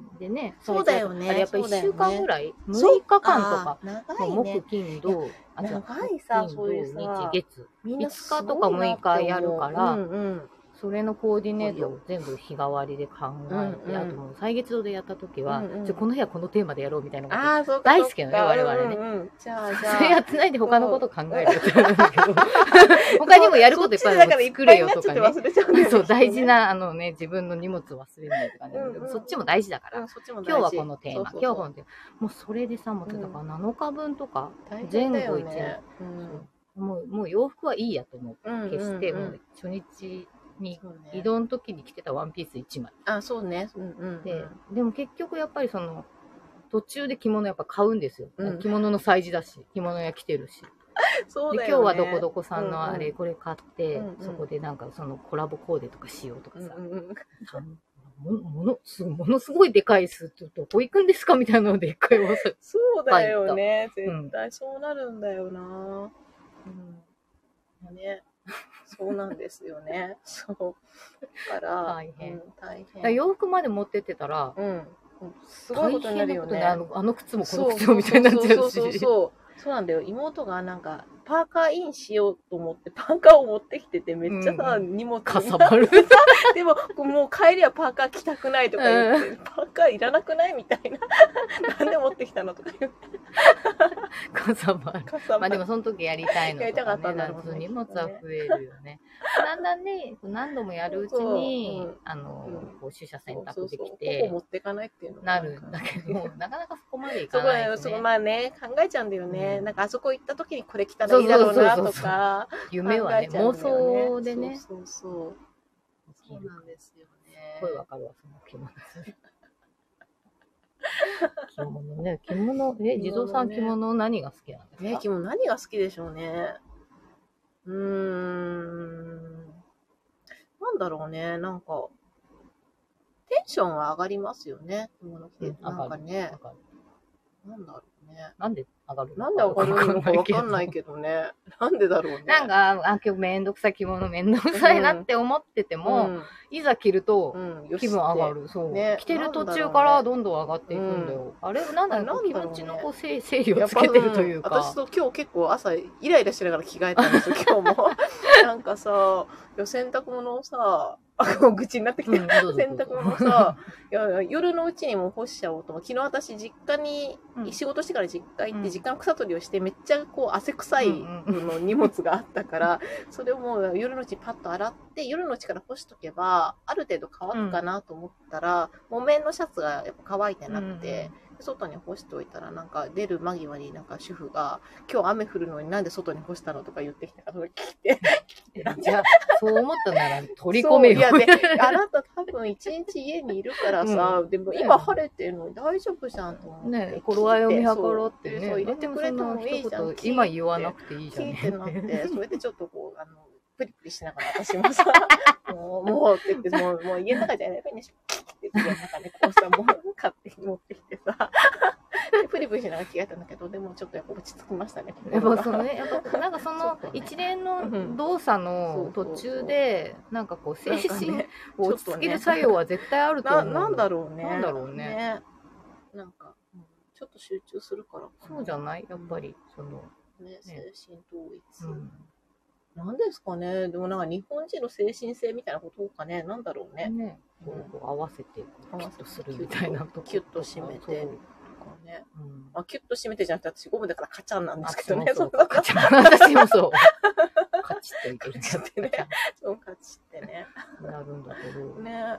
Speaker 1: 神でね、
Speaker 2: そうだよね
Speaker 1: あれやっぱり1週間ぐらい、
Speaker 2: そう
Speaker 1: 6日間とか、
Speaker 2: あー
Speaker 1: もう
Speaker 2: 長いね
Speaker 1: 木、金、土、あ、違う
Speaker 2: 長いさ
Speaker 1: 木金
Speaker 2: そういう
Speaker 1: 土
Speaker 2: さ
Speaker 1: 日、月。
Speaker 2: みんなすごい
Speaker 1: 5
Speaker 2: な
Speaker 1: 日とか6日やるから
Speaker 2: うんうん、
Speaker 1: それのコーディネートを全部日替わりで考え
Speaker 2: うんう
Speaker 1: て、
Speaker 2: ん
Speaker 1: あともう歳月堂でやった時は
Speaker 2: うんうん、
Speaker 1: じゃあこの部屋このテーマでやろうみたいなこと。
Speaker 2: ああ、そうか
Speaker 1: 大好きなのね
Speaker 2: そっか
Speaker 1: 我々ね
Speaker 2: うんうんじゃあ、じゃ
Speaker 1: *laughs*
Speaker 2: あ。
Speaker 1: それやってないで他のこと考えるってなるんだけ
Speaker 2: *laughs*
Speaker 1: ど、他にもやることいっぱいあるから作れよとかね。
Speaker 2: *laughs* そっちでだからいっぱいになっちゃって忘れちゃうんだよね
Speaker 1: そう、大事。な、あのね、自分の荷物忘れないとかね
Speaker 2: うんうんう。ん
Speaker 1: そっちも大事だか
Speaker 2: う
Speaker 1: ら
Speaker 2: ん。そっちも大事
Speaker 1: 今日はこのテーマ、
Speaker 2: そ
Speaker 1: 今
Speaker 2: うそ
Speaker 1: 日
Speaker 2: う
Speaker 1: は
Speaker 2: そ
Speaker 1: こ
Speaker 2: う
Speaker 1: のテーマ。もうそれでさ、もうだから7日分とか、
Speaker 2: 大
Speaker 1: 前
Speaker 2: 変だよ
Speaker 1: 後一
Speaker 2: ね
Speaker 1: 日。
Speaker 2: うん
Speaker 1: もう、もう洋服はいいやと思
Speaker 2: うんうんう
Speaker 1: う。
Speaker 2: ん
Speaker 1: 決して、もう初日に
Speaker 2: そうね
Speaker 1: 移動の時に着てたワンピース1枚。
Speaker 2: あ、そうね。うんうん。
Speaker 1: で、でも結局やっぱりその、途中で着物やっぱ買うんですよ。
Speaker 2: うん
Speaker 1: 着物の催事だし、着物屋着てるし。
Speaker 2: そう
Speaker 1: で、
Speaker 2: だ
Speaker 1: 今日
Speaker 2: よね
Speaker 1: はどこどこさんのあ
Speaker 2: うん
Speaker 1: れ、
Speaker 2: うん
Speaker 1: これ買って、
Speaker 2: うんうん
Speaker 1: そこでなんかそのコラボコーデとかしようとか
Speaker 2: うん
Speaker 1: さ、
Speaker 2: うんうん
Speaker 1: さもものすものすごいでかいスーツ、どこ行くんですかみたいなので一回わさ、
Speaker 2: そうだよね。
Speaker 1: うん
Speaker 2: 絶対そうなるんだよな。うん。ね。そうなんですよ *laughs* ね。そう。だから、
Speaker 1: 大変
Speaker 2: うん大
Speaker 1: だから
Speaker 2: 変。
Speaker 1: 洋服まで持ってってたら、
Speaker 2: うん。すごいことになるよね。
Speaker 1: あのあの靴もこ
Speaker 2: そ
Speaker 1: の
Speaker 2: う
Speaker 1: 靴もみたいになっちゃ
Speaker 2: そううそうそう
Speaker 1: し。
Speaker 2: そう。そうなんだよ。妹がなんか、パーカーインしようと思って、パーカーを持ってきてて、めっちゃさ、
Speaker 1: う
Speaker 2: 荷物
Speaker 1: かさば
Speaker 2: *laughs*
Speaker 1: る。
Speaker 2: でも、もう帰りはパーカー着たくないとか言って、パーカーいらなくないみたいな。なん *laughs* で持ってきたのとか言って、
Speaker 1: かさばる。
Speaker 2: かさ
Speaker 1: ま
Speaker 2: ば
Speaker 1: あ
Speaker 2: る
Speaker 1: でもその時やりたいの
Speaker 2: やりたかったんだ
Speaker 1: だ
Speaker 2: ろうね
Speaker 1: 荷物は増えるよね。だんだんね、何度もやるうちに、
Speaker 2: そううん
Speaker 1: あの、
Speaker 2: うん
Speaker 1: こう取捨選
Speaker 2: そ
Speaker 1: 択
Speaker 2: う
Speaker 1: で
Speaker 2: そう
Speaker 1: き
Speaker 2: そう
Speaker 1: て、
Speaker 2: ここ持ってかないっていうの
Speaker 1: なるんだけど、なかなかそこまでい
Speaker 2: *laughs* そ
Speaker 1: か
Speaker 2: こ
Speaker 1: ない
Speaker 2: だよ
Speaker 1: よ、
Speaker 2: そこ
Speaker 1: ね。
Speaker 2: まあね、考えちゃうんだよね。
Speaker 1: うん
Speaker 2: なんかあそこ行った時にこれ着たらいいだろうなとか、
Speaker 1: 夢はね、
Speaker 2: 考えちゃう
Speaker 1: 妄
Speaker 2: んだよ
Speaker 1: 想でね。す
Speaker 2: そうそうそう。そう
Speaker 1: っ
Speaker 2: なんですよね。
Speaker 1: ごいわかるわ、その着
Speaker 2: *laughs*
Speaker 1: 物。着物ね、着物、え、地蔵さん
Speaker 2: 着物ね
Speaker 1: 着物何が好きなんですか、
Speaker 2: ね、君も何が好きでしょうね。うーん。なんだろうね、なんか。テンションは上がりますよね。着物着てるとなんかね
Speaker 1: わ、かる
Speaker 2: なんだろうね。
Speaker 1: なんで上がる
Speaker 2: なんで上がるのかわかんない
Speaker 1: ど。
Speaker 2: けどね。なんでだろうね。
Speaker 1: なんか、あ、今日めんどくさい着物めんどくさいなって思ってても、
Speaker 2: うん
Speaker 1: いざ着ると
Speaker 2: うん、よし
Speaker 1: 気分上がる。そう。
Speaker 2: ね
Speaker 1: 着てる途中
Speaker 2: なんだろうね
Speaker 1: からどんどん上がっていくんだよ。あれ、なんだ
Speaker 2: な
Speaker 1: ろ
Speaker 2: ん
Speaker 1: う、
Speaker 2: だ
Speaker 1: 気
Speaker 2: ろうね
Speaker 1: 持ちのこう整整理
Speaker 2: や
Speaker 1: を
Speaker 2: っ
Speaker 1: つ
Speaker 2: ぱ
Speaker 1: けてるというん
Speaker 2: 私
Speaker 1: か。
Speaker 2: と今日結構朝イライラしながら着替えたん
Speaker 1: *laughs*
Speaker 2: ですよ、今日も。なんかさ、いや洗濯物をさ、 *laughs* あ、もう愚痴になってき
Speaker 1: う
Speaker 2: て
Speaker 1: ん、どうぞどうぞ
Speaker 2: 洗濯物さ、いやいや夜のうちにもう干しちゃおうと思う。昨日私実家に、
Speaker 1: うん
Speaker 2: 仕事してから実家行っ
Speaker 1: う
Speaker 2: て、
Speaker 1: ん
Speaker 2: 実家の草取りをして、めっちゃこう汗臭い
Speaker 1: うんうん
Speaker 2: の荷物があったから、 *laughs* それをもう夜のうちにパッと洗って、夜のうちから干しとけば、ある程度乾くかなと思ったら、木綿のシャツがやっぱ乾いてなくて、外に干しておいたらなんか出る間際になんか主婦が「今日雨降るのになんで外に干したの?」とか言ってきたから聞いて
Speaker 1: じゃあ、そう思ったなら取り込めよ。
Speaker 2: そういや
Speaker 1: *laughs*
Speaker 2: であなた多分一日家にいるからさ、でも今晴れてるのに大丈夫じゃんと思って
Speaker 1: ねえ、頃合いを見計らって
Speaker 2: そう
Speaker 1: ね。
Speaker 2: 入れてくれてもいいじゃん
Speaker 1: なんでそな一言今言わなくていいじゃん
Speaker 2: 聞い
Speaker 1: ね。
Speaker 2: て
Speaker 1: *laughs*
Speaker 2: なってそれでちょっとこうあのプリプリしながら私もさ *laughs* もうもうって言ってもうもう家の中じゃやればいいんでしょって言って家の中でこうさもう買って持ってきてさ *laughs* でプリプリしながら着替えたんだけどでもちょっとやっぱ落ち着きましたね
Speaker 1: やっ
Speaker 2: 心が
Speaker 1: ぱそのね、やっぱなんかその
Speaker 2: そうね
Speaker 1: 一連の動作の途中で、なんかこう精
Speaker 2: なんか
Speaker 1: 神
Speaker 2: ね
Speaker 1: を落ち着ける作用は絶対あると思
Speaker 2: な
Speaker 1: う。
Speaker 2: なんだろうね。
Speaker 1: なんだろうね
Speaker 2: なんか、うんちょっと集中するからかな。
Speaker 1: そうじゃないやっぱり、その、
Speaker 2: ね、精
Speaker 1: ね
Speaker 2: 神統一。
Speaker 1: うん
Speaker 2: なんですかね。でもなんか日本人の精神性みたいなことかね。なんだろうね。
Speaker 1: ね、こう合わせて、
Speaker 2: 合
Speaker 1: キュ
Speaker 2: わ
Speaker 1: ッ
Speaker 2: せて
Speaker 1: とするみたいなとこ
Speaker 2: キュッと締めて
Speaker 1: そう
Speaker 2: なんかね
Speaker 1: うん
Speaker 2: まあ、キュッと締めてじゃなくて、私ゴムだからカチャンなんですけどね。
Speaker 1: あそうそう
Speaker 2: そう
Speaker 1: カチャン私もそう。カチッといける
Speaker 2: カチッてねそうカチってね。
Speaker 1: なるんだけど。
Speaker 2: ね。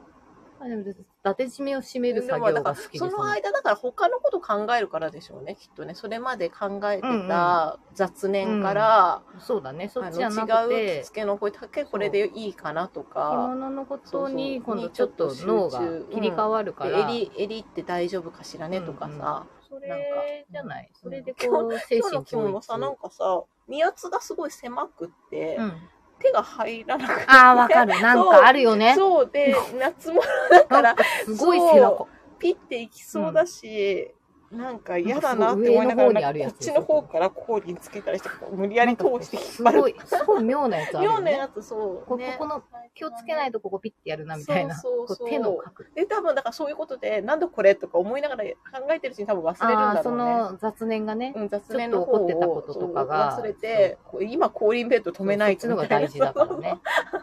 Speaker 1: あでも、だて締めを締める
Speaker 2: で
Speaker 1: 作
Speaker 2: もだ
Speaker 1: 業
Speaker 2: か
Speaker 1: が
Speaker 2: ら
Speaker 1: 好きです、ね。
Speaker 2: その間だから他のこと考えるからでしょうねきっとねそれまで考えて
Speaker 1: うん
Speaker 2: た雑念から、
Speaker 1: そうだね、そ
Speaker 2: あ
Speaker 1: っちじゃな
Speaker 2: の
Speaker 1: く
Speaker 2: 違う
Speaker 1: て
Speaker 2: 着、付けのこれだけこれでいいかなと
Speaker 1: 着
Speaker 2: か
Speaker 1: 物のことに、
Speaker 2: そうそう
Speaker 1: 今度ちょっと脳が切り替わるか
Speaker 2: で
Speaker 1: ら、
Speaker 2: 襟襟って大丈夫かしらねとかさ、
Speaker 1: そ
Speaker 2: なんか
Speaker 1: れじゃない。
Speaker 2: う
Speaker 1: そ
Speaker 2: ん
Speaker 1: れでこう、精
Speaker 2: 今日の
Speaker 1: 神
Speaker 2: 着物さなんかさ身厚がすごい狭くって、
Speaker 1: うん、
Speaker 2: 手が入らなくて
Speaker 1: ああ、わかる。なんかあるよね。
Speaker 2: そうで夏物だか
Speaker 1: なん
Speaker 2: ら
Speaker 1: かすごい背中。
Speaker 2: ピッていきそうだし、なんか嫌だなって
Speaker 1: そう
Speaker 2: 思いながら
Speaker 1: 上の方に
Speaker 2: な
Speaker 1: あ
Speaker 2: ん
Speaker 1: る
Speaker 2: か
Speaker 1: や
Speaker 2: こ
Speaker 1: つ
Speaker 2: っちの方からコーデにつけたりしてこう無理やり通して引っ
Speaker 1: す
Speaker 2: 張
Speaker 1: ご
Speaker 2: る
Speaker 1: い、すごい妙なやつある
Speaker 2: 妙
Speaker 1: よ
Speaker 2: な
Speaker 1: ね
Speaker 2: や。つそう、
Speaker 1: こう
Speaker 2: ね
Speaker 1: ここの気をつけないとここピッてやるなみたいな。
Speaker 2: そうそうそう
Speaker 1: こう手の角度。
Speaker 2: で多分だからそういうことでなんだこれとか思いながら考えてるうちに多分忘れるん
Speaker 1: ああ
Speaker 2: だ
Speaker 1: ー、そ
Speaker 2: ろうね
Speaker 1: の雑念がね。
Speaker 2: うん、雑念の方を
Speaker 1: ちょっと怒ってたこととかが
Speaker 2: そう忘れて、こう今、降臨ベッド止めない
Speaker 1: そ
Speaker 2: と
Speaker 1: っちのが大事だから。ね。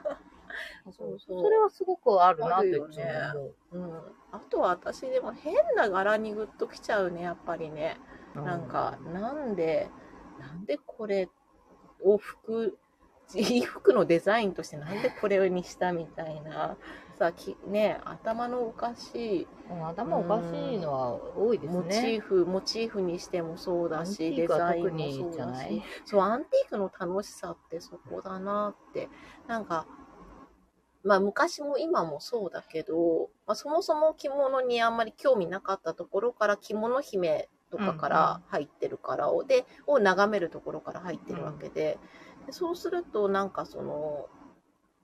Speaker 2: *laughs* そうそう
Speaker 1: それはすごくあるなって思う。
Speaker 2: あるうん、あとは私、でも変な柄にグッときちゃうね、やっぱりね。
Speaker 1: う
Speaker 2: なんか、なんで、なんでこれを服、衣服のデザインとしてなんでこれにしたみたいな。さきね、頭のおかしい
Speaker 1: うん頭おかしいのは多いです
Speaker 2: モチー
Speaker 1: ね。
Speaker 2: フ、モチーフにしてもそうだ
Speaker 1: アンテ
Speaker 2: し
Speaker 1: ィ
Speaker 2: デ
Speaker 1: ークは
Speaker 2: ザイ
Speaker 1: 特
Speaker 2: ンも
Speaker 1: に
Speaker 2: そう
Speaker 1: じゃ
Speaker 2: だ
Speaker 1: な
Speaker 2: し
Speaker 1: い
Speaker 2: そうアンティークの楽しさってそこだなってなんかまあ昔も今もそうだけど、まあ、そもそも着物にあんまり興味なかったところから着物姫とかから入ってるからを、でを眺めるところから入ってるわけで,、でそうするとなんかその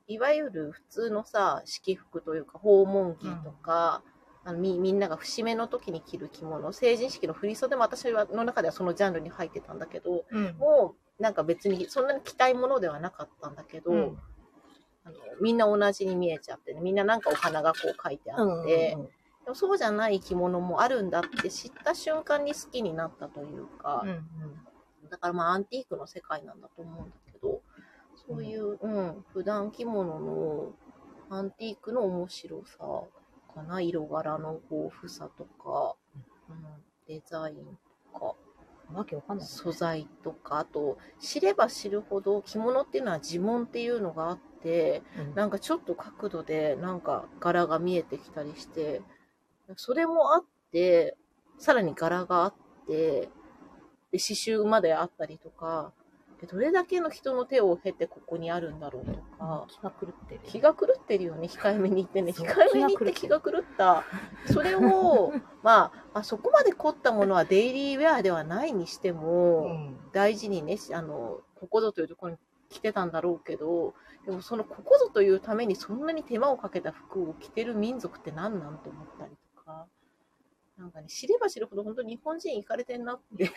Speaker 2: いわゆる普通のさ式服というか訪問着とか、あのみみんなが節目の時に着る着物成人式の振袖も私はの中ではそのジャンルに入ってたんだけど
Speaker 1: うん
Speaker 2: もうなんか別にそんなに着たいものではなかったんだけど、
Speaker 1: うん
Speaker 2: あのみんな同じに見えちゃって、ね、みんななんかお花がこう書いてあって、で
Speaker 1: うん
Speaker 2: もそうじゃない着物もあるんだって知った瞬間に好きになったというか、
Speaker 1: うん
Speaker 2: だからまあアンティークの世界なんだと思うんだけど、そういう、うん、普段着物のアンティークの面白さかな、色柄の豊富さとか、うん、デザインとか、
Speaker 1: うん。わけわかんない。
Speaker 2: 素材とか、あと知れば知るほど着物っていうのは地紋っていうのがあって、
Speaker 1: うん
Speaker 2: なんかちょっと角度でなんか柄が見えてきたりして、それもあって、さらに柄があって、で刺繍まであったりとか、でどれだけの人の手を経てここにあるんだろうとか、
Speaker 1: 気が狂ってる。
Speaker 2: 気が狂ってるよね、控えめに言ってね。
Speaker 1: そう
Speaker 2: 控えめに言って気
Speaker 1: 気
Speaker 2: が
Speaker 1: が
Speaker 2: 狂った。それ *laughs* を、まあ、まあ、そこまで凝ったものはデイリーウェアではないにしても、
Speaker 1: うん
Speaker 2: 大事にね、しあの、ここぞというところに来てたんだろうけど、でもそのここぞというためにそんなに手間をかけた服を着てる民族って何なんと思ったりとか、なんかね、知れば知るほど本当に日本人行かれてんなって。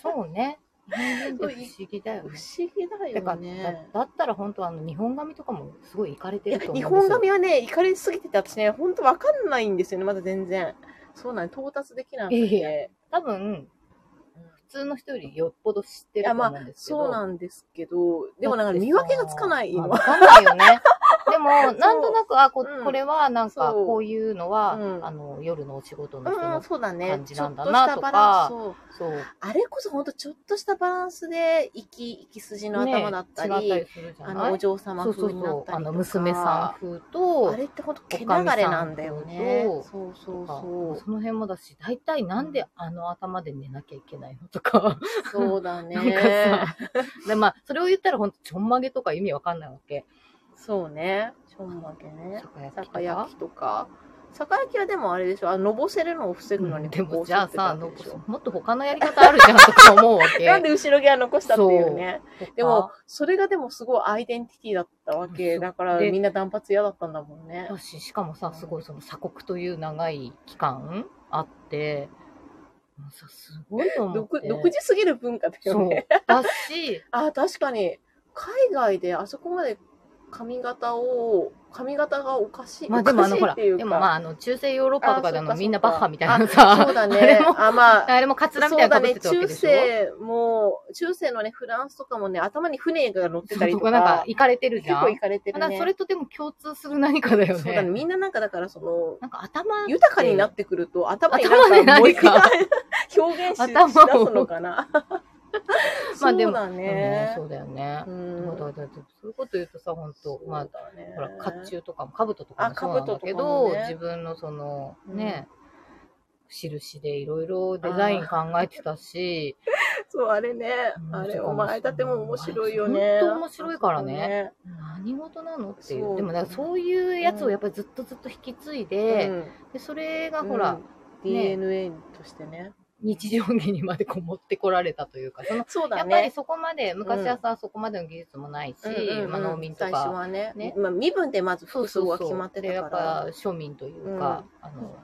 Speaker 1: そうね。日本人って不思議だよ
Speaker 2: 不
Speaker 1: ね。
Speaker 2: 思議だ
Speaker 1: だか
Speaker 2: よ
Speaker 1: ら
Speaker 2: ね。
Speaker 1: だだったら本当あの日本髪とかもすごい行かれて
Speaker 2: いや
Speaker 1: ると思うんで
Speaker 2: 日
Speaker 1: すよ。
Speaker 2: 本髪はね、行かれすぎてて、私ね、本当わかんないんですよね、まだ全然。そうなん到達できなくて。
Speaker 1: いや多分普通の人よりよっぽど知ってると思うんですけど。
Speaker 2: そ
Speaker 1: だって
Speaker 2: う
Speaker 1: さ
Speaker 2: なんですけど、でもなんか見分けがつかない
Speaker 1: まあ
Speaker 2: 今。
Speaker 1: わかんないよね。で
Speaker 2: *laughs*
Speaker 1: も
Speaker 2: う
Speaker 1: なんとなくあこ
Speaker 2: うん
Speaker 1: これはなんか
Speaker 2: そう
Speaker 1: こういうのは、
Speaker 2: うん
Speaker 1: あの夜のお仕事の人
Speaker 2: うん、
Speaker 1: の
Speaker 2: そうだね。
Speaker 1: 感じなんだなとか
Speaker 2: ちょっとしたバランスそう
Speaker 1: そう
Speaker 2: あれこそ本当ちょっとしたバランスで、行き、行き筋の頭だった
Speaker 1: ね違
Speaker 2: り、
Speaker 1: ったりするじゃ
Speaker 2: あ
Speaker 1: な
Speaker 2: の、お
Speaker 1: い。
Speaker 2: 嬢様
Speaker 1: そうそう
Speaker 2: 風にな
Speaker 1: そ
Speaker 2: っ
Speaker 1: う。
Speaker 2: た
Speaker 1: あ
Speaker 2: りとか。
Speaker 1: の娘さん風
Speaker 2: あ
Speaker 1: と。
Speaker 2: れって本当毛流れなんだよね
Speaker 1: おかみ。
Speaker 2: そうそう
Speaker 1: とか
Speaker 2: そう。
Speaker 1: その辺もだし、大体なんであの頭で寝なきゃいけないのとか。
Speaker 2: そう
Speaker 1: *laughs* な
Speaker 2: だ
Speaker 1: んか
Speaker 2: ね。
Speaker 1: さ、でまあ、それを言ったら本当ちょんまげとか意味わかんないわけ。
Speaker 2: そうね。ちょんまげね。酒
Speaker 1: や
Speaker 2: 焼きとか。酒焼きはでもあれでしょ。あののぼせるのを防ぐのに
Speaker 1: で
Speaker 2: ここ
Speaker 1: も
Speaker 2: を
Speaker 1: じゃあさ、
Speaker 2: 折ってたわけでしょ
Speaker 1: もっと他のやり方あるじゃんとか思うわけ。
Speaker 2: *laughs* なんで後ろ毛は残したっていうね。でも、それがでもすごいアイデンティティだったわ
Speaker 1: そ
Speaker 2: け。
Speaker 1: う
Speaker 2: だから
Speaker 1: で
Speaker 2: みんな断髪嫌だったんだもんね
Speaker 1: だ。し、しかもさ、すごいその鎖国という長い期間あって、もうさ、すごいと思っ
Speaker 2: 独
Speaker 1: て。
Speaker 2: 独自すぎる文化だよ
Speaker 1: そう
Speaker 2: ね。。
Speaker 1: だし、
Speaker 2: あ、確かに。海外であそこまで髪型を、髪型がおかしい。
Speaker 1: まあでもあ
Speaker 2: おか
Speaker 1: の
Speaker 2: し
Speaker 1: ほ
Speaker 2: いっ
Speaker 1: ら、
Speaker 2: てい
Speaker 1: で
Speaker 2: う
Speaker 1: も
Speaker 2: か
Speaker 1: まああの中世ヨーロッパとかであ
Speaker 2: あそっ
Speaker 1: の
Speaker 2: か
Speaker 1: みんな
Speaker 2: そっか
Speaker 1: バッハみたいなのさ
Speaker 2: そう、だ
Speaker 1: あ *laughs* れ
Speaker 2: ね。
Speaker 1: も
Speaker 2: あ、まあ。
Speaker 1: あれもカツラみ
Speaker 2: そ
Speaker 1: た
Speaker 2: う
Speaker 1: いな
Speaker 2: だ
Speaker 1: の被って
Speaker 2: ね、
Speaker 1: たわけ
Speaker 2: 中
Speaker 1: でしょ
Speaker 2: 世も、中世のね、フランスとかもね、頭に船が乗ってたり
Speaker 1: そ
Speaker 2: と
Speaker 1: こなんか
Speaker 2: か、
Speaker 1: 行かれてるじ
Speaker 2: 結
Speaker 1: ゃ
Speaker 2: 構
Speaker 1: ん
Speaker 2: 行。かれて
Speaker 1: た
Speaker 2: る
Speaker 1: だ
Speaker 2: ね。
Speaker 1: それとでも共通する何かだよね。
Speaker 2: そうだね、みんななんかだから、その、
Speaker 1: なんか頭
Speaker 2: 豊かになってくると、頭に
Speaker 1: 頭に
Speaker 2: なんかも
Speaker 1: 何
Speaker 2: う一回
Speaker 1: か
Speaker 2: 表現しし
Speaker 1: 頭
Speaker 2: だ
Speaker 1: を
Speaker 2: すのかな。
Speaker 1: *laughs* ま
Speaker 2: そ
Speaker 1: あでも
Speaker 2: うだ
Speaker 1: ね
Speaker 2: ね
Speaker 1: そ。うだよね
Speaker 2: う。
Speaker 1: だ
Speaker 2: ん
Speaker 1: からだってそういうこと言うとさ、本当まあ、
Speaker 2: そうだね
Speaker 1: ほら、甲冑とかも、兜とかも
Speaker 2: あ
Speaker 1: そうなんだけ
Speaker 2: 兜とか
Speaker 1: ど、
Speaker 2: もね
Speaker 1: 自分のその、ね、印でいろいろデザイン考えてたし、
Speaker 2: そう、あれね
Speaker 1: う。ん
Speaker 2: あれ、
Speaker 1: そうかも
Speaker 2: お前だってもう面白いよね。
Speaker 1: 本当面白いからね何事なのっていう。
Speaker 2: そう
Speaker 1: でもなんかそういうやつをやっぱりずっとずっと引き継い
Speaker 2: あそこね。
Speaker 1: で、
Speaker 2: うん
Speaker 1: でそれがほら、
Speaker 2: うん DNA としてね。
Speaker 1: 日常着にまでこもってこられたというか、その
Speaker 2: そう
Speaker 1: や
Speaker 2: だ
Speaker 1: っぱり
Speaker 2: ね。
Speaker 1: そこまで、昔はさ、そこまでの技術もないし、まあ、農民と
Speaker 2: 最初
Speaker 1: か、
Speaker 2: はね
Speaker 1: ね
Speaker 2: まあ、身分でまず服装が決まって
Speaker 1: で
Speaker 2: た
Speaker 1: や
Speaker 2: か
Speaker 1: っ
Speaker 2: ら
Speaker 1: ぱ庶民というか、あの、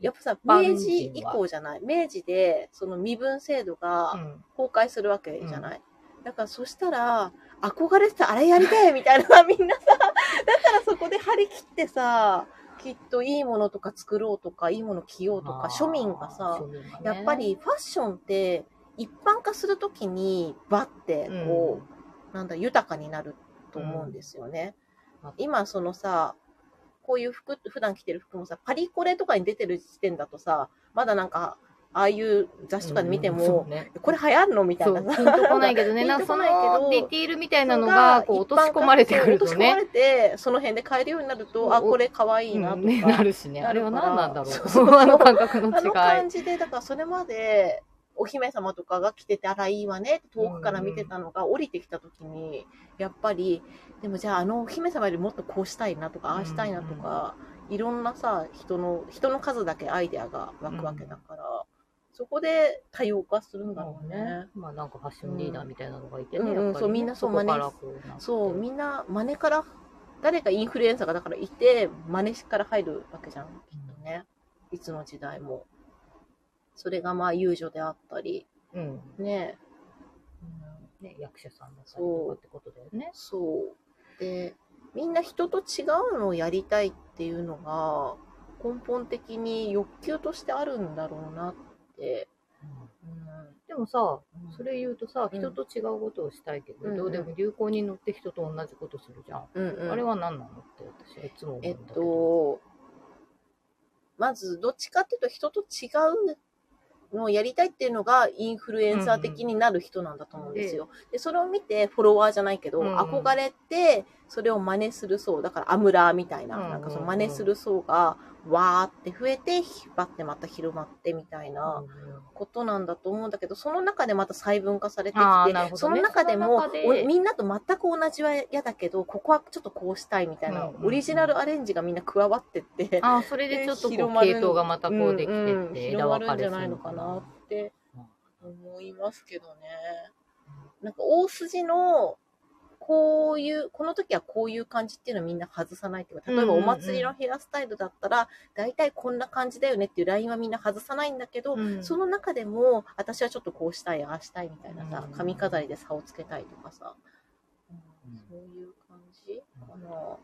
Speaker 2: やっぱさ
Speaker 1: 一般人は
Speaker 2: 明治以降じゃない明治でその身分制度が
Speaker 1: うん
Speaker 2: 崩壊するわけじゃない、だからそしたら憧れてたあれやりたいみたいな *laughs* さみんなさだからそこで張り切ってさきっといいものとか作ろうとかいいもの着ようと
Speaker 1: まあ
Speaker 2: か庶民がさ
Speaker 1: 庶民がね
Speaker 2: やっぱりファッションって一般化するときにバッてこう、なんだ豊かになると思うんですよね。
Speaker 1: うん
Speaker 2: 今そのさこういう服普段着てる服もさパリコレとかに出てる時点だとさまだなんかああいう雑誌とかで見て
Speaker 1: うんそ
Speaker 2: も
Speaker 1: う、ね
Speaker 2: これ流行るのみたい
Speaker 1: そう
Speaker 2: なさ
Speaker 1: ピンとこないけどね
Speaker 2: *laughs* ピ
Speaker 1: な
Speaker 2: ン
Speaker 1: んか
Speaker 2: と
Speaker 1: そ
Speaker 2: こ
Speaker 1: の
Speaker 2: ないけど
Speaker 1: ディティールみたいなのがこう落とし込まれてくると
Speaker 2: そう落とし込ま
Speaker 1: ね
Speaker 2: れてその辺で買えるようになる
Speaker 1: そう
Speaker 2: とあこれ可愛いなと
Speaker 1: う
Speaker 2: か、
Speaker 1: んねなるしねあれは何なんだろう
Speaker 2: そうそう
Speaker 1: あの感覚の
Speaker 2: あの
Speaker 1: 違い
Speaker 2: 感じで、だからそれまで、お姫様とかが着てて、あら、いいわね、遠くから見てたのが降りてきた時に、やっぱり、でもじゃああのお姫様よりもっとこうしたいなとか、ああしたいなとか、いろんなさ、人の、人の数だけアイデアが湧くわけだから、そこで多様化するんだろうね。
Speaker 1: まあなんかファッションリーダーみたいなのがいて
Speaker 2: う
Speaker 1: ね
Speaker 2: ん
Speaker 1: やっぱりね
Speaker 2: そうみんなそう
Speaker 1: こから
Speaker 2: 真似
Speaker 1: こうなって
Speaker 2: そう、みんな真似から、誰かインフルエンサーがだからいて、真似から入るわけじゃん、きっとね。いつの時代も。それがまあ、遊女であったり、
Speaker 1: うん
Speaker 2: ねえ、
Speaker 1: ね役者さんだったりとかってことだよね
Speaker 2: そう。で、みんな人と違うのをやりたいっていうのが、根本的に欲求としてあるんだろうなって。
Speaker 1: うん
Speaker 2: うん
Speaker 1: でもさそ
Speaker 2: それ
Speaker 1: れ言うとさ
Speaker 2: うん
Speaker 1: 人と違うことをしたいけ
Speaker 2: うんう
Speaker 1: ど
Speaker 2: ん
Speaker 1: でも流行に乗って人と同じことするじゃん
Speaker 2: うんうん
Speaker 1: あれは何なのって私はいつも思うんだ
Speaker 2: えっ
Speaker 1: けど
Speaker 2: と、まず、どっちかっていうと、人と違うのをやりたいっていうのが、インフルエンサー的になる人なんだと思うんですよ。で、それを見て、フォロワーじゃないけど、
Speaker 1: うんうん
Speaker 2: 憧れて、それを真似する層、だから、アムラーみたいな、
Speaker 1: うんうん
Speaker 2: なんかその真似する層が、わーって増えて、引っ張ってまた広まってみたいなことなんだと思うんだけど、その中でまた細分化されてき
Speaker 1: あー
Speaker 2: て、
Speaker 1: なるほどね
Speaker 2: その中で
Speaker 1: その
Speaker 2: も
Speaker 1: 中で
Speaker 2: おみんなと全く同じは嫌だけど、ここはちょっとこうしたいみたいな、
Speaker 1: うんうんうん
Speaker 2: オリジナルアレンジがみんな加わってって、
Speaker 1: ああ、それでちょっとこう
Speaker 2: 広まる
Speaker 1: 系統がまたこうできて
Speaker 2: うん
Speaker 1: っ
Speaker 2: うん
Speaker 1: て枝分
Speaker 2: 広まる
Speaker 1: か
Speaker 2: ん
Speaker 1: れ
Speaker 2: じ
Speaker 1: す
Speaker 2: ゃな
Speaker 1: る
Speaker 2: い
Speaker 1: の
Speaker 2: の
Speaker 1: か
Speaker 2: か
Speaker 1: な
Speaker 2: な。って思いますけどね。なんか大筋のこういう、この時はこういう感じっていうのをみんな外さないっていうか、例えば
Speaker 1: うんう
Speaker 2: お
Speaker 1: んうん
Speaker 2: 祭りのヘアスタイルだったら、大体こんな感じだよねっていうラインはみんな外さないんだけど、
Speaker 1: うん
Speaker 2: その中でも、私はちょっとこうしたい、ああしたいみたいな
Speaker 1: うん
Speaker 2: さ
Speaker 1: うん、
Speaker 2: 髪飾りで差をつけたいとかさ、
Speaker 1: うん
Speaker 2: そういう感じかな。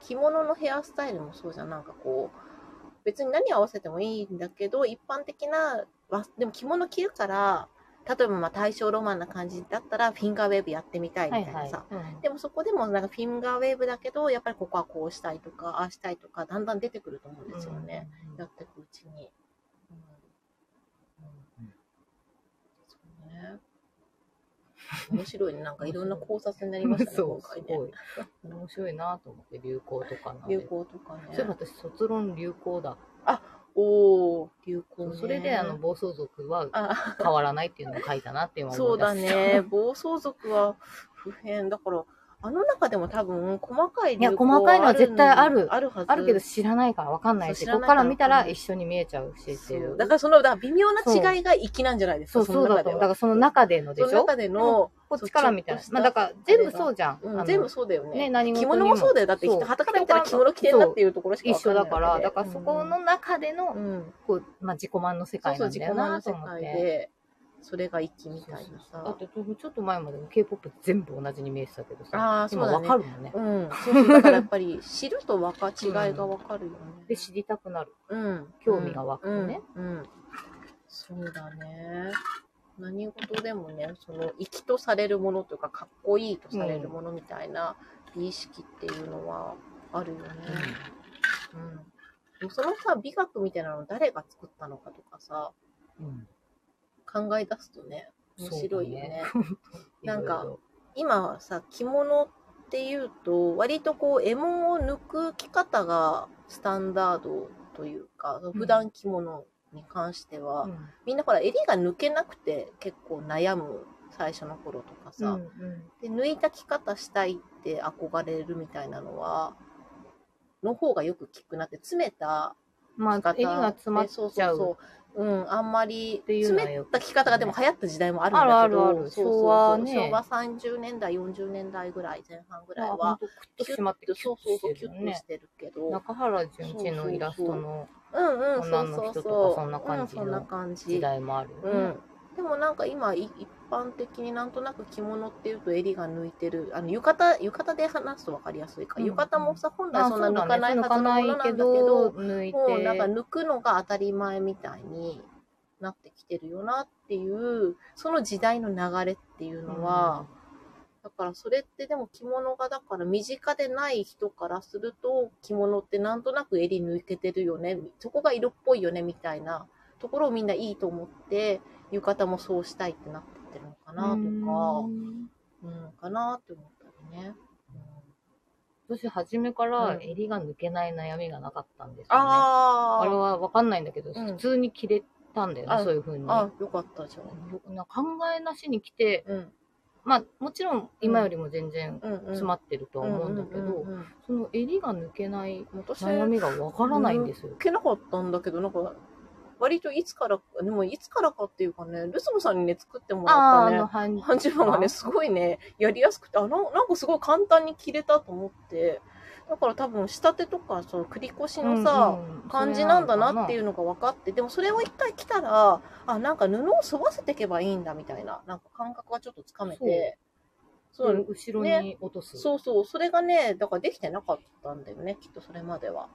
Speaker 2: 着物のヘアスタイルもそうじゃん、なんかこう、別に何合わせてもいいんだけど、一般的な、わでも着物着るから、例えばまあ大正ロマンな感じだったら、フィンガーウェーブやってみたい
Speaker 1: は
Speaker 2: みた
Speaker 1: い
Speaker 2: いなさ、
Speaker 1: はい。
Speaker 2: でもそこでもなんかフィンガーウェーブだけど、やっぱりここはこうしたいとか、ああしたいとか、だんだん出てくると思うんですよね。やっていくうちに。うん。
Speaker 1: うん
Speaker 2: そうね。面白いね。なんかいろんな考察になりましたね、
Speaker 1: そ
Speaker 2: 今
Speaker 1: う、す
Speaker 2: 回ね。
Speaker 1: ごい。面白いなと思って、流行とかなんで
Speaker 2: 流行とかね。
Speaker 1: そういえば私、卒論流行だ。
Speaker 2: おー、流行、ね。
Speaker 1: それで、あの、、暴走族は
Speaker 2: あ、
Speaker 1: 変わらないっていうのを書いたなって今
Speaker 2: そ
Speaker 1: 思
Speaker 2: う
Speaker 1: い出
Speaker 2: だ
Speaker 1: した。
Speaker 2: ね。暴走族は普遍。だから、あの中でも多分、細かい流行
Speaker 1: いや細かいのは絶対ある
Speaker 2: あるはず。
Speaker 1: *laughs* あるけど知らないから分かんない
Speaker 2: そう
Speaker 1: し、
Speaker 2: 知ら
Speaker 1: ここ
Speaker 2: ないか
Speaker 1: からら
Speaker 2: 分
Speaker 1: 見
Speaker 2: か
Speaker 1: た
Speaker 2: んない
Speaker 1: ら一緒に見えちゃうしってい
Speaker 2: そう
Speaker 1: う。
Speaker 2: だからそのだから微妙な違いが粋なんじゃないです
Speaker 1: そ
Speaker 2: か
Speaker 1: うそうだと思う。だからその中での
Speaker 2: で
Speaker 1: で
Speaker 2: は
Speaker 1: し
Speaker 2: その
Speaker 1: ょ
Speaker 2: 中での、
Speaker 1: こっちから見たら
Speaker 2: そう。ちょっとした
Speaker 1: まあだから全部そうじゃん。
Speaker 2: うん
Speaker 1: あの
Speaker 2: 全部そうだよね
Speaker 1: ね、何事
Speaker 2: 着
Speaker 1: に
Speaker 2: 物もそうだよだって
Speaker 1: そう
Speaker 2: 畑から見たら着物着てんだっていうところしか
Speaker 1: 一緒だから、だから
Speaker 2: わんない
Speaker 1: そ
Speaker 2: わけで
Speaker 1: この、中での、
Speaker 2: うんうん
Speaker 1: こう、まあ自己満の世
Speaker 2: そう
Speaker 1: 界
Speaker 2: そ
Speaker 1: な
Speaker 2: う
Speaker 1: ん
Speaker 2: 自己
Speaker 1: だよ
Speaker 2: 満の
Speaker 1: なと
Speaker 2: 世
Speaker 1: 思っ
Speaker 2: 界
Speaker 1: て。
Speaker 2: でそれがきみたいな
Speaker 1: だっ
Speaker 2: さ
Speaker 1: てちょっと前までも K-POP 全部同じに見えてたけどさ
Speaker 2: あー、そう
Speaker 1: 今
Speaker 2: だ
Speaker 1: 分
Speaker 2: ね
Speaker 1: かるもんね。
Speaker 2: うんそうそうだからやっぱり知るとわか違いがわかるよね、
Speaker 1: で、知りたくなる。
Speaker 2: うん、
Speaker 1: 興味が湧くね
Speaker 2: うん、うんそうだね何事でもねその粋とされるものというかかっこいいとされるものみたいな美意識っていうのはあるよね、うん、でもそのさ美学みたいなの誰が作ったのかとかさ
Speaker 1: うん
Speaker 2: 考え出すとね面白いよねなんか、
Speaker 1: そうだね
Speaker 2: *laughs* 今はさ着物っていうと割とこう獲物を抜く着方がスタンダードというか普段着物に関しては、
Speaker 1: いろいろ
Speaker 2: みんなほら襟が抜けなくて結構悩む最初の頃とか
Speaker 1: うん
Speaker 2: さ、
Speaker 1: うん
Speaker 2: で抜いた着方したいって憧れるみたいなのはの方がよく聞くなって詰めた
Speaker 1: まあ、襟が詰まっ
Speaker 2: そう
Speaker 1: ちゃう
Speaker 2: そうそう、うん、あんまり
Speaker 1: ていうの
Speaker 2: 詰
Speaker 1: は
Speaker 2: め
Speaker 1: よく聞くね
Speaker 2: た着方がでも流行った時代もあるんだけど
Speaker 1: あるあるある
Speaker 2: そうそうそう
Speaker 1: 昭和ね
Speaker 2: 昭和30年代40年代ぐらい前半ぐらい
Speaker 1: あほん
Speaker 2: は
Speaker 1: とクッと締まって
Speaker 2: キュッとそうそうそうキ
Speaker 1: キ
Speaker 2: ュ
Speaker 1: ュ
Speaker 2: ッ
Speaker 1: ッ
Speaker 2: と
Speaker 1: としてるよね
Speaker 2: してるけど
Speaker 1: 中原純一のイラストの
Speaker 2: うんうんそ
Speaker 1: 女
Speaker 2: うそ
Speaker 1: の
Speaker 2: う
Speaker 1: 人とか
Speaker 2: そう
Speaker 1: そんな感じの
Speaker 2: うん、そんな感じ
Speaker 1: 時代もあるよね。
Speaker 2: うん、でもなんか今い一般的になんとなく着物っていうと襟が抜いてるあの浴衣浴衣で話すと分かりやすいか、
Speaker 1: うんうん
Speaker 2: 浴衣もさ本来
Speaker 1: あ
Speaker 2: そんな
Speaker 1: うだ
Speaker 2: 抜かない
Speaker 1: ね
Speaker 2: はずのものなんだけど
Speaker 1: 抜かないけど
Speaker 2: もうなんか
Speaker 1: 抜いて。
Speaker 2: 抜くのが当たり前みたいになってきてるよなっていうその時代の流れっていうのは、だからそれってでも着物がだから身近でない人からすると着物ってなんとなく襟抜けてるよねそこが色っぽいよねみたいなところをみんないいと思って浴衣もそうしたいってなってってるのかなとか、
Speaker 1: うん
Speaker 2: うん、かなって思ったりね。うん
Speaker 1: 私、初めか
Speaker 2: う
Speaker 1: ら
Speaker 2: ん
Speaker 1: 襟が抜けない悩みがなかったんですよ、ね。
Speaker 2: あ
Speaker 1: あれ
Speaker 2: ー
Speaker 1: はわかんないんだけど、
Speaker 2: うん
Speaker 1: 普通に着れたんだよね、
Speaker 2: あ
Speaker 1: そういう風に。
Speaker 2: あよかったじゃん。
Speaker 1: なんか考えなしに着て、
Speaker 2: うん、
Speaker 1: まあもちろん今よりも全然
Speaker 2: うん、うん。
Speaker 1: 詰まってるとは思うんだけ
Speaker 2: う
Speaker 1: ど
Speaker 2: ん、うんうんうん
Speaker 1: その襟が抜けない
Speaker 2: 私
Speaker 1: 悩
Speaker 2: 抜
Speaker 1: みがわからないんですよ。
Speaker 2: けなかったんだけどなんか割といつからでもいつからかっていうかねルスムさんにね作ってもら
Speaker 1: ああー、あ
Speaker 2: ったね
Speaker 1: の、半。
Speaker 2: ハンジュマンがね、すごいね、やりやすくて、あの、なんかすごい簡単に切れたと思って、だから多分仕立てとか、その繰り越しのさ、感じなんだなっていううのが分かって、でもそれを一回来たら、あ、なんか布を沿わせていけばいいんだみたいな、なんか感覚がちょっとつかめて、
Speaker 1: そ
Speaker 2: そうう、
Speaker 1: 後ろに落とす。
Speaker 2: そうそう、それがね、だからできてなかったんだよね、きっとそれまでは。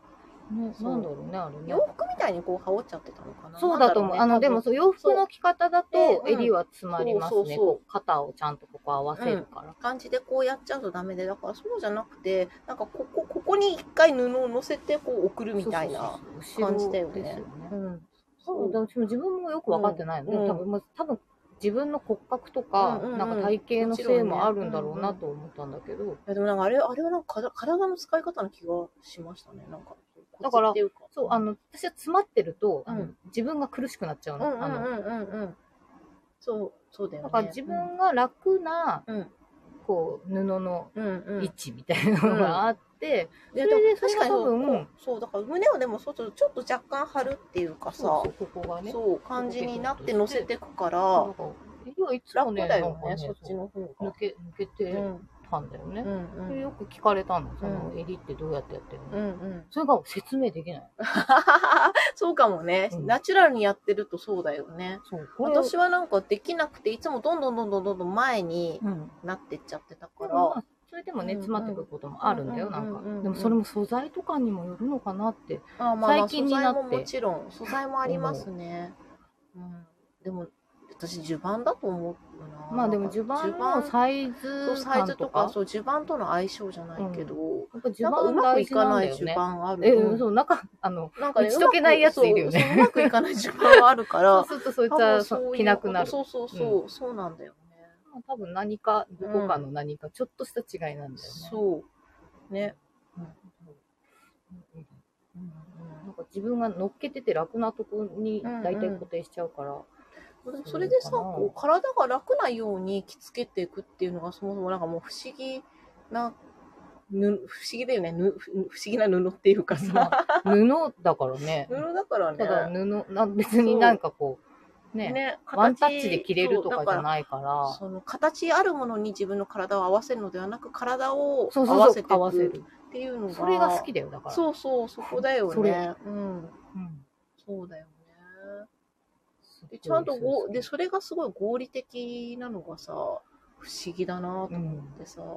Speaker 1: ね
Speaker 2: そう
Speaker 1: なんだろうね、あれね
Speaker 2: 洋。服みたいにこう羽織っちゃってたのかな。
Speaker 1: そうだと思う。あの、でも
Speaker 2: そ
Speaker 1: そう、洋服の着方だ
Speaker 2: そう
Speaker 1: と
Speaker 2: うん
Speaker 1: 襟は詰まりま
Speaker 2: そ
Speaker 1: す
Speaker 2: うそう
Speaker 1: ね。
Speaker 2: そう
Speaker 1: こう肩をちゃんとここ合わせるから。
Speaker 2: 感じでこうやっちゃうとダメで、だからそうじゃなくて、なんかここ、ここに一回布を乗せてこう送るみたいな。
Speaker 1: そうそうそう
Speaker 2: 感じだよね
Speaker 1: 後ろですね
Speaker 2: うん。
Speaker 1: そうだ私も自分もよく分かってないの、
Speaker 2: うん
Speaker 1: でも多分、まあ、多分自分の骨格とか、
Speaker 2: うんうんうん
Speaker 1: なんか体型のせいもあるんだろうなと思ったんだけど、
Speaker 2: いやでもなんかあれ、あれはなんか体体の使い方の気がしましたね。なんか、
Speaker 1: だから
Speaker 2: コツっていうか
Speaker 1: そうあ、の私は詰まってると、あの
Speaker 2: うん
Speaker 1: 自分が苦しくなっちゃう
Speaker 2: うん
Speaker 1: の,、
Speaker 2: うん
Speaker 1: あ
Speaker 2: うん
Speaker 1: の
Speaker 2: うんうん。そう、そうだよね。
Speaker 1: だから自分が楽な、
Speaker 2: うん
Speaker 1: こう布の
Speaker 2: うんうん。
Speaker 1: 位置みたいなのがあって、
Speaker 2: いや
Speaker 1: それで
Speaker 2: でも確
Speaker 1: そ
Speaker 2: か
Speaker 1: れ
Speaker 2: に
Speaker 1: が
Speaker 2: そ
Speaker 1: 多
Speaker 2: う
Speaker 1: 分
Speaker 2: そう、だから胸をでもそうするとちょっと若干張るっていうかさ、
Speaker 1: そ
Speaker 2: そう
Speaker 1: そうここが
Speaker 2: う,、
Speaker 1: ね
Speaker 2: 感じになって乗せてく
Speaker 1: な
Speaker 2: か
Speaker 1: ん
Speaker 2: ら、
Speaker 1: かいやいつも
Speaker 2: 楽
Speaker 1: ね
Speaker 2: だよね、
Speaker 1: なんか
Speaker 2: そっちの方
Speaker 1: 抜
Speaker 2: が。
Speaker 1: け抜けて
Speaker 2: うん
Speaker 1: ったんだよね
Speaker 2: う。ん
Speaker 1: それ
Speaker 2: うん
Speaker 1: よく聞かれたの。その
Speaker 2: う、
Speaker 1: 襟ってどうやってやってるの、
Speaker 2: うんうん、 *laughs*
Speaker 1: それが説明できない。
Speaker 2: そうかもね、
Speaker 1: うん
Speaker 2: ナチュラルにやってるとそうだよね。
Speaker 1: そう、これ
Speaker 2: 私はなんかできなくて、いつもどんどんどんどんどんどん前に
Speaker 1: うん。
Speaker 2: なってっちゃってた
Speaker 1: で
Speaker 2: か
Speaker 1: も
Speaker 2: ら。
Speaker 1: まあ、それでもね、
Speaker 2: うんうん
Speaker 1: 詰まってくることもあるんだよ、なんか
Speaker 2: うんうんうんうんう。ん
Speaker 1: でもそれも素材とかにもよるのかなって。
Speaker 2: あまあまあ
Speaker 1: 最近になって
Speaker 2: 素材ももちろん、素材もありますね。うん、でも、私、襦袢だと思うな。
Speaker 1: まあでも、襦袢の
Speaker 2: 袢
Speaker 1: サイ
Speaker 2: と
Speaker 1: ズ
Speaker 2: サイ
Speaker 1: 感
Speaker 2: ズ
Speaker 1: と
Speaker 2: とか、
Speaker 1: か。
Speaker 2: そう、襦袢との相性じゃないけど、
Speaker 1: やっぱ
Speaker 2: な
Speaker 1: 襦
Speaker 2: んかう
Speaker 1: 袢
Speaker 2: まく
Speaker 1: 大
Speaker 2: い
Speaker 1: 事な
Speaker 2: か
Speaker 1: ん
Speaker 2: な
Speaker 1: だ
Speaker 2: い
Speaker 1: よ
Speaker 2: 襦
Speaker 1: ね。
Speaker 2: 袢ある。
Speaker 1: え、
Speaker 2: うん
Speaker 1: そう、なんか、あの、
Speaker 2: なんかね、
Speaker 1: 打ち解けないやついるよね
Speaker 2: うまくそうそううまくいかない襦袢はあるから
Speaker 1: *laughs* そう、するとそいつ
Speaker 2: 多分
Speaker 1: は
Speaker 2: そういう
Speaker 1: 着なくなる。
Speaker 2: そうそうそう、そうなんだよね。
Speaker 1: 多分何か、どこかの何か、ちょっとした違いなんだよね。
Speaker 2: そう。ね。
Speaker 1: うんなんか自分が乗っけてて楽なとこに大体固定しちゃうから、
Speaker 2: でもそれでさ、
Speaker 1: そうかな
Speaker 2: こう体が楽なように着付けていくっていうのがそもそもなんかもう不思議な、ぬ不思議だよねぬ。ふ不思議な布っていうかさ。
Speaker 1: 布だから
Speaker 2: *laughs*
Speaker 1: ね。
Speaker 2: 布だからね。
Speaker 1: ただ布な、別になんかこう、ね
Speaker 2: ね、
Speaker 1: ワンタッチで着れるとかじゃ
Speaker 2: い。
Speaker 1: ないから、
Speaker 2: だからその形あるものに自分の体を合わせるのではなく、体を
Speaker 1: そ
Speaker 2: 合
Speaker 1: うそう
Speaker 2: わ
Speaker 1: そ
Speaker 2: せ
Speaker 1: う
Speaker 2: て、
Speaker 1: 合わせ
Speaker 2: いく
Speaker 1: る。
Speaker 2: っていうのが。
Speaker 1: それが好きだよ、だから。
Speaker 2: そうそう、そこだよ
Speaker 1: それ
Speaker 2: ね。うん。
Speaker 1: うん
Speaker 2: そうだよね。
Speaker 1: すごい
Speaker 2: でちゃんとご
Speaker 1: そう
Speaker 2: でそれがすごい合理的なのがさ不思議だなと思ってさ、
Speaker 1: ね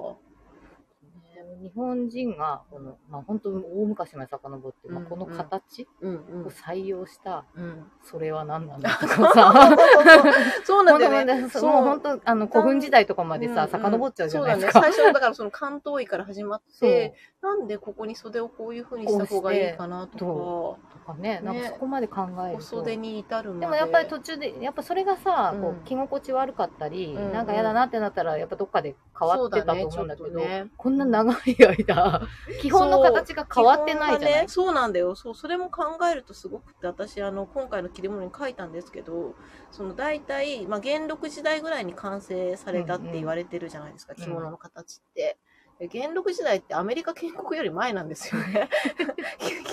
Speaker 1: 日本人が、この、まあ本当大昔まで遡って、まあ、この形
Speaker 2: うん
Speaker 1: を採用した、
Speaker 2: うんうん
Speaker 1: それは何なんだとかさ、
Speaker 2: *laughs* そうな
Speaker 1: *laughs*
Speaker 2: ん
Speaker 1: 本
Speaker 2: だ
Speaker 1: 当
Speaker 2: よ
Speaker 1: も
Speaker 2: ね
Speaker 1: うもう本当、あの、古墳時代とかまでさ、遡っちゃうじゃないです
Speaker 2: そう
Speaker 1: か
Speaker 2: だ。ね最初だからその関東医から始まっ
Speaker 1: そう
Speaker 2: てなんでここに袖をこういうふうにした方がいいかなと
Speaker 1: とかね、なんかそこまで考
Speaker 2: か
Speaker 1: える
Speaker 2: お
Speaker 1: と。
Speaker 2: 袖に至るまで
Speaker 1: でもやっぱり途中で、やっぱそれがさ、こ
Speaker 2: うん
Speaker 1: う着心地悪かったり、
Speaker 2: うんうん
Speaker 1: なんか嫌だなってなったら、やっぱどっかで変わってたと思うんだけ
Speaker 2: そう
Speaker 1: ど、
Speaker 2: だねちょっとね
Speaker 1: こんな長い
Speaker 2: *laughs*
Speaker 1: 間、基本の形が変わってないじゃない
Speaker 2: 基本がね、そうなんだよそうそれも考えるとすごくって私あの今回の切り物に書いたんですけどその大体、まあ、元禄時代ぐらいに完成されたって言われてるじゃないですか、
Speaker 1: うんうん
Speaker 2: 着物の形って。で元禄時代ってアメリカ建国より前なんですよね。 *laughs*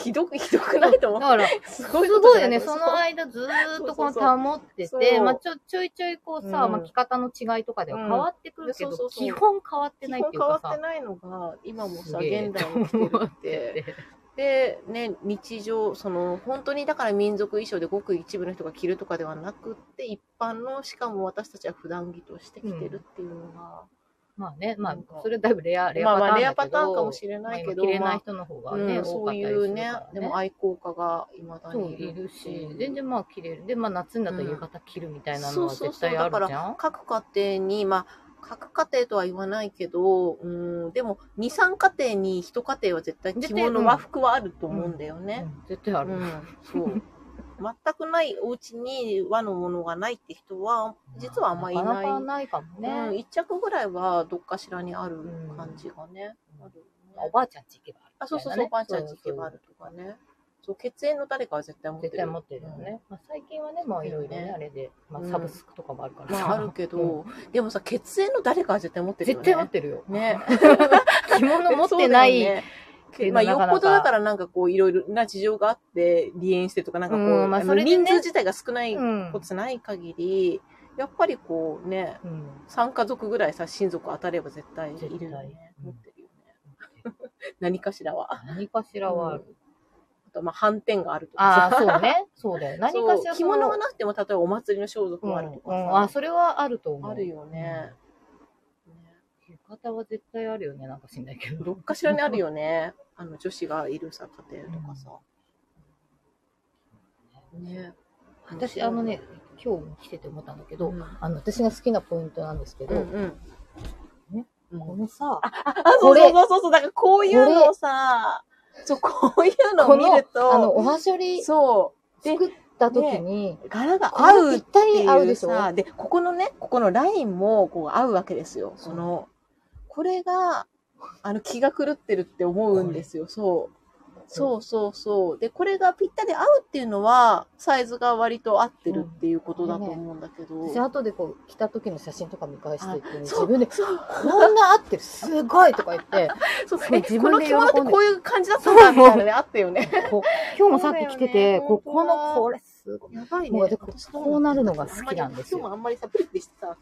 Speaker 2: ひどく、ひどくないと思
Speaker 1: だ *laughs* か
Speaker 2: う。
Speaker 1: ら、す
Speaker 2: す
Speaker 1: ご
Speaker 2: ご
Speaker 1: い
Speaker 2: ことじ
Speaker 1: よ
Speaker 2: ゃ
Speaker 1: ね。
Speaker 2: なこ
Speaker 1: そ
Speaker 2: れ
Speaker 1: の間ずーっとこ
Speaker 2: そうそう
Speaker 1: の保って
Speaker 2: そ
Speaker 1: て、
Speaker 2: う
Speaker 1: まあちょちょいちょいこうさ、
Speaker 2: うん
Speaker 1: まあ着方の違いとかでは変わってくるけど、
Speaker 2: うんそうそうそう
Speaker 1: 基本変わって
Speaker 2: 基
Speaker 1: ないっ
Speaker 2: 本
Speaker 1: ていうか
Speaker 2: 変わっ
Speaker 1: さ
Speaker 2: て、ないのが、今もさ、
Speaker 1: すげえ
Speaker 2: 現代に来てる
Speaker 1: と思
Speaker 2: っ。
Speaker 1: ってて
Speaker 2: で、ね、日常、その、本当にだから民族衣装でごく一部の人が着るとかではなくって、一般の、しかも私たちは普段着として着てるっていうのが、
Speaker 1: *laughs* まあね、ま
Speaker 2: なんか
Speaker 1: あそれだいぶレア、レア
Speaker 2: ま
Speaker 1: パターンだけど。
Speaker 2: あまあレアパターンかもしれ
Speaker 1: まあ
Speaker 2: ない
Speaker 1: 今
Speaker 2: けど、
Speaker 1: 着れ
Speaker 2: ま
Speaker 1: ない
Speaker 2: あ
Speaker 1: 人の方が
Speaker 2: う
Speaker 1: ね、
Speaker 2: ん、
Speaker 1: 多
Speaker 2: そ
Speaker 1: か
Speaker 2: う
Speaker 1: ったり
Speaker 2: い
Speaker 1: するから
Speaker 2: うね、でも愛好家がいまだ
Speaker 1: そう
Speaker 2: にい
Speaker 1: い
Speaker 2: る
Speaker 1: るし、全然まあ着れる。で、まあ夏になったら浴衣着るみたいなのは
Speaker 2: そうそう
Speaker 1: 絶
Speaker 2: そう
Speaker 1: 対あるじゃん
Speaker 2: 各家庭に、まあ、各家庭とは言わないけど、うん、でも、2、3家庭に1家庭は絶対着
Speaker 1: 絶対う
Speaker 2: 物、
Speaker 1: ん
Speaker 2: 和服はあると思うんだよね。
Speaker 1: うん絶対ある
Speaker 2: う。ん、そう。全くないお家に和のものがないって人は、実はあんまりい
Speaker 1: な
Speaker 2: な
Speaker 1: か
Speaker 2: い。
Speaker 1: なかないかも
Speaker 2: うん、
Speaker 1: ね。
Speaker 2: 一着ぐらいはどっかしらにある感じがね。
Speaker 1: うん
Speaker 2: あるよ
Speaker 1: まあお
Speaker 2: ね
Speaker 1: ばあちゃんち行けばあるみたいなね。
Speaker 2: あ、そうそうそう、おばあちゃんち行けばあるとかね。そう、血縁の誰かは絶対持ってる。
Speaker 1: 絶対持ってるよね。まあ、最近はね、まあいろいろ
Speaker 2: ね
Speaker 1: ね、あれで、まあ
Speaker 2: うん
Speaker 1: サブスクとかもあるからさ。
Speaker 2: まあ、あるけ
Speaker 1: うん
Speaker 2: ど、でもさ、血縁の誰かは絶対持ってるよ
Speaker 1: 絶
Speaker 2: ね。
Speaker 1: 対持ってるよ。
Speaker 2: ね。
Speaker 1: *laughs* 着物持ってな
Speaker 2: そうだよ
Speaker 1: い。
Speaker 2: ね
Speaker 1: っていう
Speaker 2: まあ、
Speaker 1: の
Speaker 2: よ
Speaker 1: はなかなか
Speaker 2: っぽどだからなんかこう、いろいろな事情があって、離縁してとか、なんかこう、
Speaker 1: うんまあ
Speaker 2: あの
Speaker 1: それでね
Speaker 2: 人数自体が少ない
Speaker 1: うん
Speaker 2: こ。とない限り、やっぱりこうね、
Speaker 1: うん
Speaker 2: 3家族ぐらいさ、親族当たれば絶対いるよ
Speaker 1: 絶
Speaker 2: ね
Speaker 1: 対。
Speaker 2: 持ってるよね。 *laughs* 何かしらは。あ
Speaker 1: 何かしらはある。
Speaker 2: と、まあ、反転があると
Speaker 1: あ
Speaker 2: か
Speaker 1: あ、
Speaker 2: さ。
Speaker 1: そうね。そうだよ。何かし
Speaker 2: そう
Speaker 1: ら
Speaker 2: 着
Speaker 1: その
Speaker 2: 物がなくても、例えばお祭りの装束
Speaker 1: うん
Speaker 2: もあるとか
Speaker 1: うんあ、
Speaker 2: さ。
Speaker 1: それはあると思う。
Speaker 2: あるよね。ね
Speaker 1: 浴衣は絶対あるよね、なんかしんないけど。
Speaker 2: どっかしらにあるよね。あの、女子がいるさ、家庭とかさ。ね。
Speaker 1: 私、あのね、今日来てて思ったんだけど、
Speaker 2: うん、
Speaker 1: あの、私が好きなポイントなんですけ
Speaker 2: う
Speaker 1: ど、
Speaker 2: んうん。
Speaker 1: ね
Speaker 2: うん
Speaker 1: このさ、
Speaker 2: あ、そ
Speaker 1: こ
Speaker 2: う
Speaker 1: れ
Speaker 2: そうそうそうそう、だからこういうのをさ、そう、こういうのを見ると、
Speaker 1: あの、おはしょり
Speaker 2: そう、で、
Speaker 1: 作った時に、
Speaker 2: 柄が
Speaker 1: こ
Speaker 2: 合
Speaker 1: れ
Speaker 2: うっ
Speaker 1: ぴった
Speaker 2: て
Speaker 1: り合う
Speaker 2: い
Speaker 1: で
Speaker 2: う
Speaker 1: しょ
Speaker 2: さ、で、ここのね、ここのラインもこう合うわけですよ。
Speaker 1: そう
Speaker 2: この、これが、あの、気が狂ってるって思うんですよ、そう。そうそうそう。で、これがぴったり合うっていうのは、サイズが割と合ってるっていうことだと思うんだけど。
Speaker 1: 私、後でこう、着た時の写真とか見返してって、自
Speaker 2: そう
Speaker 1: 分で、
Speaker 2: そう
Speaker 1: こんな合ってる、すごいとか言
Speaker 2: *laughs*
Speaker 1: って、
Speaker 2: そう
Speaker 1: そう
Speaker 2: え
Speaker 1: 自
Speaker 2: こ
Speaker 1: 分
Speaker 2: の
Speaker 1: で
Speaker 2: 着
Speaker 1: 喜んで
Speaker 2: 物ってこういう感じだったんだみたいなね、あってよね。
Speaker 1: こう今日もさっき着てて、
Speaker 2: そうだよね
Speaker 1: ここの、これすます。
Speaker 2: やばいね。
Speaker 1: もうだから
Speaker 2: 私
Speaker 1: こうなるのが好きなんですよ
Speaker 2: 今日もあんまりさ、プリプリしてさ、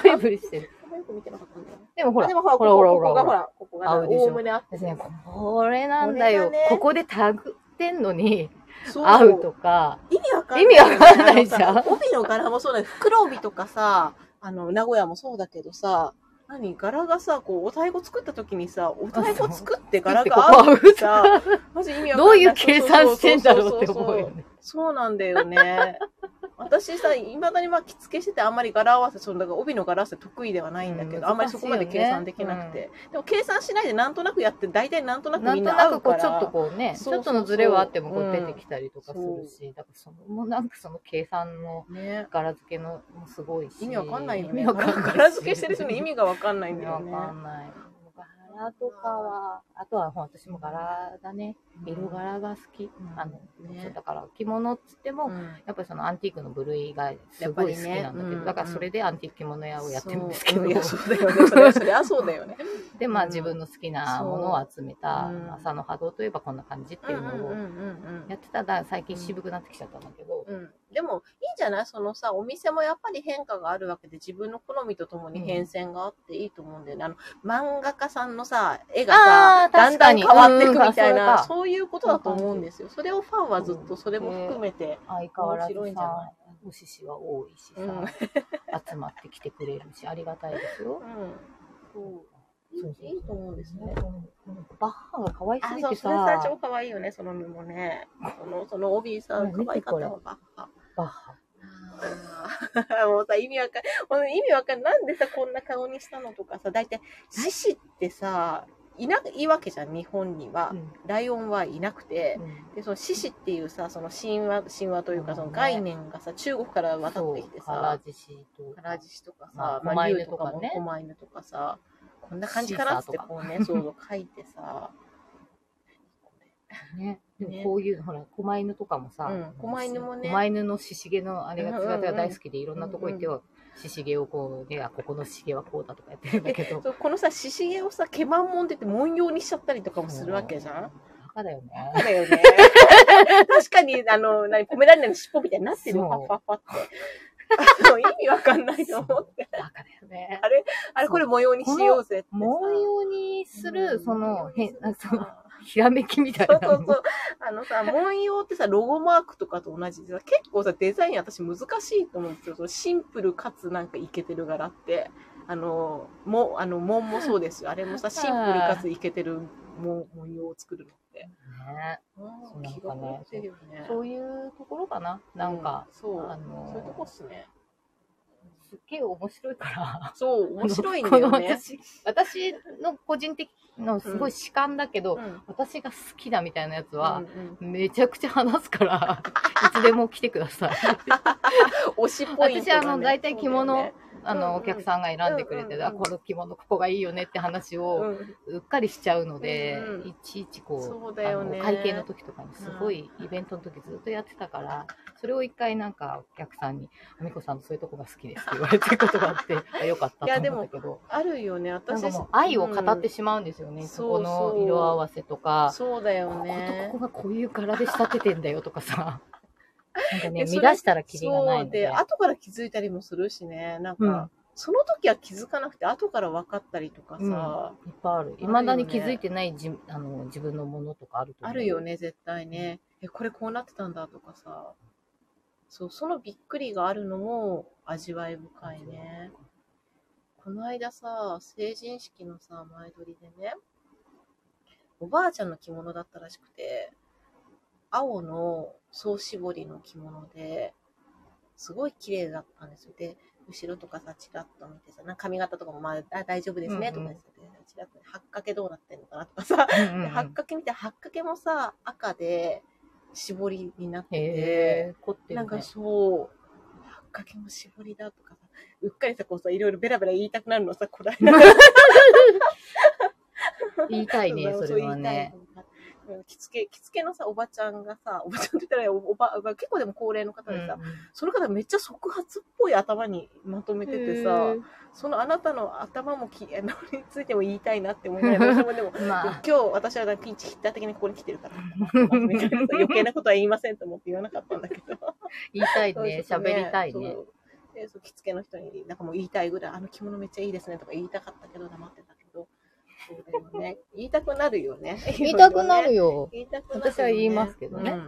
Speaker 1: プリプリしてる。
Speaker 2: あんまりよく見てなかったんだよね。
Speaker 1: でもほ
Speaker 2: ほ
Speaker 1: ら、
Speaker 2: でもほら、
Speaker 1: ほらほら
Speaker 2: こ
Speaker 1: ほ
Speaker 2: こがほ
Speaker 1: ら
Speaker 2: ら、ここが
Speaker 1: 合うでしょ
Speaker 2: おおむねあって
Speaker 1: ですね、これなんだよ。
Speaker 2: これがね
Speaker 1: ここでタグってんのに、
Speaker 2: そう
Speaker 1: 合うとか。
Speaker 2: 意味わかんない。
Speaker 1: 意味わかんないじゃん
Speaker 2: あのさ帯の柄もそうだよ。袋帯とかさ、あの、名古屋もそうだけどさ、何柄がさ、こう、お太鼓作った時にさ、お太鼓作って柄が合うってさ、マジ意味わかんない。
Speaker 1: どういう計算してんだろうって思うよね。
Speaker 2: そうなんだ
Speaker 1: *laughs*
Speaker 2: よね。私さ、いまだにまあ着付けしててあんまり柄合わせ、そのだから帯の柄合わせ得意ではないんだけど、
Speaker 1: うん
Speaker 2: あんまりそこまで計算できなくて。でも計算しないでなんとなくやって、大体なんとなく
Speaker 1: な
Speaker 2: み
Speaker 1: ん
Speaker 2: ん
Speaker 1: と
Speaker 2: な合
Speaker 1: な
Speaker 2: う
Speaker 1: くこ
Speaker 2: から。
Speaker 1: うちょっとこうね、ち
Speaker 2: そう
Speaker 1: ょ
Speaker 2: そう
Speaker 1: っ
Speaker 2: そ
Speaker 1: と
Speaker 2: う
Speaker 1: のズレはあってもこ
Speaker 2: う
Speaker 1: うん出てきたりとかするし、だからそのもうなんかその計算の
Speaker 2: ね。
Speaker 1: 柄付けのもすごいし。
Speaker 2: 意味わかんないよ
Speaker 1: 意
Speaker 2: ね。
Speaker 1: 味わかんないし。
Speaker 2: 柄付けしてる人の意味がわかんないんだよね。
Speaker 1: わかんない。柄とかは、あとはほら私も柄だね。色柄が好き。
Speaker 2: うん
Speaker 1: あの、
Speaker 2: ね
Speaker 1: そうだから着物っつっても、
Speaker 2: うん
Speaker 1: やっぱりそのアンティークの部類がすごい好きなんだけ
Speaker 2: やっぱりね
Speaker 1: ど、
Speaker 2: うん
Speaker 1: だからそれでアンティーク着物屋をやってるんですけ
Speaker 2: そ
Speaker 1: ど
Speaker 2: う、いや、そうだよね。それそれはそうだよね。
Speaker 1: で、ま
Speaker 2: う
Speaker 1: あ
Speaker 2: ん
Speaker 1: 自分の好きなものを集めた、
Speaker 2: そううん
Speaker 1: 朝の波動といえばこんな感じっていうのを
Speaker 2: ん
Speaker 1: やってたら最近渋くなってきちゃったんだけど、
Speaker 2: うん、でもいいんじゃないそのさお店もやっぱり変化があるわけで自分の好みとともに変遷があっていいと思うんだよね、あの漫画家さんのさ絵が
Speaker 1: あ
Speaker 2: さ
Speaker 1: ー
Speaker 2: だ
Speaker 1: 確
Speaker 2: ん
Speaker 1: か
Speaker 2: だん
Speaker 1: に
Speaker 2: 変わっていくみたい
Speaker 1: うんうんそれ
Speaker 2: な
Speaker 1: か
Speaker 2: そういうことだと思うんですよそれをファンはずっとそれも含めて、
Speaker 1: 相変わらず
Speaker 2: 面白いんじゃな
Speaker 1: さ、お獅子は多いしさ、
Speaker 2: うん
Speaker 1: 集まってきてくれるし、ありがたいですよ。
Speaker 2: うん
Speaker 1: そう
Speaker 2: そういいと思うんですね
Speaker 1: バッハが可愛
Speaker 2: あ
Speaker 1: す、ぎ
Speaker 2: そう、
Speaker 1: て
Speaker 2: それ
Speaker 1: さ、、
Speaker 2: さ超可愛いよね、その身も *laughs* ね。その、その帯さ、
Speaker 1: うん
Speaker 2: 可愛かっ
Speaker 1: 見て
Speaker 2: たわ
Speaker 1: こ、
Speaker 2: バッハ。
Speaker 1: バッハ。
Speaker 2: あー *laughs* もうさ、意味わかん、もう意味わかん、なんでさ、こんな顔にしたのとかさ、大体、獅子ってさ、いな、いいわけじゃん、日本には。
Speaker 1: うん
Speaker 2: ライオンはいなくて。で、その獅子っていうさ、その神話、神話というか、その概念がさ、中国から渡ってきて
Speaker 1: そうカラ
Speaker 2: さ、
Speaker 1: ジシと
Speaker 2: 唐獅子とか
Speaker 1: まあ、
Speaker 2: さまあ、
Speaker 1: 狛
Speaker 2: 竜
Speaker 1: 犬
Speaker 2: と
Speaker 1: と
Speaker 2: か
Speaker 1: か
Speaker 2: も
Speaker 1: ね
Speaker 2: 狛犬とかさ、こんな感じかなっつっ
Speaker 1: シー
Speaker 2: て
Speaker 1: サー
Speaker 2: こうね、そうそう書いてさ、
Speaker 1: ね、で
Speaker 2: ね
Speaker 1: もこういう、ほら、狛犬とかもさ、
Speaker 2: うん狛犬もね
Speaker 1: 狛犬のししげのあれが姿
Speaker 2: うんうんう
Speaker 1: が
Speaker 2: ん
Speaker 1: 大好きで、いろんなとこ行っては、ししげをこう、ね、あ、ここのししげはこうだとかやってるんだけど。
Speaker 2: そうこのさ、獅子毛をさ、毛まんもんって言って、文様にしちゃったりとかもするわけじゃん。
Speaker 1: バカだよ
Speaker 2: そう
Speaker 1: ね。*laughs*
Speaker 2: だよね。確かに、あの、なに、ポメラニアンの尻尾みたいになって
Speaker 1: そ
Speaker 2: るよ、
Speaker 1: う
Speaker 2: パッパッパって。あの意味わかんない
Speaker 1: *laughs*
Speaker 2: と思って。
Speaker 1: バカだよね。
Speaker 2: あれ、これ模様にしようぜってさ。
Speaker 1: 文様にする、その、
Speaker 2: 模様に
Speaker 1: 変
Speaker 2: する、
Speaker 1: な、その、
Speaker 2: さ
Speaker 1: ひらめきみたい
Speaker 2: そう
Speaker 1: な
Speaker 2: そうそ
Speaker 1: の。
Speaker 2: う。あのさ、文様ってさ、ロゴマークとかと同じでさ、結構さ、デザイン私難しいと思うんですよ。そのシンプルかつなんかイケてる柄って。あの、も、あの、門もそうですよ。あれもさ、シンプルかつイケてる文文様を作るのって。
Speaker 1: ねそうなんかね
Speaker 2: 気が向いてるよね
Speaker 1: そういうところかな。なんか、、
Speaker 2: うそう、
Speaker 1: あのー
Speaker 2: そういうとこっすね。
Speaker 1: すっげえ面白いから。
Speaker 2: そう、面白いんだよ
Speaker 1: この
Speaker 2: ね。
Speaker 1: 私、私の個人的のすごい主観だけど、
Speaker 2: うん
Speaker 1: 私が好きだみたいなやつ
Speaker 2: う
Speaker 1: は
Speaker 2: ん、うん
Speaker 1: めちゃくちゃ話す
Speaker 2: *laughs*
Speaker 1: から、いつでも来てください。
Speaker 2: 推しポイント
Speaker 1: 私、あの、大
Speaker 2: い
Speaker 1: 体着物、あ
Speaker 2: うんうん
Speaker 1: の、お客さんが選んでくれ
Speaker 2: うんう
Speaker 1: て、
Speaker 2: んうん
Speaker 1: あ、この着物、ここがいいよねって話を、うっかりしちゃうので
Speaker 2: うんうん、
Speaker 1: いちいちこ
Speaker 2: そう
Speaker 1: う、
Speaker 2: だ
Speaker 1: あ
Speaker 2: よね
Speaker 1: の、会計の時とかにすごいイベントの時ずっとやってたから、それを一回なんかお客さんに、あみこさんのそういうとこが好きですって言われてることがあ
Speaker 2: *laughs*
Speaker 1: って、あよかったと思ったけど、
Speaker 2: あるよね、
Speaker 1: なん
Speaker 2: 私。
Speaker 1: かもう愛を語って
Speaker 2: し
Speaker 1: しまうんですよね。
Speaker 2: うん
Speaker 1: そこ
Speaker 2: そう
Speaker 1: の
Speaker 2: そう
Speaker 1: 色合わせと
Speaker 2: ま
Speaker 1: か、
Speaker 2: そうだよ
Speaker 1: こ
Speaker 2: ね。
Speaker 1: ことここがこういう柄で仕立ててんだよとかさ。なんかね、
Speaker 2: でそれ
Speaker 1: 見出したらキリがない
Speaker 2: そう
Speaker 1: ので。
Speaker 2: で、後から気づいたりもするしね、なん
Speaker 1: う
Speaker 2: か
Speaker 1: ん、
Speaker 2: その時は気づかなくて、後から分かったりとかさ、
Speaker 1: いっぱいある。いまだに気づいてないじ、あの自分のものとかあると思う。
Speaker 2: あるよ。ね、絶対ね。え、これこうなってたんだとかさ。そう、そのびっくりがあるのも味わい深いね。この間さ、成人式のさ、前撮りでね、おばあちゃんの着物だったらしくて、青の総絞りの着物で、すごい綺麗だったんですよ。で、後ろとかさ、チラッと見てさ、なんか髪型とかもまあ、あ大丈夫ですね、とかですね。チラッと、はっかけどうなってんのかなとかさ、
Speaker 1: うんうんう
Speaker 2: で、
Speaker 1: ん
Speaker 2: 八角みたいな、八角もさ、赤で、絞りになって
Speaker 1: へえ、凝って
Speaker 2: て、
Speaker 1: る、ね。
Speaker 2: なんかそう、八角も絞りだとかさ、うっかりさ、こうさ、いろいろベラベラ言いたくなるのさ、こらえながら。
Speaker 1: 言いたいね、それはね。
Speaker 2: *laughs* そう。言いたいの着付け、着付けのさ、おばちゃんがさ、おばちゃんって言ったらおおば、おば、結構でも高齢の方でさ、その方めっちゃ即発っぽい頭にまとめててさ、そのあなたの頭もき、あの、についても言いたいなって思いながら、私もでも、
Speaker 1: へえまあ、
Speaker 2: 今日私はなんかピンチヒッター的にここに来てるから、みたいな余計なことは言いませんと思って言わなかったんだけど。
Speaker 1: 言いたい
Speaker 2: そうで
Speaker 1: ね。
Speaker 2: す
Speaker 1: 喋、りたいね
Speaker 2: そ。うでそう着付けの人になんかもう言いたいぐらい、あの着物めっちゃいいですねとか言いたかったけど黙ってたけど、そうだよね。言いたくなるよね。
Speaker 1: 言いたくなる
Speaker 2: よ。
Speaker 1: よ。
Speaker 2: 言いたくなるよね
Speaker 1: 私は言いますけどね
Speaker 2: うん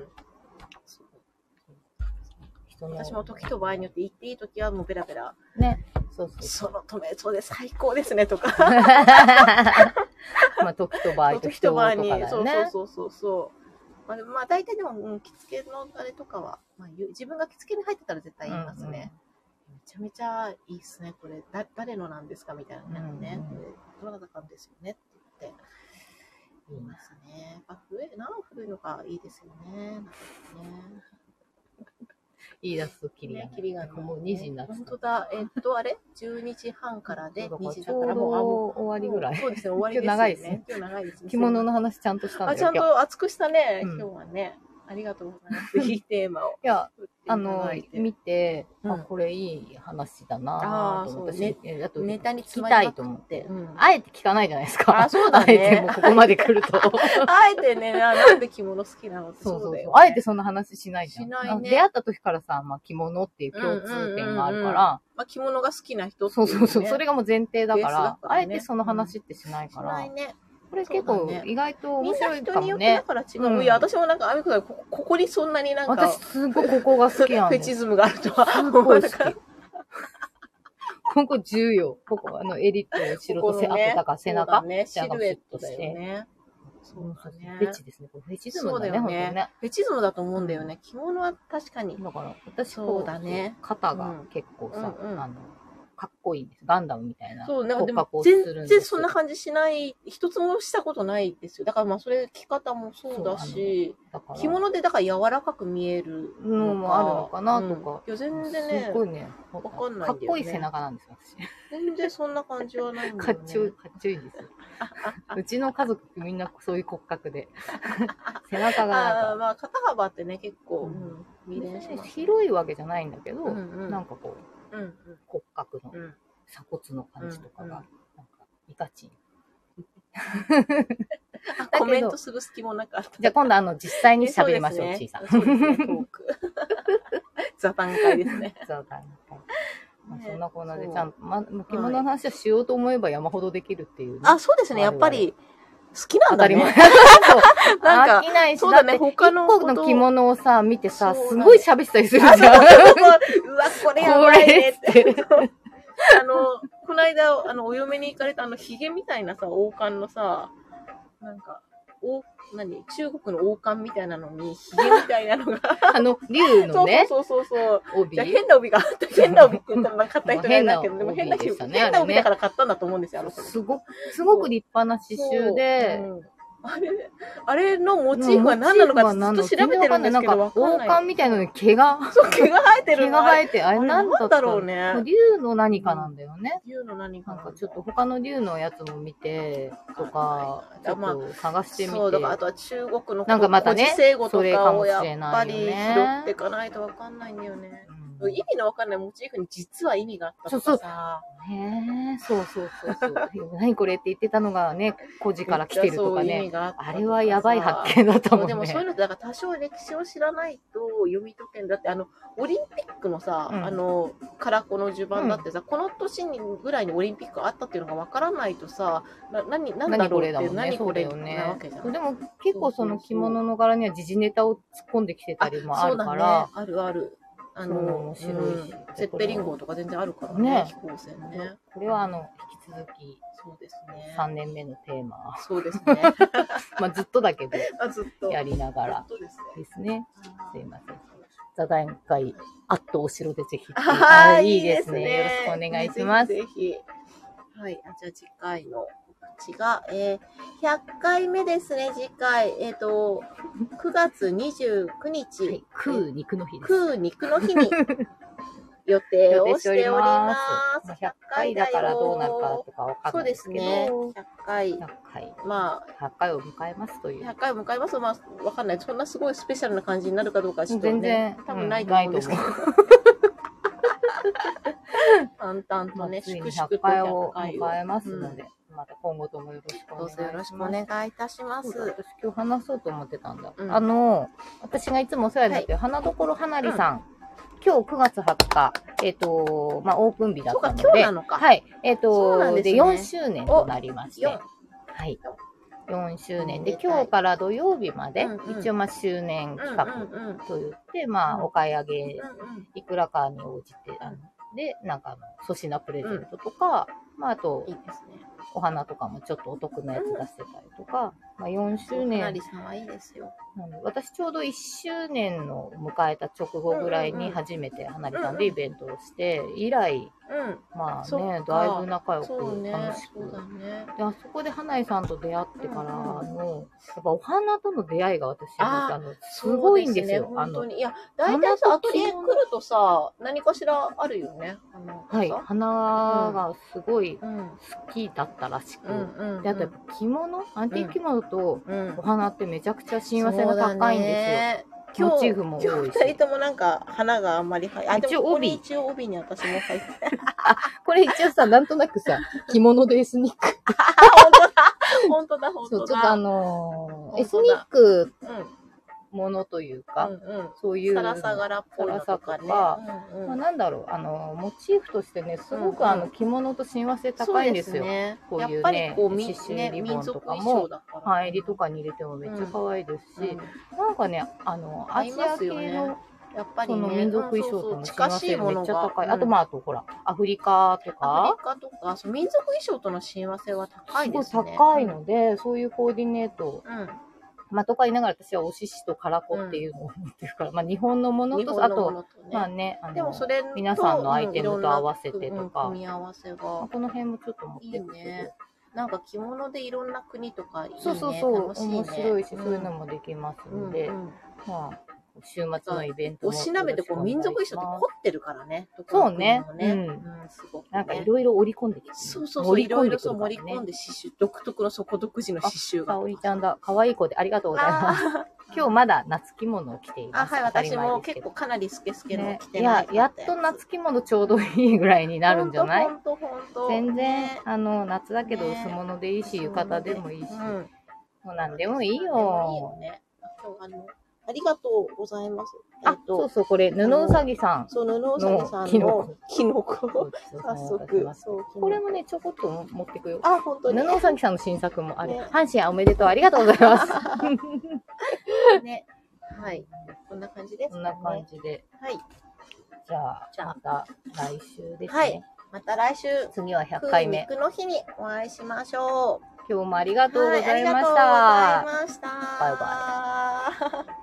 Speaker 2: そう
Speaker 1: 人の
Speaker 2: 私も時と場合によって言っていい時はもうペラペラ、
Speaker 1: ね。そう *laughs* そうそう。
Speaker 2: その止めそうで最高ですねとか、
Speaker 1: まあ、時と場合と
Speaker 2: 時
Speaker 1: 人
Speaker 2: と
Speaker 1: と
Speaker 2: 場合
Speaker 1: か
Speaker 2: に、
Speaker 1: だよ
Speaker 2: そう
Speaker 1: ね。
Speaker 2: そうそうそう。まあ、まあ、大体でも、うん、着付けのあれとかは、まあ、言う自分が着付けに入ってたら絶対言いますね。めちゃめちゃいいっすね、これ。だ誰のなんですかみたいなね。
Speaker 1: うんうん
Speaker 2: これどなたかんですよねって言って。言いますね。やっぱ古い、なお古いのがいいですよね。なんかね。
Speaker 1: 言い出すとキリがない。
Speaker 2: ねキリがない
Speaker 1: もう2時になって
Speaker 2: 本
Speaker 1: た
Speaker 2: 当。だ。えっと、あれ ?12 時半からで2時
Speaker 1: ち
Speaker 2: だ
Speaker 1: ょ
Speaker 2: か
Speaker 1: う
Speaker 2: ら
Speaker 1: ど
Speaker 2: もう、あもう
Speaker 1: 終わりぐらい。
Speaker 2: そうですね、終わりです、ね。
Speaker 1: 今日 *laughs* 長いですね。
Speaker 2: 今日長いですね。
Speaker 1: 着物の話ちゃんとしたんだ
Speaker 2: あ、
Speaker 1: よ。
Speaker 2: ちゃん
Speaker 1: 今日
Speaker 2: と熱くしたね、
Speaker 1: うん
Speaker 2: 今日はね。ありがとうございます。いいテーマ
Speaker 1: い
Speaker 2: を。
Speaker 1: や、あの
Speaker 2: 打っていただい、て
Speaker 1: 見て、
Speaker 2: うん
Speaker 1: あ、これいい話だなぁと思った
Speaker 2: あーそう
Speaker 1: し、えあと、
Speaker 2: ネタに
Speaker 1: 聞き
Speaker 2: 詰ま
Speaker 1: た
Speaker 2: りま
Speaker 1: い
Speaker 2: く
Speaker 1: と思っ
Speaker 2: って
Speaker 1: て。。
Speaker 2: うんあ
Speaker 1: あえて聞かないじゃないですか。
Speaker 2: あそうだね
Speaker 1: あえてもうここまで来
Speaker 2: *laughs*
Speaker 1: ると。
Speaker 2: えてね、ななんで着物好きなのって
Speaker 1: そうそう
Speaker 2: だ
Speaker 1: そう
Speaker 2: よ。
Speaker 1: あえてそんな話しないじゃん。
Speaker 2: しないね
Speaker 1: あ出会った時からさ、まあ、着物っていう共通点があるから、
Speaker 2: まあ、着物が好きな人ってい
Speaker 1: そう
Speaker 2: ね
Speaker 1: そうそう、それがもう前提だから、
Speaker 2: ベースだから
Speaker 1: あ
Speaker 2: ね
Speaker 1: えてその話ってしない
Speaker 2: し
Speaker 1: から、
Speaker 2: ないね。
Speaker 1: これ結構意外と面
Speaker 2: みんな
Speaker 1: 白い
Speaker 2: 人
Speaker 1: か
Speaker 2: に
Speaker 1: も
Speaker 2: よってだ
Speaker 1: ね。
Speaker 2: から違う。
Speaker 1: うん
Speaker 2: いや、私もなんか、あめこさん、こここにそんなになんか、
Speaker 1: 私すごいここが好き
Speaker 2: *laughs*
Speaker 1: や
Speaker 2: フ
Speaker 1: ね
Speaker 2: ェ
Speaker 1: ん。
Speaker 2: チ
Speaker 1: す
Speaker 2: ズムがあるとは思
Speaker 1: ご
Speaker 2: わ
Speaker 1: い
Speaker 2: *laughs* な
Speaker 1: 好
Speaker 2: かった
Speaker 1: き。 *laughs* ここ重要。ここ、あの、襟と後ろ
Speaker 2: ことこ
Speaker 1: 背、
Speaker 2: のね
Speaker 1: あとだから背
Speaker 2: そう
Speaker 1: 中
Speaker 2: だ。ね、シ
Speaker 1: 背中
Speaker 2: ルエットだよね。そ
Speaker 1: うん
Speaker 2: う
Speaker 1: そうそ
Speaker 2: だ
Speaker 1: う
Speaker 2: ね。
Speaker 1: フェチですね。これフェチズムだね、
Speaker 2: そうだよ
Speaker 1: 本当
Speaker 2: ね
Speaker 1: にね。
Speaker 2: フェチズムだと思うんだよね。着物は確かに。
Speaker 1: だから、私
Speaker 2: そ
Speaker 1: こ
Speaker 2: う
Speaker 1: う、
Speaker 2: だね
Speaker 1: 肩が結構さ、
Speaker 2: うんうん
Speaker 1: あの、かっこいいんです。ガンダムみたいな。
Speaker 2: そう、なんかでも
Speaker 1: こう加工する
Speaker 2: 全
Speaker 1: ですよ
Speaker 2: 然そんな感じしない、一つもしたことないですよ。だからまあそれ着方もそうだし、
Speaker 1: だから
Speaker 2: 着物でだから柔らかく見える
Speaker 1: のもあるのかなとか
Speaker 2: うんいや、全然ね
Speaker 1: すっ、ごいね、わ
Speaker 2: かんないんだよね
Speaker 1: かっこいい背中なんですよ、
Speaker 2: 全然そんな感じはないん
Speaker 1: 私。
Speaker 2: *laughs* だ
Speaker 1: か
Speaker 2: よ
Speaker 1: っちょいい、
Speaker 2: ね。
Speaker 1: かっちょいいんですよ。うちの家族みんなそういう骨格
Speaker 2: *laughs*
Speaker 1: で。背中が
Speaker 2: あ
Speaker 1: な
Speaker 2: あー、
Speaker 1: んか
Speaker 2: まあ肩幅ってね、結
Speaker 1: う
Speaker 2: 構、うんん、見れし
Speaker 1: 別に
Speaker 2: ます。
Speaker 1: 広いわけじゃないんだけど、
Speaker 2: うんうん
Speaker 1: なんかこう、
Speaker 2: うんうん
Speaker 1: 骨格の
Speaker 2: うん
Speaker 1: 鎖骨の感じとか
Speaker 2: う
Speaker 1: が、なんか、いかちん。
Speaker 2: あ
Speaker 1: ど
Speaker 2: コメントする隙もなかった。
Speaker 1: じゃあ今度あの、実際に
Speaker 2: そう
Speaker 1: 喋
Speaker 2: で
Speaker 1: りま
Speaker 2: すね
Speaker 1: しょう、ちいさん。
Speaker 2: *laughs* そうですね、トーク。座談会ですね。
Speaker 1: そうだねまあ
Speaker 2: ね
Speaker 1: そんなこんなで、ちゃんと、ま、着物の話をしようと思えば山ほどできるっていうね、
Speaker 2: あ、そうですね。やっぱり、好きな
Speaker 1: 当
Speaker 2: んだ
Speaker 1: たり前。
Speaker 2: ね。 *laughs*
Speaker 1: そう
Speaker 2: なんか
Speaker 1: 飽きないし、
Speaker 2: そうだ
Speaker 1: っ
Speaker 2: ね
Speaker 1: て
Speaker 2: 他の
Speaker 1: 一
Speaker 2: こ
Speaker 1: 個
Speaker 2: と
Speaker 1: の着物をさ、見てさ、
Speaker 2: そうだ
Speaker 1: す
Speaker 2: ね
Speaker 1: ごい喋ったりするじゃん。
Speaker 2: うわ、これやばいねって。あの、この間、あの、お嫁に行かれた、あの、ヒゲみたいなさ、王冠のさ、なんか、お、何中国の王冠みたいなのに、ヒゲみたいなのが、
Speaker 1: *laughs* あの、竜のね、
Speaker 2: そうそうそうそう。
Speaker 1: 帯。
Speaker 2: じゃあ変な帯があ *laughs* った、変な帯って言ったらまあ買った人がいたけど、で
Speaker 1: まあ
Speaker 2: も
Speaker 1: 変
Speaker 2: 変
Speaker 1: な
Speaker 2: な
Speaker 1: 帯でしたね
Speaker 2: 変な帯
Speaker 1: あれね
Speaker 2: だから買ったんだと思うんですよ、あの子
Speaker 1: すごく、すごく立派な刺繍で、
Speaker 2: そううんあれ、あれのモチーフは何なのかってずっと調べてるんですけど、
Speaker 1: なん
Speaker 2: わ
Speaker 1: か、
Speaker 2: か
Speaker 1: 王
Speaker 2: んない。
Speaker 1: 冠みたいなのに毛が、
Speaker 2: そう、毛が生えてる
Speaker 1: 毛が生
Speaker 2: な。
Speaker 1: えて、あれ
Speaker 2: あれ
Speaker 1: なんだ
Speaker 2: な
Speaker 1: っ
Speaker 2: ん
Speaker 1: た
Speaker 2: だ
Speaker 1: の
Speaker 2: ろうね。
Speaker 1: 竜の何かなんだよね。
Speaker 2: 竜の何か
Speaker 1: なん
Speaker 2: な
Speaker 1: かちょっと他の竜のやつも見て、とか、ちょっと探してみて。
Speaker 2: そうだからあとは中国の
Speaker 1: なんかまたね
Speaker 2: 古事成語と
Speaker 1: それか
Speaker 2: かを
Speaker 1: もし
Speaker 2: や
Speaker 1: れ
Speaker 2: っ
Speaker 1: な
Speaker 2: ぱ
Speaker 1: い
Speaker 2: り
Speaker 1: よ
Speaker 2: 拾
Speaker 1: ね
Speaker 2: っていかないとわかんないんだよね。
Speaker 1: うん
Speaker 2: 意味のわかんないモチーフに実は意味があったとかさ。
Speaker 1: ねえ、そうそうそう *laughs* そう。何これって言ってたのがね、古事から来てるとか
Speaker 2: 実はそういう意味
Speaker 1: ね。
Speaker 2: があったとか
Speaker 1: あ
Speaker 2: さ
Speaker 1: れはやばい発見だったもん
Speaker 2: で
Speaker 1: ね。
Speaker 2: もそういうのってだから多少歴史を知らないと読み解けんだってあのオリンピックのさ、
Speaker 1: うん
Speaker 2: あのからこの序盤だってさ、この年にぐらいにオリンピックがあったっていうのがわからないとさな何何だ
Speaker 1: 何
Speaker 2: ろ
Speaker 1: こ
Speaker 2: うっ
Speaker 1: れ
Speaker 2: て
Speaker 1: だもんね。
Speaker 2: 何
Speaker 1: そ
Speaker 2: こ
Speaker 1: うだ
Speaker 2: れ
Speaker 1: よ
Speaker 2: な
Speaker 1: ね
Speaker 2: わけじゃ。ん。
Speaker 1: でも結構その着物の柄には時事ネタを突っ込んできてたりもあるか
Speaker 2: そうだ
Speaker 1: ら
Speaker 2: ね、、あるある。あ
Speaker 1: そう
Speaker 2: の、
Speaker 1: 面白いし
Speaker 2: うんゼッペリン号とか全然あるからね、
Speaker 1: ね
Speaker 2: 飛行船ね。
Speaker 1: これはあの、引き続き
Speaker 2: そうですね。
Speaker 1: 3年目のテーマ、 *laughs*
Speaker 2: そうですね。
Speaker 1: まあずっとだけど、
Speaker 2: あずっと。
Speaker 1: やりながら
Speaker 2: ずっとですね。
Speaker 1: ですね。すい
Speaker 2: あ
Speaker 1: ません。座談会、あっとお城でぜひ。
Speaker 2: ー
Speaker 1: あーいいですね。よろしくお願いします。
Speaker 2: ぜひぜひはい。あじゃあ次回の告知が、えー、100回目ですね、次回。えっ、と、9月29日。
Speaker 1: はい、食う肉の日です。
Speaker 2: 食う肉の
Speaker 1: *laughs*
Speaker 2: 日に予定をしておりま
Speaker 1: まあ
Speaker 2: す。
Speaker 1: 100回だからどうなるかとかわかん
Speaker 2: そ
Speaker 1: な
Speaker 2: う
Speaker 1: い
Speaker 2: で
Speaker 1: ですすけど、
Speaker 2: ね。100回。
Speaker 1: 100回、
Speaker 2: ま
Speaker 1: 100回を迎えますと
Speaker 2: あ、
Speaker 1: いう。
Speaker 2: 100回迎えます。まあ、わかんない。そんなすごいスペシャルな感じになるかどうかはちょっと、ね、
Speaker 1: 全然
Speaker 2: 多分ないと思うんですけど
Speaker 1: う。
Speaker 2: 淡々とね、
Speaker 1: つい
Speaker 2: 粛
Speaker 1: に
Speaker 2: 々
Speaker 1: 100
Speaker 2: と
Speaker 1: 回を
Speaker 2: 100回を。
Speaker 1: 迎えますので、また今後ともよろしくお
Speaker 2: ど
Speaker 1: 願
Speaker 2: う
Speaker 1: いし
Speaker 2: ぞ
Speaker 1: ます。
Speaker 2: よろしくお願いいたしま
Speaker 1: そう
Speaker 2: す。
Speaker 1: だ私今日話そうと思ってたんだ。
Speaker 2: うん
Speaker 1: あの、私がいつもお世話になってる、花どころ花里さん今日9月20日、えっ、と、まあ、オープン日だ
Speaker 2: そ
Speaker 1: っ
Speaker 2: う
Speaker 1: た
Speaker 2: か
Speaker 1: の、で。
Speaker 2: 今日なのか。
Speaker 1: はい。えっ、
Speaker 2: そうな
Speaker 1: と
Speaker 2: ん
Speaker 1: で,、
Speaker 2: ですね
Speaker 1: 4周年となりまして。
Speaker 2: よ
Speaker 1: はい。4周年
Speaker 2: おめで
Speaker 1: で、
Speaker 2: たい
Speaker 1: 今日から土曜日まで、
Speaker 2: うんうん
Speaker 1: 一応まあ周年
Speaker 2: うんうん
Speaker 1: 企
Speaker 2: うん
Speaker 1: 画
Speaker 2: うんうん
Speaker 1: と言って、ま
Speaker 2: うん
Speaker 1: あお買い上げ、
Speaker 2: うん
Speaker 1: いくらかに応じて、あので、なんかあの、粗品プレゼントとか、まああと
Speaker 2: いい、ですね。
Speaker 1: お花とかもちょっとお得なやつ出してたりとか、まあ4周
Speaker 2: かな
Speaker 1: 年
Speaker 2: りさんはいいですよ。
Speaker 1: なんで私ちょうど1周年の迎えた直後ぐらい
Speaker 2: うんうんう
Speaker 1: に
Speaker 2: ん
Speaker 1: 初めて花火さん
Speaker 2: うんうん
Speaker 1: でイベントをして、以来、
Speaker 2: うん。
Speaker 1: まあ
Speaker 2: そっ
Speaker 1: ね、
Speaker 2: か
Speaker 1: だいぶ仲良
Speaker 2: そう
Speaker 1: く
Speaker 2: ね
Speaker 1: 楽し。く。
Speaker 2: そうだね。
Speaker 1: で、あそこで花井さんと出会ってから
Speaker 2: うんうん
Speaker 1: の、やっぱお花との出会いが私、
Speaker 2: あー
Speaker 1: あの、すごいんですよ。
Speaker 2: そうね
Speaker 1: あ
Speaker 2: 本当
Speaker 1: の、
Speaker 2: に。いや、大体さ、
Speaker 1: 花
Speaker 2: ア
Speaker 1: と
Speaker 2: ト
Speaker 1: 着
Speaker 2: リエ来
Speaker 1: 物
Speaker 2: るとさ、何かしらあるよね。あの
Speaker 1: はい、
Speaker 2: さ
Speaker 1: 花がすごい
Speaker 2: うん。
Speaker 1: 好きだったらしく、
Speaker 2: うんうん。
Speaker 1: で、あとやっぱ着物、アンティーク着物と
Speaker 2: うん
Speaker 1: お。花ってめちゃくちゃ親和性が高いんで
Speaker 2: そうだね今日
Speaker 1: モチーフも多いし
Speaker 2: 今日二人ともなんか花があんまり入っ
Speaker 1: 一応帯
Speaker 2: 一応帯に私も入
Speaker 1: *laughs*
Speaker 2: って。
Speaker 1: すよ。これ一応さ、なんとなくさ、着物でエスニック。
Speaker 2: 本当だ、本
Speaker 1: そう、
Speaker 2: 当
Speaker 1: ちょっとあ
Speaker 2: だ。
Speaker 1: のーエ
Speaker 2: 本
Speaker 1: ス
Speaker 2: 当
Speaker 1: ニ
Speaker 2: だ
Speaker 1: ック
Speaker 2: うん。
Speaker 1: ものという
Speaker 2: う
Speaker 1: か、
Speaker 2: んうん。
Speaker 1: そういう。
Speaker 2: サラサ柄っぽいのとかね。
Speaker 1: サラサ
Speaker 2: うんうん
Speaker 1: まあ、なんだろう、あのー、モチーフとしてね、すごくあ
Speaker 2: うんう
Speaker 1: の、
Speaker 2: ん
Speaker 1: 着物と親和性高いんですよ。
Speaker 2: ね
Speaker 1: こういうね
Speaker 2: やっぱりこう、み
Speaker 1: 刺繍
Speaker 2: ね
Speaker 1: リボ
Speaker 2: 民
Speaker 1: ンと
Speaker 2: 族
Speaker 1: かも
Speaker 2: 衣装だから。
Speaker 1: はい、襟とかに入れてもめっちゃ可愛いですし、
Speaker 2: うん
Speaker 1: なんかね、あの、ア
Speaker 2: 合
Speaker 1: ジ
Speaker 2: いま
Speaker 1: ア
Speaker 2: す
Speaker 1: 系
Speaker 2: よ
Speaker 1: の、
Speaker 2: ねやっぱり
Speaker 1: そ
Speaker 2: ね、
Speaker 1: の民族衣装と
Speaker 2: うん
Speaker 1: の
Speaker 2: そ
Speaker 1: 親
Speaker 2: うそう
Speaker 1: 和
Speaker 2: 近しい
Speaker 1: 性
Speaker 2: も
Speaker 1: めっ
Speaker 2: の
Speaker 1: ちゃ
Speaker 2: が
Speaker 1: 高い。あと、
Speaker 2: うん
Speaker 1: まあ、あと、ほら、アフリカと
Speaker 2: ア
Speaker 1: か
Speaker 2: フ、リカとか、そう民族衣装との親和性は高い
Speaker 1: すご
Speaker 2: で
Speaker 1: い
Speaker 2: すね。
Speaker 1: 高いので、そういうコーディネート、
Speaker 2: うん。
Speaker 1: まあ、とか言いながら私はおししとカラコっていうのを持ってるから、まあ、日本のもの
Speaker 2: 日
Speaker 1: と、
Speaker 2: 本
Speaker 1: あ
Speaker 2: のも
Speaker 1: と、
Speaker 2: のとね。
Speaker 1: まあね、あの、
Speaker 2: でもそれと
Speaker 1: 皆さんのアイテムと合わせてとか
Speaker 2: うんいろんな組み合わせ
Speaker 1: まあ
Speaker 2: が
Speaker 1: この辺もちょっと持って
Speaker 2: い
Speaker 1: る
Speaker 2: い
Speaker 1: けど
Speaker 2: ね。なんか着物でいろんな国とかいいね。
Speaker 1: そうそうそう、
Speaker 2: 楽しいね
Speaker 1: 面白いし、そういうの
Speaker 2: も
Speaker 1: もできます
Speaker 2: うん
Speaker 1: ので、
Speaker 2: うん
Speaker 1: まあ、週末のイベント
Speaker 2: おしなべてこう民族衣装って凝
Speaker 1: と
Speaker 2: ってるからね。
Speaker 1: そうね
Speaker 2: どこの国もね
Speaker 1: う
Speaker 2: うん、すごくね。
Speaker 1: なんかいろいろ織り込んできて、
Speaker 2: そうそうそう、
Speaker 1: 盛
Speaker 2: い
Speaker 1: り
Speaker 2: ろ
Speaker 1: 込んで
Speaker 2: いろ
Speaker 1: くる
Speaker 2: そう
Speaker 1: から
Speaker 2: 盛り込ん
Speaker 1: ね。
Speaker 2: で刺繍、独特のそこ独自の刺繍が。
Speaker 1: かおりちゃんだ。可愛い子でありがとうございます。
Speaker 2: ー
Speaker 1: *laughs* 今日まだ夏着物を着ています。
Speaker 2: あ、はい、
Speaker 1: 当たり
Speaker 2: 私
Speaker 1: 前
Speaker 2: も
Speaker 1: ですけ
Speaker 2: 結
Speaker 1: ど
Speaker 2: 構かなりスケスケの
Speaker 1: ね
Speaker 2: 着て
Speaker 1: い
Speaker 2: な
Speaker 1: や
Speaker 2: い、
Speaker 1: やっと夏着物ちょうどいいぐらいになるんじゃない
Speaker 2: ほんとほんとほんと
Speaker 1: 全然
Speaker 2: ね、
Speaker 1: あの、夏だけど
Speaker 2: ね
Speaker 1: 薄物でいいし、浴衣でもいいし、
Speaker 2: う
Speaker 1: も
Speaker 2: ん
Speaker 1: う何でもいい
Speaker 2: 何でも
Speaker 1: よ。
Speaker 2: いいね今日あの、ありがとうございます。え
Speaker 1: あ
Speaker 2: っ、
Speaker 1: そ
Speaker 2: と
Speaker 1: う、そう、これ、布うさぎさん。
Speaker 2: そう、布うさぎさんの
Speaker 1: の
Speaker 2: キノコ。早速。そう
Speaker 1: これもね、ちょこっと持ってくよ。
Speaker 2: あ、本当に。
Speaker 1: 布うさぎさんの新作もある
Speaker 2: ね。
Speaker 1: 阪神おめでとう、ありがとうござい *laughs* ます。
Speaker 2: ね。はい。こんな感じです、ね。
Speaker 1: こんな感じで。
Speaker 2: はい。
Speaker 1: じゃあ、
Speaker 2: じゃあ
Speaker 1: また来週ですね。
Speaker 2: はいまた来週、
Speaker 1: 次は100
Speaker 2: 空
Speaker 1: 回目。
Speaker 2: 肉の日にお会いしましょう。
Speaker 1: 今日もありがとうございました。
Speaker 2: はいありがとうございました。
Speaker 1: バ
Speaker 2: バイバイ。